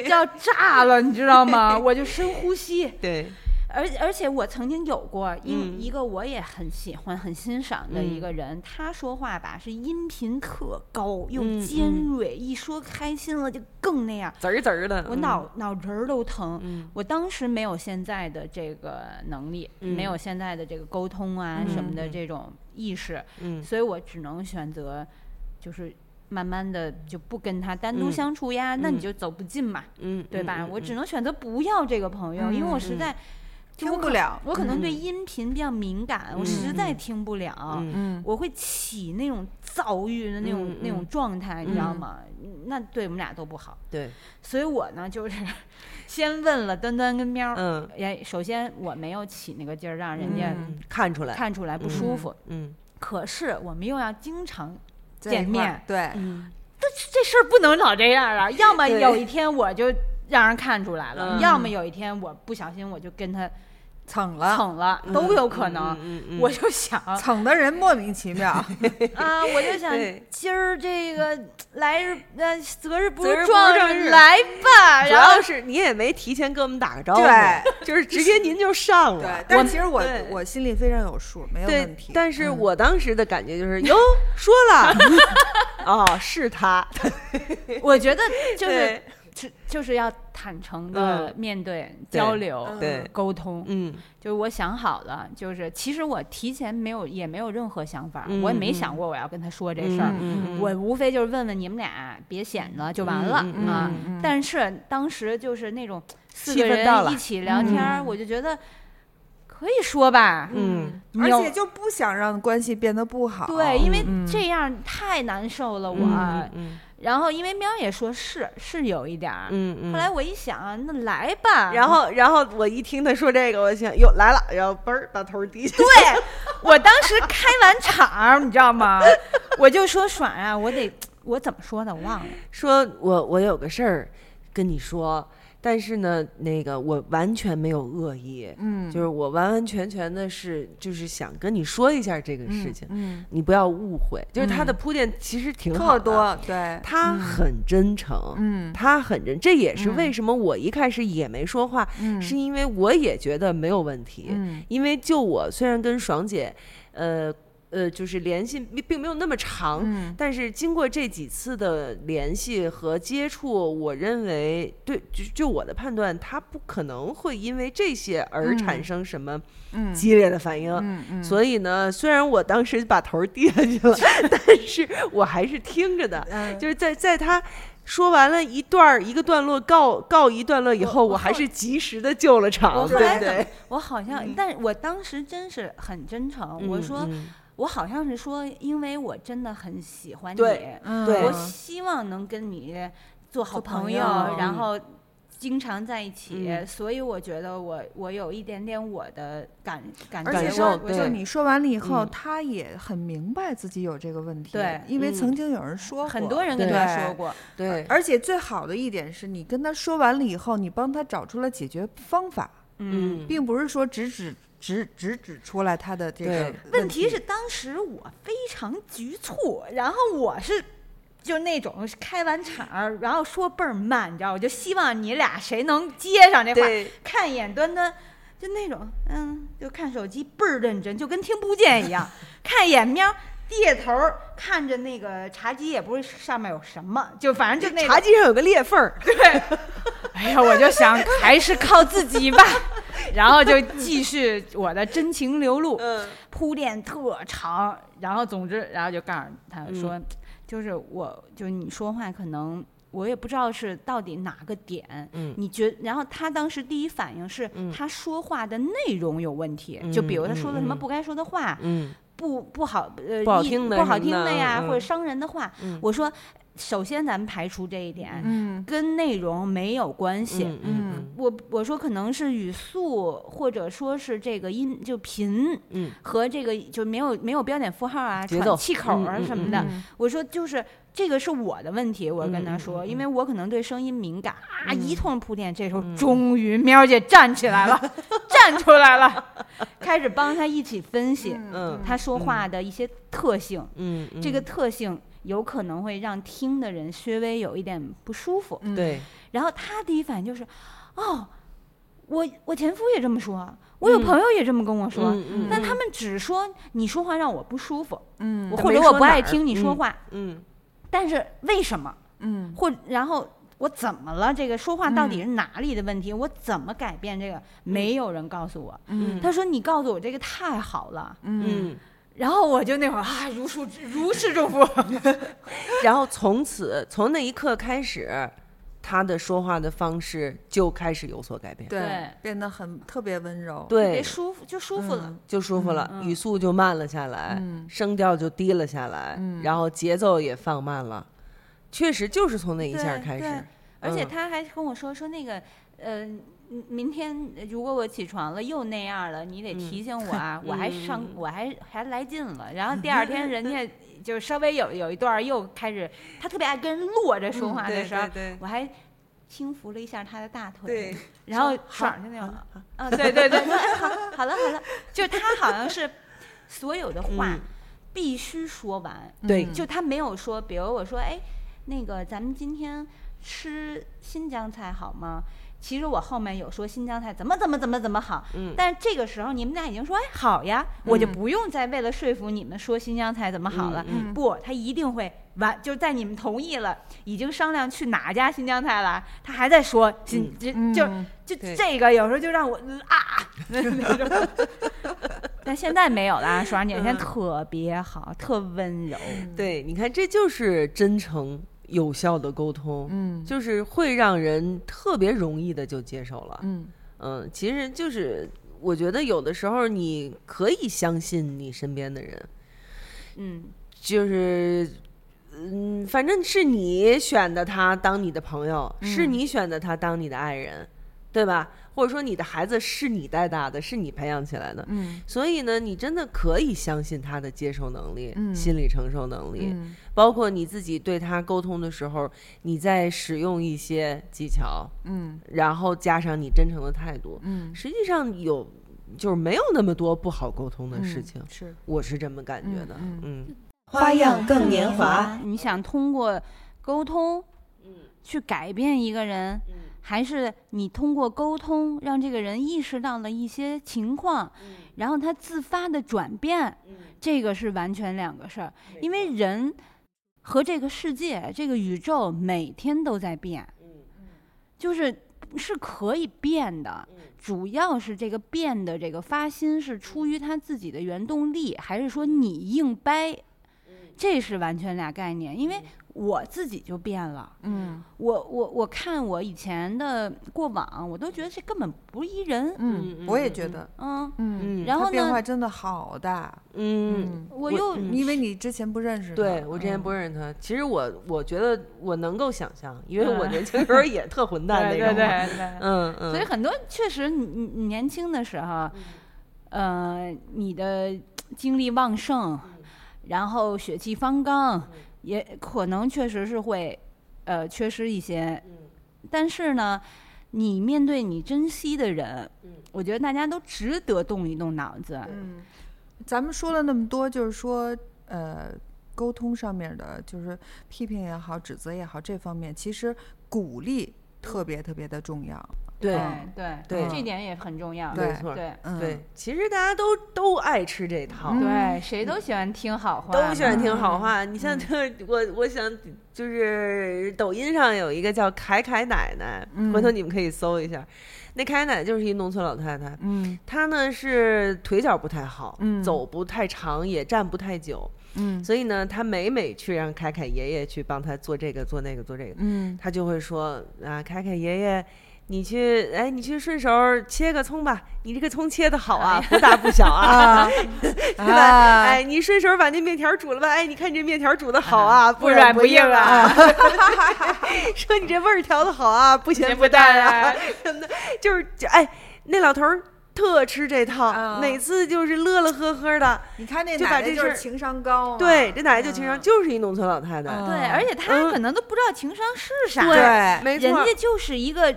Speaker 6: 要炸了，你知 道吗？我就深呼吸，
Speaker 1: 对，
Speaker 6: 而而且我曾经有过因
Speaker 1: 嗯
Speaker 6: 一个我也很喜欢、很欣赏的一个人，他说话吧是音频特高又
Speaker 1: 嗯
Speaker 6: 尖
Speaker 1: 嗯
Speaker 6: 锐，一说开心了就更那样，
Speaker 1: 滋儿滋儿的，
Speaker 6: 我
Speaker 1: 嗯
Speaker 6: 脑脑仁儿都疼。
Speaker 1: 嗯
Speaker 6: 我当时没有现在的这个能力，
Speaker 1: 嗯
Speaker 6: 没有现在的这个沟通啊什么的
Speaker 1: 嗯
Speaker 6: 这种意识，
Speaker 1: 嗯
Speaker 6: 所以我只能选择就是慢慢的就不跟他单独
Speaker 1: 嗯
Speaker 6: 相处呀，那
Speaker 1: 嗯
Speaker 6: 你就走不近嘛。
Speaker 1: 嗯，
Speaker 6: 对吧？
Speaker 1: 嗯
Speaker 6: 我只能选择不要这个朋友，因为我实
Speaker 1: 嗯
Speaker 6: 在 就
Speaker 2: 听
Speaker 6: 我
Speaker 2: 不
Speaker 6: 可
Speaker 2: 了
Speaker 6: 我可能对
Speaker 1: 嗯
Speaker 6: 音频比较敏感，我实在听不了，
Speaker 1: 嗯
Speaker 2: 嗯
Speaker 6: 我会起那种躁郁的那种、
Speaker 1: 嗯
Speaker 6: 那种
Speaker 1: 嗯
Speaker 6: 状态，你知道
Speaker 2: 嗯
Speaker 6: 吗？那对我们俩都不好。
Speaker 1: 对，
Speaker 6: 所以我呢，就是 先问了端端跟喵儿，
Speaker 1: 嗯，
Speaker 6: 哎、首先我没有起那个劲儿，让人家
Speaker 2: 嗯
Speaker 1: 看出来，
Speaker 6: 看出来不舒服。
Speaker 1: 嗯
Speaker 6: 可是我们又要经常
Speaker 2: 在一
Speaker 6: 见
Speaker 2: 块儿
Speaker 6: 面
Speaker 2: 对，
Speaker 1: 嗯
Speaker 6: 这这事儿不能老这样啊！要么
Speaker 1: 对
Speaker 6: 有一天我就让人看出来了，
Speaker 1: 嗯
Speaker 6: 要么有一天我不小心我就跟他
Speaker 2: 蹭了，
Speaker 6: 蹭了，都有可能。
Speaker 1: 嗯嗯，
Speaker 6: 我 就想啊，
Speaker 2: 蹭的人莫名其妙，
Speaker 6: 我就想
Speaker 1: 对
Speaker 6: 今儿这个来日呃择日不
Speaker 1: 择日不如
Speaker 6: 如撞
Speaker 1: 撞日
Speaker 6: 来吧，
Speaker 1: 主
Speaker 6: 然后
Speaker 1: 要是你也没提前跟我们打个招呼，
Speaker 2: 哎对，
Speaker 1: 就是直接您就上了
Speaker 2: 对。，但其实我
Speaker 1: 对嗯
Speaker 2: 我心里非常有数，没有
Speaker 1: 对
Speaker 2: 问题，。
Speaker 1: 但是我当时的感觉就是，哟，说了， 哦，是他，
Speaker 6: 我觉得就是
Speaker 1: 对
Speaker 6: 就就是要坦诚的
Speaker 1: 嗯
Speaker 6: 面对
Speaker 1: 对
Speaker 6: 交流
Speaker 1: 对，
Speaker 6: 沟通，
Speaker 1: 嗯
Speaker 6: 就是我想好了，就是其实我提前没有也没有任何想法，
Speaker 1: 嗯
Speaker 6: 我也没
Speaker 1: 嗯
Speaker 6: 想过我要跟他说这事儿，
Speaker 1: 嗯嗯
Speaker 6: 我无非就是问问你们俩，别显得就完了
Speaker 1: 嗯嗯
Speaker 6: 啊
Speaker 2: 嗯嗯。
Speaker 6: 但是当时就是那种四
Speaker 1: 气
Speaker 6: 个
Speaker 1: 氛到
Speaker 6: 人
Speaker 1: 了嗯
Speaker 6: 一起聊天儿，我就觉得可以说吧，
Speaker 1: 嗯
Speaker 2: 而
Speaker 6: 有
Speaker 2: 且就不想让关系变得不好。
Speaker 6: 对，因为
Speaker 2: 嗯
Speaker 6: 这样太难受了我
Speaker 1: 嗯。嗯
Speaker 6: 然后因为喵也说是是有一点儿，
Speaker 1: 嗯嗯，
Speaker 6: 后来我一想，那来吧，
Speaker 1: 然后，然后我一听他说这个，我想哟来了，然后嘣儿把头低下。
Speaker 6: 对我当时开完场儿，你知道吗？我就说爽啊，我得我怎么说的我忘了。
Speaker 1: 说我我有个事儿跟你说，但是呢，那个我完全没有恶意，
Speaker 7: 嗯，
Speaker 1: 就是我完完全全的是就是想跟你说一下这个事情，
Speaker 7: 嗯，
Speaker 1: 你不要误会。就是他的铺垫其实挺好
Speaker 2: 特
Speaker 1: 的，
Speaker 2: 多，对，
Speaker 1: 他很真诚，
Speaker 7: 嗯
Speaker 1: 他很真，这也是
Speaker 7: 嗯
Speaker 1: 为什么我一开始也没说话，
Speaker 7: 嗯
Speaker 1: 是因为我也觉得没有问题，
Speaker 7: 嗯
Speaker 1: 因为就我虽然跟爽姐，呃呃，就是联系并并没有那么长，
Speaker 7: 嗯
Speaker 1: 但是经过这几次的联系和接触，我认为对，就就我的判断，他不可能会因为这些而产生什么
Speaker 7: 嗯
Speaker 1: 激烈的反应。
Speaker 7: 嗯嗯，
Speaker 1: 所以呢，虽然我当时把头儿低下去 了，但是我还是听着的，
Speaker 7: 嗯
Speaker 1: 就是在在他。说完了一段儿一个段落告告一段落以后，我还是及时的救了场，
Speaker 6: 我后
Speaker 1: 对
Speaker 6: 来
Speaker 1: 不对？
Speaker 6: 我好像，但是我当时真是很真诚，我
Speaker 1: 嗯
Speaker 6: 说
Speaker 1: 嗯
Speaker 6: 我好像是说，因为我真的很喜欢你，
Speaker 1: 对
Speaker 7: 嗯
Speaker 1: 对
Speaker 6: 我希望能跟你做好
Speaker 2: 做朋
Speaker 6: 朋友，
Speaker 2: 友
Speaker 6: 然后经常在一起，
Speaker 1: 嗯
Speaker 6: 所以我觉得我我有一点点我的感感
Speaker 2: 而
Speaker 6: 觉
Speaker 2: 且
Speaker 1: 感
Speaker 2: 说
Speaker 1: 受
Speaker 6: 我
Speaker 1: 对
Speaker 2: 就
Speaker 6: 就
Speaker 2: 你说完了以后，
Speaker 1: 嗯
Speaker 2: 他也很明白自己有这个问题，
Speaker 6: 对
Speaker 2: 因为
Speaker 1: 嗯
Speaker 2: 曾经有人说过，
Speaker 6: 很多人跟
Speaker 1: 对
Speaker 6: 他说过，
Speaker 1: 对，
Speaker 2: 而且最好的一点是你跟他说完了以后，你帮他找出了解决方法，
Speaker 6: 嗯。
Speaker 2: 并不是说只指只只指出来他的这个
Speaker 1: 对
Speaker 6: 问
Speaker 2: 题
Speaker 6: 题是当时我非常局促，然后我是就那种开完场儿，然后说倍儿慢，你知道，我就希望你俩谁能接上这话
Speaker 1: 对，
Speaker 6: 看一眼端端，就那种嗯，就看手机倍儿认真，就跟听不见 一样，看一眼喵。低下头儿看着那个茶几，也不是上面有什么，就反正就那
Speaker 1: 茶几上有个裂缝儿，
Speaker 7: 哎呀，我就想还是靠自己吧，然后就继续我的真情流露，
Speaker 1: 嗯
Speaker 6: 铺垫特长，
Speaker 7: 然后总之，然后就告诉他说，
Speaker 1: 嗯
Speaker 6: 就是我就是你说话可能我也不知道是到底哪个点，
Speaker 1: 嗯
Speaker 6: 你觉然后他当时第一反应是
Speaker 1: 嗯
Speaker 6: 他说话的内容有问题，就比如他说了什
Speaker 1: 嗯
Speaker 6: 么
Speaker 1: 嗯嗯
Speaker 6: 不该说的话，
Speaker 1: 嗯，
Speaker 6: 不不好呃
Speaker 1: 不好
Speaker 6: 意
Speaker 1: 听的
Speaker 6: 不好
Speaker 1: 什么
Speaker 6: 听的
Speaker 1: 的
Speaker 6: 呀，
Speaker 1: 嗯
Speaker 6: 或者伤人的话，
Speaker 1: 嗯
Speaker 6: 我说首先咱们排除这一点，
Speaker 7: 嗯
Speaker 6: 跟内容没有关系。
Speaker 1: 嗯
Speaker 7: 嗯
Speaker 6: 我我说可能是语速，或者说是这个音就频
Speaker 1: 嗯
Speaker 6: 和这个就没有没有标点符号啊、
Speaker 1: 节
Speaker 6: 喘
Speaker 1: 奏
Speaker 6: 气口啊
Speaker 1: 嗯嗯
Speaker 6: 什
Speaker 1: 嗯
Speaker 6: 么
Speaker 1: 嗯
Speaker 6: 的。
Speaker 7: 嗯
Speaker 6: 我说就是这个是我的问题，我跟他说，因为我可能对声音敏感啊，一通铺垫。这时候
Speaker 1: 嗯
Speaker 6: 终于喵姐站起来了， 站出来了，开始帮他一起分析
Speaker 1: 嗯
Speaker 6: 他说话的一些特性，
Speaker 1: 嗯嗯，
Speaker 6: 这个特性有可能会让听的人稍微有一点不舒服。
Speaker 2: 嗯
Speaker 1: 嗯对，
Speaker 6: 然后他第一反应就是，哦，我我前夫也这么说，我有朋友也这么跟我说，
Speaker 1: 嗯
Speaker 6: 但他们只说你说话让我不舒服，
Speaker 7: 嗯
Speaker 6: 我
Speaker 1: 但
Speaker 6: 或者
Speaker 1: 没
Speaker 6: 我
Speaker 1: 说
Speaker 6: 不
Speaker 1: 哪
Speaker 6: 爱
Speaker 1: 儿
Speaker 6: 听你说
Speaker 1: 嗯
Speaker 6: 话，
Speaker 1: 嗯
Speaker 6: 但是为什么？
Speaker 7: 嗯
Speaker 6: 或然后我怎么了？这个说话到底是
Speaker 1: 嗯
Speaker 6: 哪里的问题？我怎么改变这个？没有人告诉我。
Speaker 1: 嗯
Speaker 6: 他说：“你告诉我这个太好了。
Speaker 7: 嗯
Speaker 1: 嗯，”
Speaker 6: 然后我就那会儿啊，如释如释重负。
Speaker 1: 然后从此从那一刻开始，他的说话的方式就开始有所改变，
Speaker 2: 对
Speaker 6: 对
Speaker 2: 变得很特别温柔，
Speaker 6: 特别
Speaker 1: 对，
Speaker 6: 舒服，就舒服了。
Speaker 1: 就舒服
Speaker 6: 嗯
Speaker 1: 了，语速就慢了下来，声调就低了下来，
Speaker 6: 嗯
Speaker 1: 然后节奏也放慢了，确实就是从那一下
Speaker 6: 对
Speaker 1: 开
Speaker 6: 对
Speaker 1: 始，
Speaker 6: 而且
Speaker 1: 嗯
Speaker 6: 他还跟我说说那个，呃，明天如果我起床了又那样了，你得
Speaker 1: 嗯
Speaker 6: 提醒我啊，我还上我还还来劲了。然后第二天人 家就稍微有有一段又开始，他特别爱跟人落着说话的时候，
Speaker 1: 嗯对
Speaker 6: 我还轻抚了一下他的大腿，
Speaker 1: 对，
Speaker 6: 然后爽就那种，啊，对对对，说哎好，好了好了，就是他好像是所有的话
Speaker 1: 嗯
Speaker 6: 必须说完，嗯
Speaker 1: 对
Speaker 6: 就他没有说，比如我说，哎，那个咱们今天吃新疆菜好吗？其实我后面有说新疆菜怎么怎么怎么怎么好，
Speaker 1: 嗯
Speaker 6: 但是这个时候你们俩已经说哎好呀，
Speaker 7: 嗯
Speaker 6: 我就不用再为了说服你们说新疆菜怎么好了，
Speaker 7: 嗯嗯
Speaker 6: 不，他一定会完，就在你们同意了，已经商量去哪家新疆菜了，他还在说新、
Speaker 7: 嗯
Speaker 6: 就
Speaker 7: 嗯
Speaker 6: 就
Speaker 1: 对
Speaker 6: 就这个有时候就让我嗯啊， 但现在没有了，啊爽儿姐
Speaker 7: 嗯
Speaker 6: 现在特别好，特温柔，
Speaker 1: 对，你看，这就是真诚有效的沟通，
Speaker 7: 嗯
Speaker 1: 就是会让人特别容易的就接受了。
Speaker 7: 嗯
Speaker 1: 嗯，其实就是我觉得有的时候你可以相信你身边的人，
Speaker 6: 嗯。
Speaker 1: 就是。嗯，反正是你选的他当你的朋友，是
Speaker 7: 嗯
Speaker 1: 你选的他当你的爱人，对吧？或者说你的孩子是你带大的，是你培养起来的，
Speaker 5: 嗯
Speaker 1: 所以呢，你真的可以相信他的接受能力、
Speaker 5: 嗯
Speaker 1: 心理承受能力，
Speaker 5: 嗯
Speaker 1: 包括你自己对他沟通的时候，你在使用一些技巧，
Speaker 5: 嗯
Speaker 1: 然后加上你真诚的态度，
Speaker 5: 嗯，
Speaker 1: 实际上有就是没有那么多不好沟通的事情，
Speaker 5: 是
Speaker 1: 我是这么感觉的。
Speaker 5: 嗯
Speaker 1: 嗯
Speaker 8: 花样更年华。
Speaker 6: 你想通过沟通去改变一个人，还是你通过沟通让这个人意识到了一些情况，然后他自发的转变，这个是完全两个事儿。因为人和这个世界、这个宇宙每天都在变，就是是可以变的。主要是这个变的这个发心是出于他自己的原动力，还是说你硬掰？这是完全俩概念，因为我自己就变了。
Speaker 5: 嗯
Speaker 6: 我我我看我以前的过往，我都觉得这根本不是一人。
Speaker 5: 嗯
Speaker 2: 我也觉，得，
Speaker 6: 嗯，
Speaker 5: 嗯
Speaker 1: 嗯，
Speaker 6: 然
Speaker 2: 他
Speaker 6: 后
Speaker 2: 变化
Speaker 6: 呢，
Speaker 2: 真的好大，
Speaker 1: 嗯，
Speaker 6: 我又
Speaker 1: 嗯
Speaker 2: 因为你之前不认识他，
Speaker 1: 对我之前
Speaker 2: 嗯
Speaker 1: 不认识他，其实我我觉得我能够想象，因为我
Speaker 5: 嗯
Speaker 1: 年轻时候也特混蛋那
Speaker 5: 对
Speaker 1: 种。
Speaker 5: 对对对，
Speaker 1: 嗯嗯，
Speaker 6: 所以很多确实你，你你年轻的时候，呃，你的精力旺盛，然后血气方刚，也可能确实是会呃缺失一些。但是呢，你面对你珍惜的人，我觉得大家都值得动一动脑子。
Speaker 2: 嗯，咱们说了那么多，就是说，呃，沟通上面的，就是批评也好，指责也好，这方面其实鼓励特别特别的重要。
Speaker 1: 对
Speaker 6: 对
Speaker 1: 对
Speaker 6: 这点也很重要。
Speaker 1: 没
Speaker 2: 对
Speaker 1: 错，
Speaker 6: 嗯对
Speaker 2: 嗯，
Speaker 1: 对，其实大家都都爱吃这套，
Speaker 5: 对，谁都喜欢听好话嘛，
Speaker 1: 都喜欢
Speaker 6: 嗯
Speaker 1: 听好话。你像这，我我想就是抖音上有一个叫凯凯奶奶，回头你们可以搜一下。那凯凯奶奶就是一农村老太太，
Speaker 5: 嗯
Speaker 1: 她呢是腿脚不太好，
Speaker 5: 嗯
Speaker 1: 走不太长，也站不太久，
Speaker 5: 嗯
Speaker 1: 所以呢，她每每去让凯凯爷爷去帮她做这个做那个做这个，
Speaker 5: 嗯
Speaker 1: 他就会说啊，凯凯爷爷，你去，哎，你去顺手切个葱吧，你这个葱切的好
Speaker 5: 哎
Speaker 1: 啊，不大不小啊，
Speaker 2: 啊，
Speaker 1: 对吧？
Speaker 2: 啊
Speaker 1: 哎，你顺手把那面条煮了吧，哎，你看你这面条煮的好啊，不软啊
Speaker 5: 不硬啊，
Speaker 1: 说你这味儿调的好啊，不咸
Speaker 5: 咸不淡
Speaker 1: 啊
Speaker 5: 啊，
Speaker 1: 什么的，就是就哎，那老头儿特吃这套，
Speaker 2: 啊
Speaker 1: 每次就是乐乐呵呵的，
Speaker 2: 你看那
Speaker 1: 就把
Speaker 2: 奶奶
Speaker 1: 这
Speaker 2: 就
Speaker 1: 事儿
Speaker 2: 是情商高啊，
Speaker 1: 对，这奶奶就情商就是一农村老太太，
Speaker 2: 啊
Speaker 6: 对，而且他可能都不知道情商是啥。
Speaker 2: 对
Speaker 1: 没错
Speaker 6: 人，家就是一个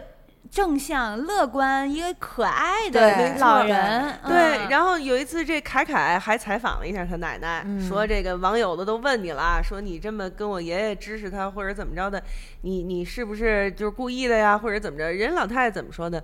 Speaker 6: 正向、乐观、一个可爱
Speaker 2: 对
Speaker 6: 的
Speaker 2: 没
Speaker 6: 老
Speaker 1: 错
Speaker 6: 人。
Speaker 1: 对，
Speaker 6: 嗯
Speaker 1: 然后有一次，这凯凯还采访了一下他奶奶，
Speaker 6: 嗯
Speaker 1: 说这个网友的都问你了，说你这么跟我爷爷支持他或者怎么着的，你你是不是就是故意的呀，或者怎么着？人老太太怎么说的？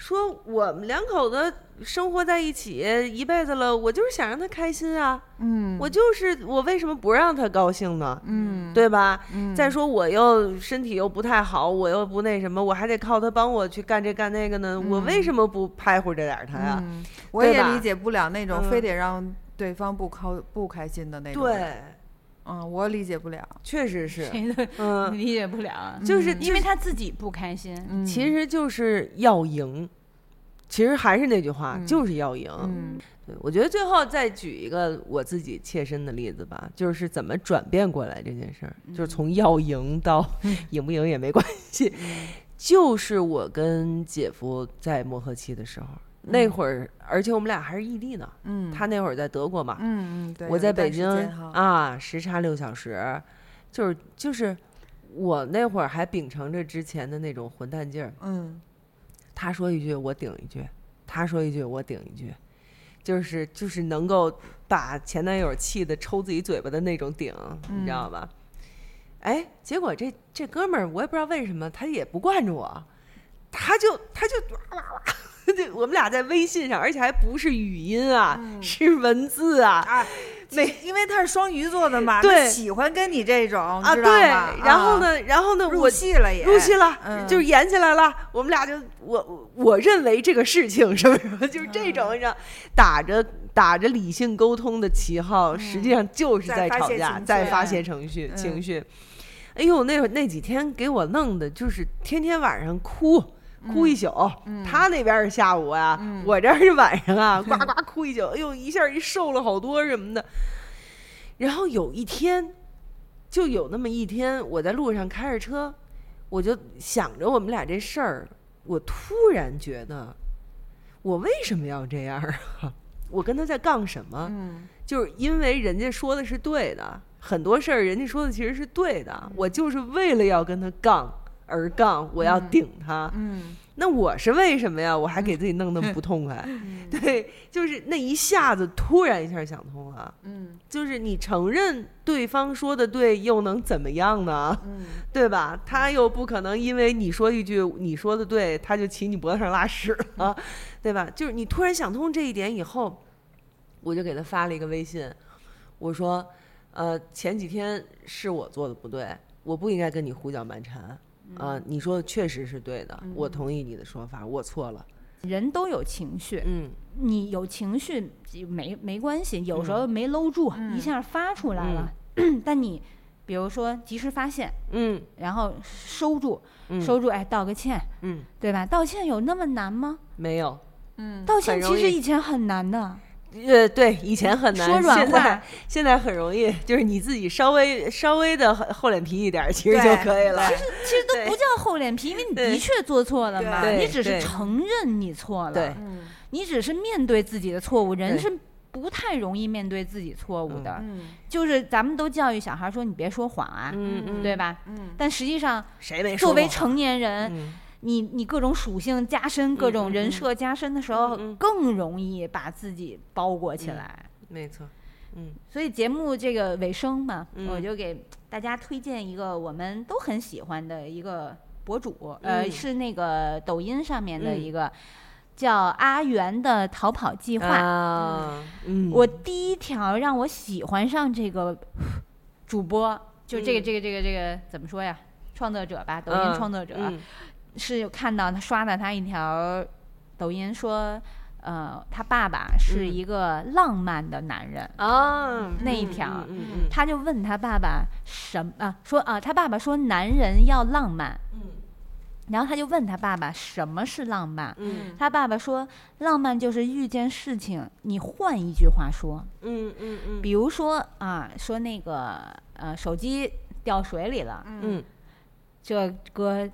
Speaker 1: 说我们两口子生活在一起一辈子了，我就是想让他开心啊，
Speaker 5: 嗯
Speaker 1: 我就是我为什么不让他高兴呢？
Speaker 5: 嗯
Speaker 1: 对吧？
Speaker 5: 嗯
Speaker 1: 再说我又身体又不太好，我又不那什么，我还得靠他帮我去干这干那个呢，我为什么不拍乎着点儿他呀？
Speaker 5: 嗯
Speaker 2: 啊我也
Speaker 1: 对吧
Speaker 2: 理解不了那
Speaker 1: 嗯
Speaker 2: 种非得让对方不开不开心的那种。
Speaker 1: 对，，
Speaker 2: 嗯，我理解不了。
Speaker 1: 确实是，
Speaker 6: 谁都
Speaker 1: 嗯，
Speaker 6: 理解不了，
Speaker 1: 就是
Speaker 6: 因为他自己不开心。
Speaker 5: 嗯
Speaker 1: 其实就是要赢，其实还是那句话，
Speaker 5: 嗯
Speaker 1: 就是要赢。
Speaker 5: 嗯
Speaker 1: 对，我觉得最后再举一个我自己切身的例子吧，就是怎么转变过来这件事儿，就是
Speaker 5: 嗯
Speaker 1: 从要赢到赢不赢也没关系。就是我跟姐夫在磨合期的时候，那会儿，而且我们俩还是异地呢，
Speaker 5: 嗯
Speaker 1: 他那会儿在德国嘛，
Speaker 5: 嗯嗯
Speaker 2: 对，
Speaker 1: 我
Speaker 2: 有
Speaker 1: 在
Speaker 2: 一段
Speaker 1: 北
Speaker 2: 时
Speaker 1: 京
Speaker 2: 间哈，
Speaker 1: 啊，时差六小时，就是就是，我那会儿还秉承着之前的那种混蛋劲儿，
Speaker 2: 嗯，
Speaker 1: 他说一句我顶一句，他说一句我顶一句，就是就是能够把前男友气得抽自己嘴巴的那种顶，你知
Speaker 2: 嗯
Speaker 1: 道吧？哎，结果这这哥们儿我也不知道为什么，他也不惯着我，他就他就哇哇哇。 对，我们俩在微信上，而且还不是语音啊，
Speaker 2: 嗯
Speaker 1: 是文字啊。
Speaker 2: 啊，
Speaker 1: 每
Speaker 2: 其因为他是双鱼座的嘛，
Speaker 1: 对
Speaker 2: 他喜欢跟你这种
Speaker 1: 啊，
Speaker 2: 啊
Speaker 1: 对，然后？呢，然后呢，
Speaker 2: 啊
Speaker 1: 我
Speaker 2: 入戏了也
Speaker 1: 入戏了，
Speaker 2: 嗯
Speaker 1: 就是演起来了。我们俩就我我我认为这个事情什么什么，就是这
Speaker 2: 嗯
Speaker 1: 种，你知道，打着打着理性沟通的旗号，实际上就是
Speaker 2: 嗯在
Speaker 1: 在
Speaker 2: 发
Speaker 1: 吵
Speaker 2: 泄
Speaker 1: 架，
Speaker 2: 情
Speaker 1: 在
Speaker 2: 绪
Speaker 1: 发泄情绪
Speaker 2: 嗯
Speaker 1: 情绪。哎呦，那会儿那几天给我弄的，就是天天晚上哭。哭
Speaker 2: 嗯
Speaker 1: 一宿，他那边是下午啊，我这儿是晚上 啊，呱呱哭一宿，哎呦，一下一瘦了好多什么的。然后有一天，就有那么一天，我在路上开着车，我就想着我们俩这事儿，我突然觉得，我为什么要这样啊？ 我跟他在杠什么？
Speaker 9: 嗯，
Speaker 1: 就是因为人家说的是对的，很多事儿人家说的其实是对
Speaker 9: 嗯
Speaker 1: 的，我就是为了要跟他杠而杠，我要顶他。
Speaker 9: 嗯，
Speaker 1: 那我是为什么呀？我还给自己弄那么不痛 快？
Speaker 9: 嗯
Speaker 1: 对，就是那一下子突然一下想通了。
Speaker 9: 嗯，
Speaker 1: 就是你承认对方说的对，又能怎么样呢？
Speaker 9: 嗯，
Speaker 1: 对吧？他又不可能因为你说一句你说的对，他就骑你脖子上拉屎了，
Speaker 9: 嗯
Speaker 1: 对吧？就是你突然想通这一点以后，我就给他发了一个微信，我说，呃，前几天是我做的不对，我不应该跟你胡搅蛮缠。
Speaker 6: 嗯
Speaker 1: 啊、你说的确实是对的，我同意你的说法，我错了。
Speaker 6: 人都有情绪，
Speaker 1: 嗯
Speaker 6: 你有情绪没没关系，有时候
Speaker 1: 嗯
Speaker 6: 没搂住，一下发出来了。 但你比如说及时发现，
Speaker 1: 嗯
Speaker 6: 然后收住，
Speaker 1: 嗯
Speaker 6: 收住，哎，道个歉，
Speaker 1: 嗯，
Speaker 6: 对吧？道歉有那么难吗？
Speaker 1: 没有，
Speaker 6: 道
Speaker 1: 嗯
Speaker 6: 歉
Speaker 1: 容
Speaker 6: 其实
Speaker 1: 易
Speaker 6: 以前很难的，
Speaker 1: 呃，对，以前很难，
Speaker 6: 说软
Speaker 1: 现
Speaker 6: 话
Speaker 1: 在现在很容易，就是你自己稍微稍微的厚脸皮一点儿，其实就可以了。
Speaker 6: 其实
Speaker 1: 对
Speaker 6: 都不叫厚脸皮，因为你
Speaker 1: 对
Speaker 6: 的确做错了嘛，
Speaker 1: 对
Speaker 6: 你只
Speaker 1: 对
Speaker 6: 是承认你错
Speaker 1: 对
Speaker 6: 了，
Speaker 2: 嗯
Speaker 6: 你只是面对自己的错误，人
Speaker 1: 对
Speaker 6: 是。不太容易面对自己错误的，
Speaker 9: 嗯
Speaker 6: 就是咱们都教育小孩说你别说谎啊，
Speaker 1: 嗯嗯，
Speaker 6: 对吧？
Speaker 9: 嗯
Speaker 6: 但实际上，
Speaker 1: 谁没说
Speaker 6: 作为
Speaker 1: 过
Speaker 6: 成年人，
Speaker 1: 嗯
Speaker 6: 你你各种属性加深，各种人设加深的时
Speaker 1: 嗯
Speaker 6: 候，
Speaker 1: 嗯嗯
Speaker 6: 更容易把自己包裹起来。
Speaker 1: 没错，嗯
Speaker 6: 所以节目这个尾声嘛，
Speaker 1: 嗯
Speaker 6: 我就给大家推荐一个我们都很喜欢的一个博主，呃，
Speaker 1: 嗯
Speaker 6: 是那个抖音上面的
Speaker 1: 嗯
Speaker 6: 一个、叫阿元的逃跑计划。
Speaker 1: 啊，嗯，
Speaker 6: 我第一条让我喜欢上这个主播，就这个
Speaker 1: 嗯
Speaker 6: 这个这个这个怎么说呀？创作者吧，抖音
Speaker 1: 嗯
Speaker 6: 创作者，
Speaker 1: 嗯
Speaker 6: 是有看到他刷到他一条抖音说，呃，他爸爸是
Speaker 1: 嗯
Speaker 6: 一个浪漫的男人，
Speaker 1: 啊
Speaker 6: 那一
Speaker 1: 嗯
Speaker 6: 条
Speaker 1: 嗯嗯嗯
Speaker 6: 他就问他爸爸什么啊？说啊，他爸爸说男人要浪漫，然后他就问他爸爸什么是浪漫，
Speaker 1: 嗯
Speaker 6: 他爸爸说浪漫就是遇见事情，你换一句话说，
Speaker 1: 嗯嗯嗯
Speaker 6: 比如说啊，说那个呃手机掉水里了，
Speaker 1: 嗯
Speaker 6: 这哥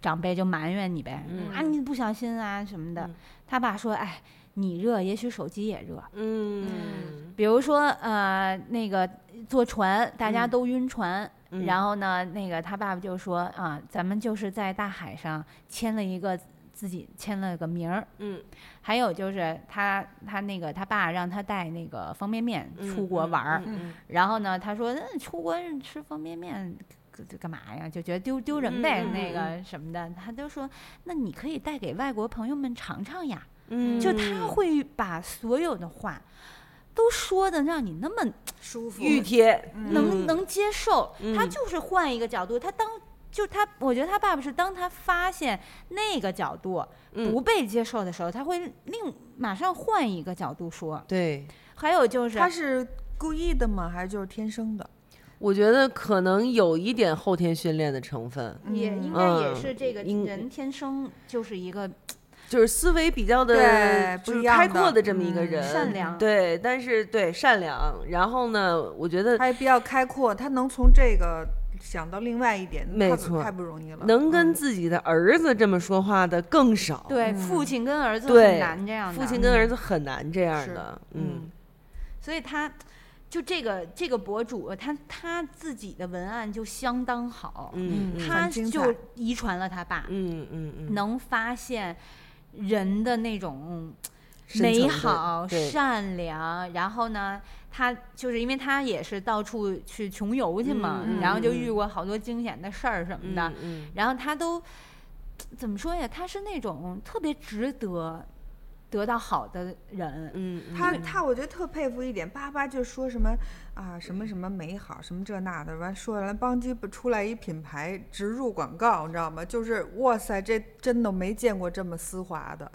Speaker 6: 长辈就埋怨你呗，
Speaker 1: 嗯
Speaker 6: 啊你不小心啊什么的。他爸说，哎，你热，也许手机也热。
Speaker 1: 嗯
Speaker 6: 比如说呃那个坐船，大家
Speaker 1: 嗯
Speaker 6: 都晕船。
Speaker 1: 嗯
Speaker 6: 然后呢，那个他爸爸就说啊，咱们就是在大海上签了一个自己签了个名儿。
Speaker 1: 嗯
Speaker 6: 还有就是他他那个他爸让他带那个方便面出国玩儿，
Speaker 1: 嗯
Speaker 6: 然后呢，他说那出国人吃方便面干干嘛呀？就觉得丢丢人呗，
Speaker 1: 嗯嗯
Speaker 6: 那
Speaker 1: 嗯
Speaker 6: 个什么的。他就说，那你可以带给外国朋友们尝尝呀。
Speaker 1: 嗯，
Speaker 6: 就他会把所有的话都说的让你那么
Speaker 2: 舒服嗯
Speaker 1: 玉贴
Speaker 6: 能、能接受。他
Speaker 1: 嗯
Speaker 6: 就是换一个角度，他当。就他，我觉得他爸爸是当他发现那个角度
Speaker 1: 嗯
Speaker 6: 不被接受的时候，他会另马上换一个角度说。
Speaker 1: 对。
Speaker 6: 还有就是，
Speaker 2: 他是故意的吗？还是就是天生的？
Speaker 1: 我觉得可能有一点后天训练的成分，
Speaker 6: 也
Speaker 2: 嗯
Speaker 6: 应该也
Speaker 1: 嗯
Speaker 6: 是这个
Speaker 1: 应
Speaker 6: 人天生就是一个
Speaker 2: 哦
Speaker 1: 就是思维比较的，
Speaker 2: 对
Speaker 1: 就
Speaker 2: 不
Speaker 1: 是
Speaker 2: 一样
Speaker 1: 开
Speaker 2: 的
Speaker 1: 阔的这么一个
Speaker 2: 嗯
Speaker 1: 人，
Speaker 6: 善良
Speaker 1: 对，但是对善良，然后呢，我觉得
Speaker 2: 他也比较开阔，他能从这个想到另外一点，
Speaker 1: 没
Speaker 2: 太不
Speaker 1: 错
Speaker 2: 太不容易了。
Speaker 1: 能跟
Speaker 2: 嗯
Speaker 1: 自己的儿子这么说话的更少。，
Speaker 6: 对父亲跟儿子
Speaker 1: 对
Speaker 6: 很难这样的，
Speaker 1: 父亲跟儿子很难这样的。嗯
Speaker 2: 嗯
Speaker 6: 所以他就这个这个博主，他他自己的文案就相当好，
Speaker 1: 嗯嗯
Speaker 6: 他
Speaker 2: 很精彩
Speaker 6: 就遗传了他爸，
Speaker 1: 嗯嗯嗯，
Speaker 6: 能发现人的那种
Speaker 1: 深层
Speaker 6: 美
Speaker 1: 的
Speaker 6: 好、
Speaker 1: 对
Speaker 6: 善良，然后呢，他就是因为他也是到处去穷游去嘛，
Speaker 1: 嗯嗯
Speaker 6: 然后就
Speaker 1: 嗯
Speaker 6: 遇过好多惊险的事儿什么的，
Speaker 1: 嗯嗯
Speaker 6: 然后他都怎么说呀？他是那种特别值得得到好的人，
Speaker 1: 嗯，嗯
Speaker 2: 他
Speaker 1: 嗯
Speaker 2: 他，我觉得特佩服一点，叭叭就说什么啊，什么什么美好，什么这那的，完说完了，邦基不出来一品牌植入广告，你知道吗？就是哇塞，这真的没见过这么丝滑的，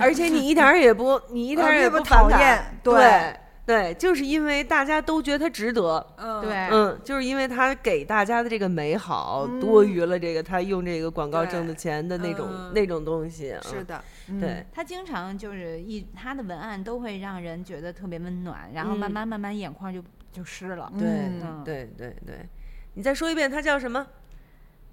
Speaker 1: 而且你一点儿也 不，你一点儿
Speaker 2: 啊
Speaker 1: 也
Speaker 2: 也不
Speaker 1: 反
Speaker 2: 讨
Speaker 1: 感
Speaker 2: 厌对
Speaker 1: 对对，就是因为大家都觉得他值得，
Speaker 2: 嗯
Speaker 6: 对，
Speaker 1: 嗯，就是因为他给大家的这个美好，多余了这个他用这个广告挣的钱的那种、
Speaker 2: 嗯
Speaker 1: 那种东西啊。
Speaker 2: 是的，
Speaker 1: 对，
Speaker 6: 他经常就是一他的文案都会让人觉得特别温暖，然后慢
Speaker 1: 嗯
Speaker 6: 慢慢慢眼眶就就湿了。
Speaker 1: 对
Speaker 2: 嗯
Speaker 6: 嗯，
Speaker 1: 对对对，你再说一遍，他叫什么？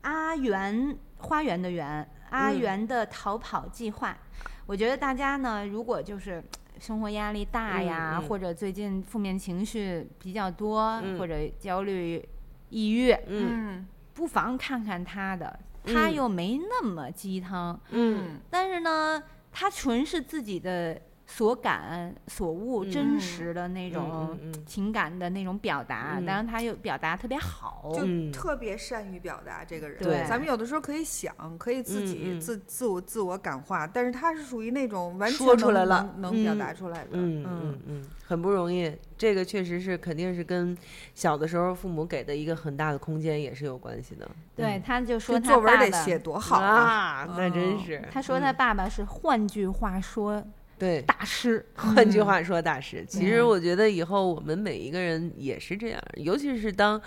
Speaker 6: 阿元花园的园，阿
Speaker 1: 嗯
Speaker 6: 元的逃跑计划。我觉得大家呢，如果就是生活压力大呀，
Speaker 1: 嗯嗯
Speaker 6: 或者最近负面情绪比较多，
Speaker 1: 嗯
Speaker 6: 或者焦虑、抑郁，
Speaker 1: 嗯
Speaker 7: 嗯
Speaker 6: 不妨看看他的，他
Speaker 1: 嗯
Speaker 6: 又没那么鸡汤，
Speaker 1: 嗯
Speaker 6: 但是呢，他纯是自己的所感所悟，
Speaker 1: 嗯
Speaker 6: 真实的那
Speaker 1: 嗯
Speaker 6: 种
Speaker 1: 嗯嗯
Speaker 6: 情感的那种表达。
Speaker 1: 嗯
Speaker 6: 当然，他又表达特别好，
Speaker 1: 嗯
Speaker 2: 就特别善于表达这个人。
Speaker 6: 对
Speaker 2: 咱们有的时候可以想，可以自己
Speaker 1: 嗯嗯
Speaker 2: 自自我自我感化，但是他是属于那种完全
Speaker 1: 说出
Speaker 2: 能
Speaker 1: 来了
Speaker 2: 能能表
Speaker 1: 嗯
Speaker 2: 达出来的。
Speaker 1: 嗯嗯嗯，很不容易。这个确实是，肯定是跟小的时候父母给的一个很大的空间也是有关系的。
Speaker 6: 对，
Speaker 1: 嗯
Speaker 6: 他就说
Speaker 2: 这
Speaker 6: 他
Speaker 2: 作文
Speaker 6: 爸
Speaker 2: 得
Speaker 6: 爸，
Speaker 2: 写多好啊！
Speaker 1: 啊，那真是。
Speaker 6: 他说他爸爸是换句话说
Speaker 1: 对，
Speaker 6: 大师，
Speaker 1: 换
Speaker 6: 嗯
Speaker 1: 句话说，大师，其实我觉得以后我们每一个人也是这样，尤其是当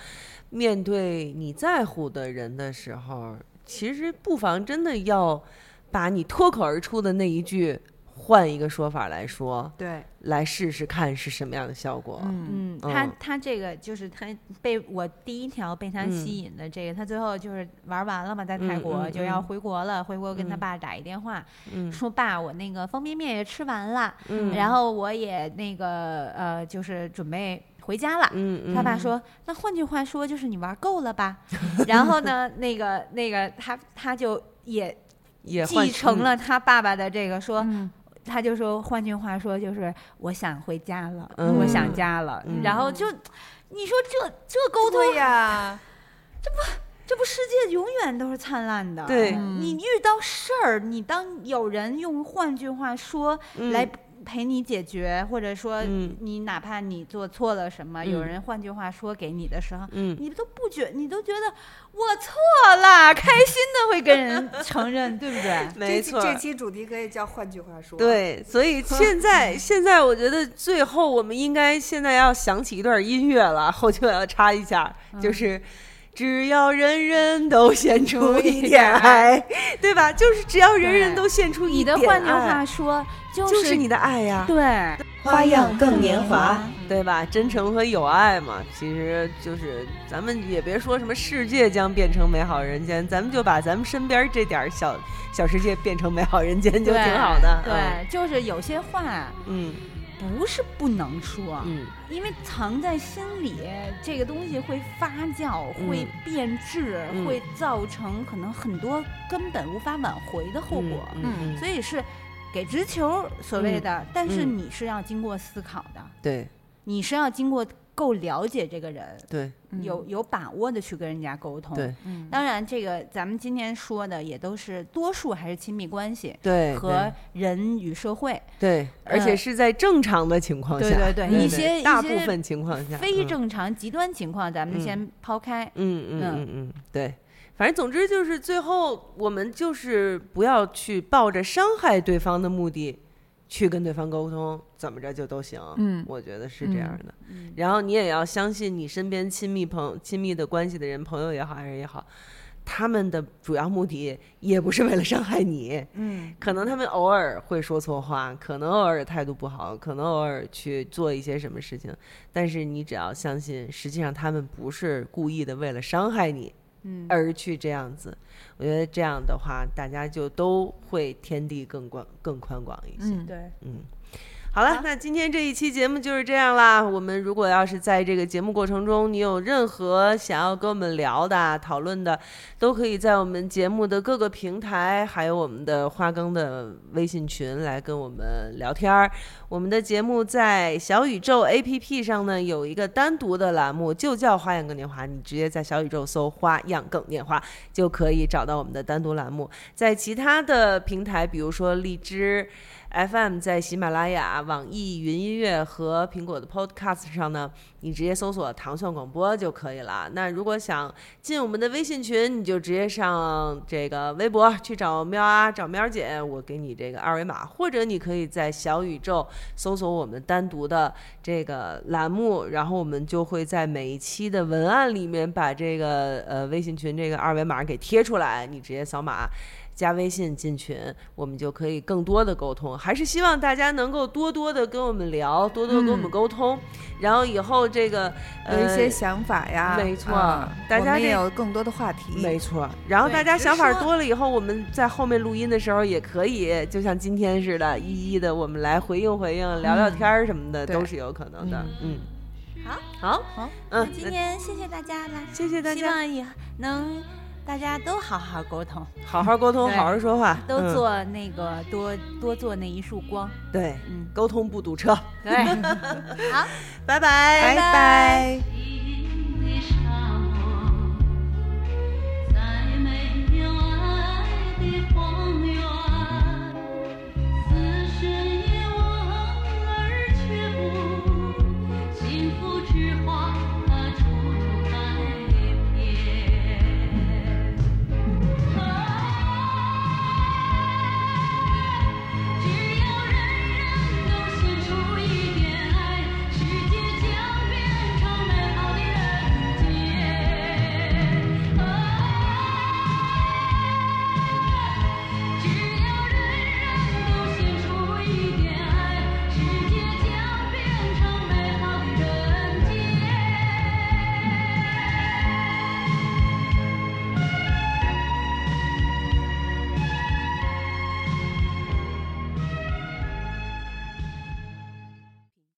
Speaker 1: 面对你在乎的人的时候，其实不妨真的要把你脱口而出的那一句换一个说法来说，
Speaker 2: 对，
Speaker 1: 来试试看是什么样的效果。
Speaker 2: 嗯，
Speaker 6: 嗯，他
Speaker 1: 嗯
Speaker 6: 他这个就是他被我第一条被他吸引的这个，他最后就是玩完了嘛，在泰
Speaker 1: 嗯
Speaker 6: 国
Speaker 1: 嗯
Speaker 6: 就要
Speaker 1: 嗯
Speaker 6: 回国了，回国跟他
Speaker 1: 嗯
Speaker 6: 爸打一电话，
Speaker 1: 嗯
Speaker 6: 说爸，我那个方便面也吃完了，
Speaker 1: 嗯
Speaker 6: 然后我也那个呃，就是准备回家了。
Speaker 1: 嗯嗯，
Speaker 6: 他爸说：“那换句话说，就是你玩够 了吧？”然后呢，那个那个他他就也
Speaker 1: 也换嗯
Speaker 6: 继承了他爸爸的这个说，他就说，换句话说就是我想回家了，
Speaker 1: 嗯
Speaker 6: 我想家了。
Speaker 1: 嗯
Speaker 6: 然后就你说这这沟通，
Speaker 2: 对呀，
Speaker 6: 这不世界永远都是灿烂的。
Speaker 1: 对
Speaker 6: 你遇到事儿，你当有人用换句话说
Speaker 1: 嗯
Speaker 6: 来陪你解决，或者说
Speaker 1: 嗯
Speaker 6: 你哪怕你做错了什么，有
Speaker 1: 嗯
Speaker 6: 人换句话说给你的时候，
Speaker 1: 嗯
Speaker 6: 你都不觉，你都觉得我错了，开心的会跟人承认，对不对？
Speaker 1: 没错，
Speaker 2: 这期这期主题可以叫换句话说。，
Speaker 1: 对，所 以现在现在我觉得最后我们应该现在要想起一段音乐了， 后就要插一下，就是。只要人人都献出一点爱，对吧？就是只要人人都献 出一
Speaker 6: 你的
Speaker 1: 点爱，
Speaker 6: 换句话说就
Speaker 1: 就是是你的爱呀，
Speaker 6: 对
Speaker 3: 花样更年华。
Speaker 1: 对吧？真诚和友爱嘛，其实就是咱们也别说什么世界将变成美好人间，咱们就把咱们身边这点儿小小世界变成美好人间就
Speaker 6: 对
Speaker 1: 挺好的。
Speaker 6: 对，就是有些话
Speaker 1: 嗯，
Speaker 6: 不是不能说，
Speaker 1: 嗯
Speaker 6: 因为藏在心里这个东西会发酵、
Speaker 1: 嗯
Speaker 6: 会变质、
Speaker 1: 嗯
Speaker 6: 会造成可能很多根本无法挽回的后
Speaker 1: 嗯，
Speaker 6: 果，
Speaker 1: 嗯，嗯
Speaker 6: 所以是给直球所谓的，但是
Speaker 1: 嗯
Speaker 6: 你是要经过思考的，
Speaker 1: 对
Speaker 6: 你是要经过够了解这个人，
Speaker 1: 对
Speaker 6: 有有把握的去跟人家沟通。
Speaker 1: 嗯对。嗯
Speaker 6: 当然，这个咱们今天说的也都是多数还是亲密关系
Speaker 1: 对
Speaker 6: 和人与社会。
Speaker 1: 对，对而且
Speaker 6: 呃
Speaker 1: 是在正常的情况下，
Speaker 6: 对对对一些一
Speaker 1: 大部
Speaker 6: 些
Speaker 1: 分情况下
Speaker 6: 非
Speaker 1: 嗯
Speaker 6: 正常、极端情况，咱们
Speaker 1: 嗯
Speaker 6: 先抛开。
Speaker 1: 嗯嗯
Speaker 6: 嗯
Speaker 1: 嗯嗯，对。反正总之就是，最后我们就是不要去抱着伤害对方的目的去跟对方沟通，怎么着就都行。
Speaker 7: 嗯
Speaker 1: 我觉得是这样的。嗯然后你也要相信你身边亲密朋亲密的关系的人，朋友也好，爱人也好，他们的主要目的也不是为了伤害你。
Speaker 2: 嗯，
Speaker 1: 可能他们偶尔会说错话，可能偶尔态度不好，可能偶尔去做一些什么事情，但是你只要相信，实际上他们不是故意的为了伤害你，嗯，而去这样子。我觉得这样的话，大家就都会天地更广、更宽广一些。
Speaker 7: 嗯，
Speaker 6: 对，
Speaker 1: 好了，那今天这一期节目就是这样啦。我们如果要是在这个节目过程中，你有任何想要跟我们聊的啊、讨论的，都可以在我们节目的各个平台，还有我们的花更的微信群来跟我们聊天儿。我们的节目在小宇宙 APP 上呢有一个单独的栏目，就叫“花样更年华”，你直接在小宇宙搜“花样更年华”就可以找到我们的单独栏目。在其他的平台，比如说荔枝。FM 在喜马拉雅、网易云音乐和苹果的 Podcast 上呢，你直接搜索“糖蒜广播”就可以了。那如果想进我们的微信群，你就直接上这个微博去找喵啊，找喵姐，我给你这个二维码，或者你可以在小宇宙搜索我们单独的这个栏目，然后我们就会在每一期的文案里面把这个呃微信群这个二维码给贴出来，你直接扫码。加微信进群，我们就可以更多的沟通。还是希望大家能够多多的跟我们聊，多多地跟我们
Speaker 2: 嗯
Speaker 1: 沟通。然后以后这个呃
Speaker 2: 有一些想法呀，
Speaker 1: 没错
Speaker 2: 啊
Speaker 1: 大
Speaker 2: 我
Speaker 1: 家
Speaker 2: 们也
Speaker 1: 这
Speaker 2: 有更多的话
Speaker 6: 嗯
Speaker 2: 题，
Speaker 1: 没错，然后
Speaker 6: 对
Speaker 1: 大家
Speaker 6: 直
Speaker 1: 想法
Speaker 6: 说
Speaker 1: 多了以后，我们在后面录音的时候也可以，就像今天似的，一一的我们来回应回应、聊聊天儿什么的，
Speaker 2: 对
Speaker 1: 都是有可能的。嗯，
Speaker 6: 嗯好，
Speaker 1: 好，
Speaker 2: 好，
Speaker 6: 那
Speaker 1: 嗯，
Speaker 6: 今
Speaker 1: 那
Speaker 6: 天谢谢大家啦，
Speaker 1: 谢谢大
Speaker 6: 希
Speaker 1: 家，
Speaker 6: 望以后能大家都好好沟通，
Speaker 1: 好好沟通，
Speaker 6: 对
Speaker 1: 好好说话，
Speaker 6: 都
Speaker 1: 嗯
Speaker 6: 做那个多多做那一束 光。
Speaker 1: 对，
Speaker 6: 嗯，
Speaker 1: 沟通不堵车，
Speaker 6: 对，好，
Speaker 1: 拜拜
Speaker 2: 拜拜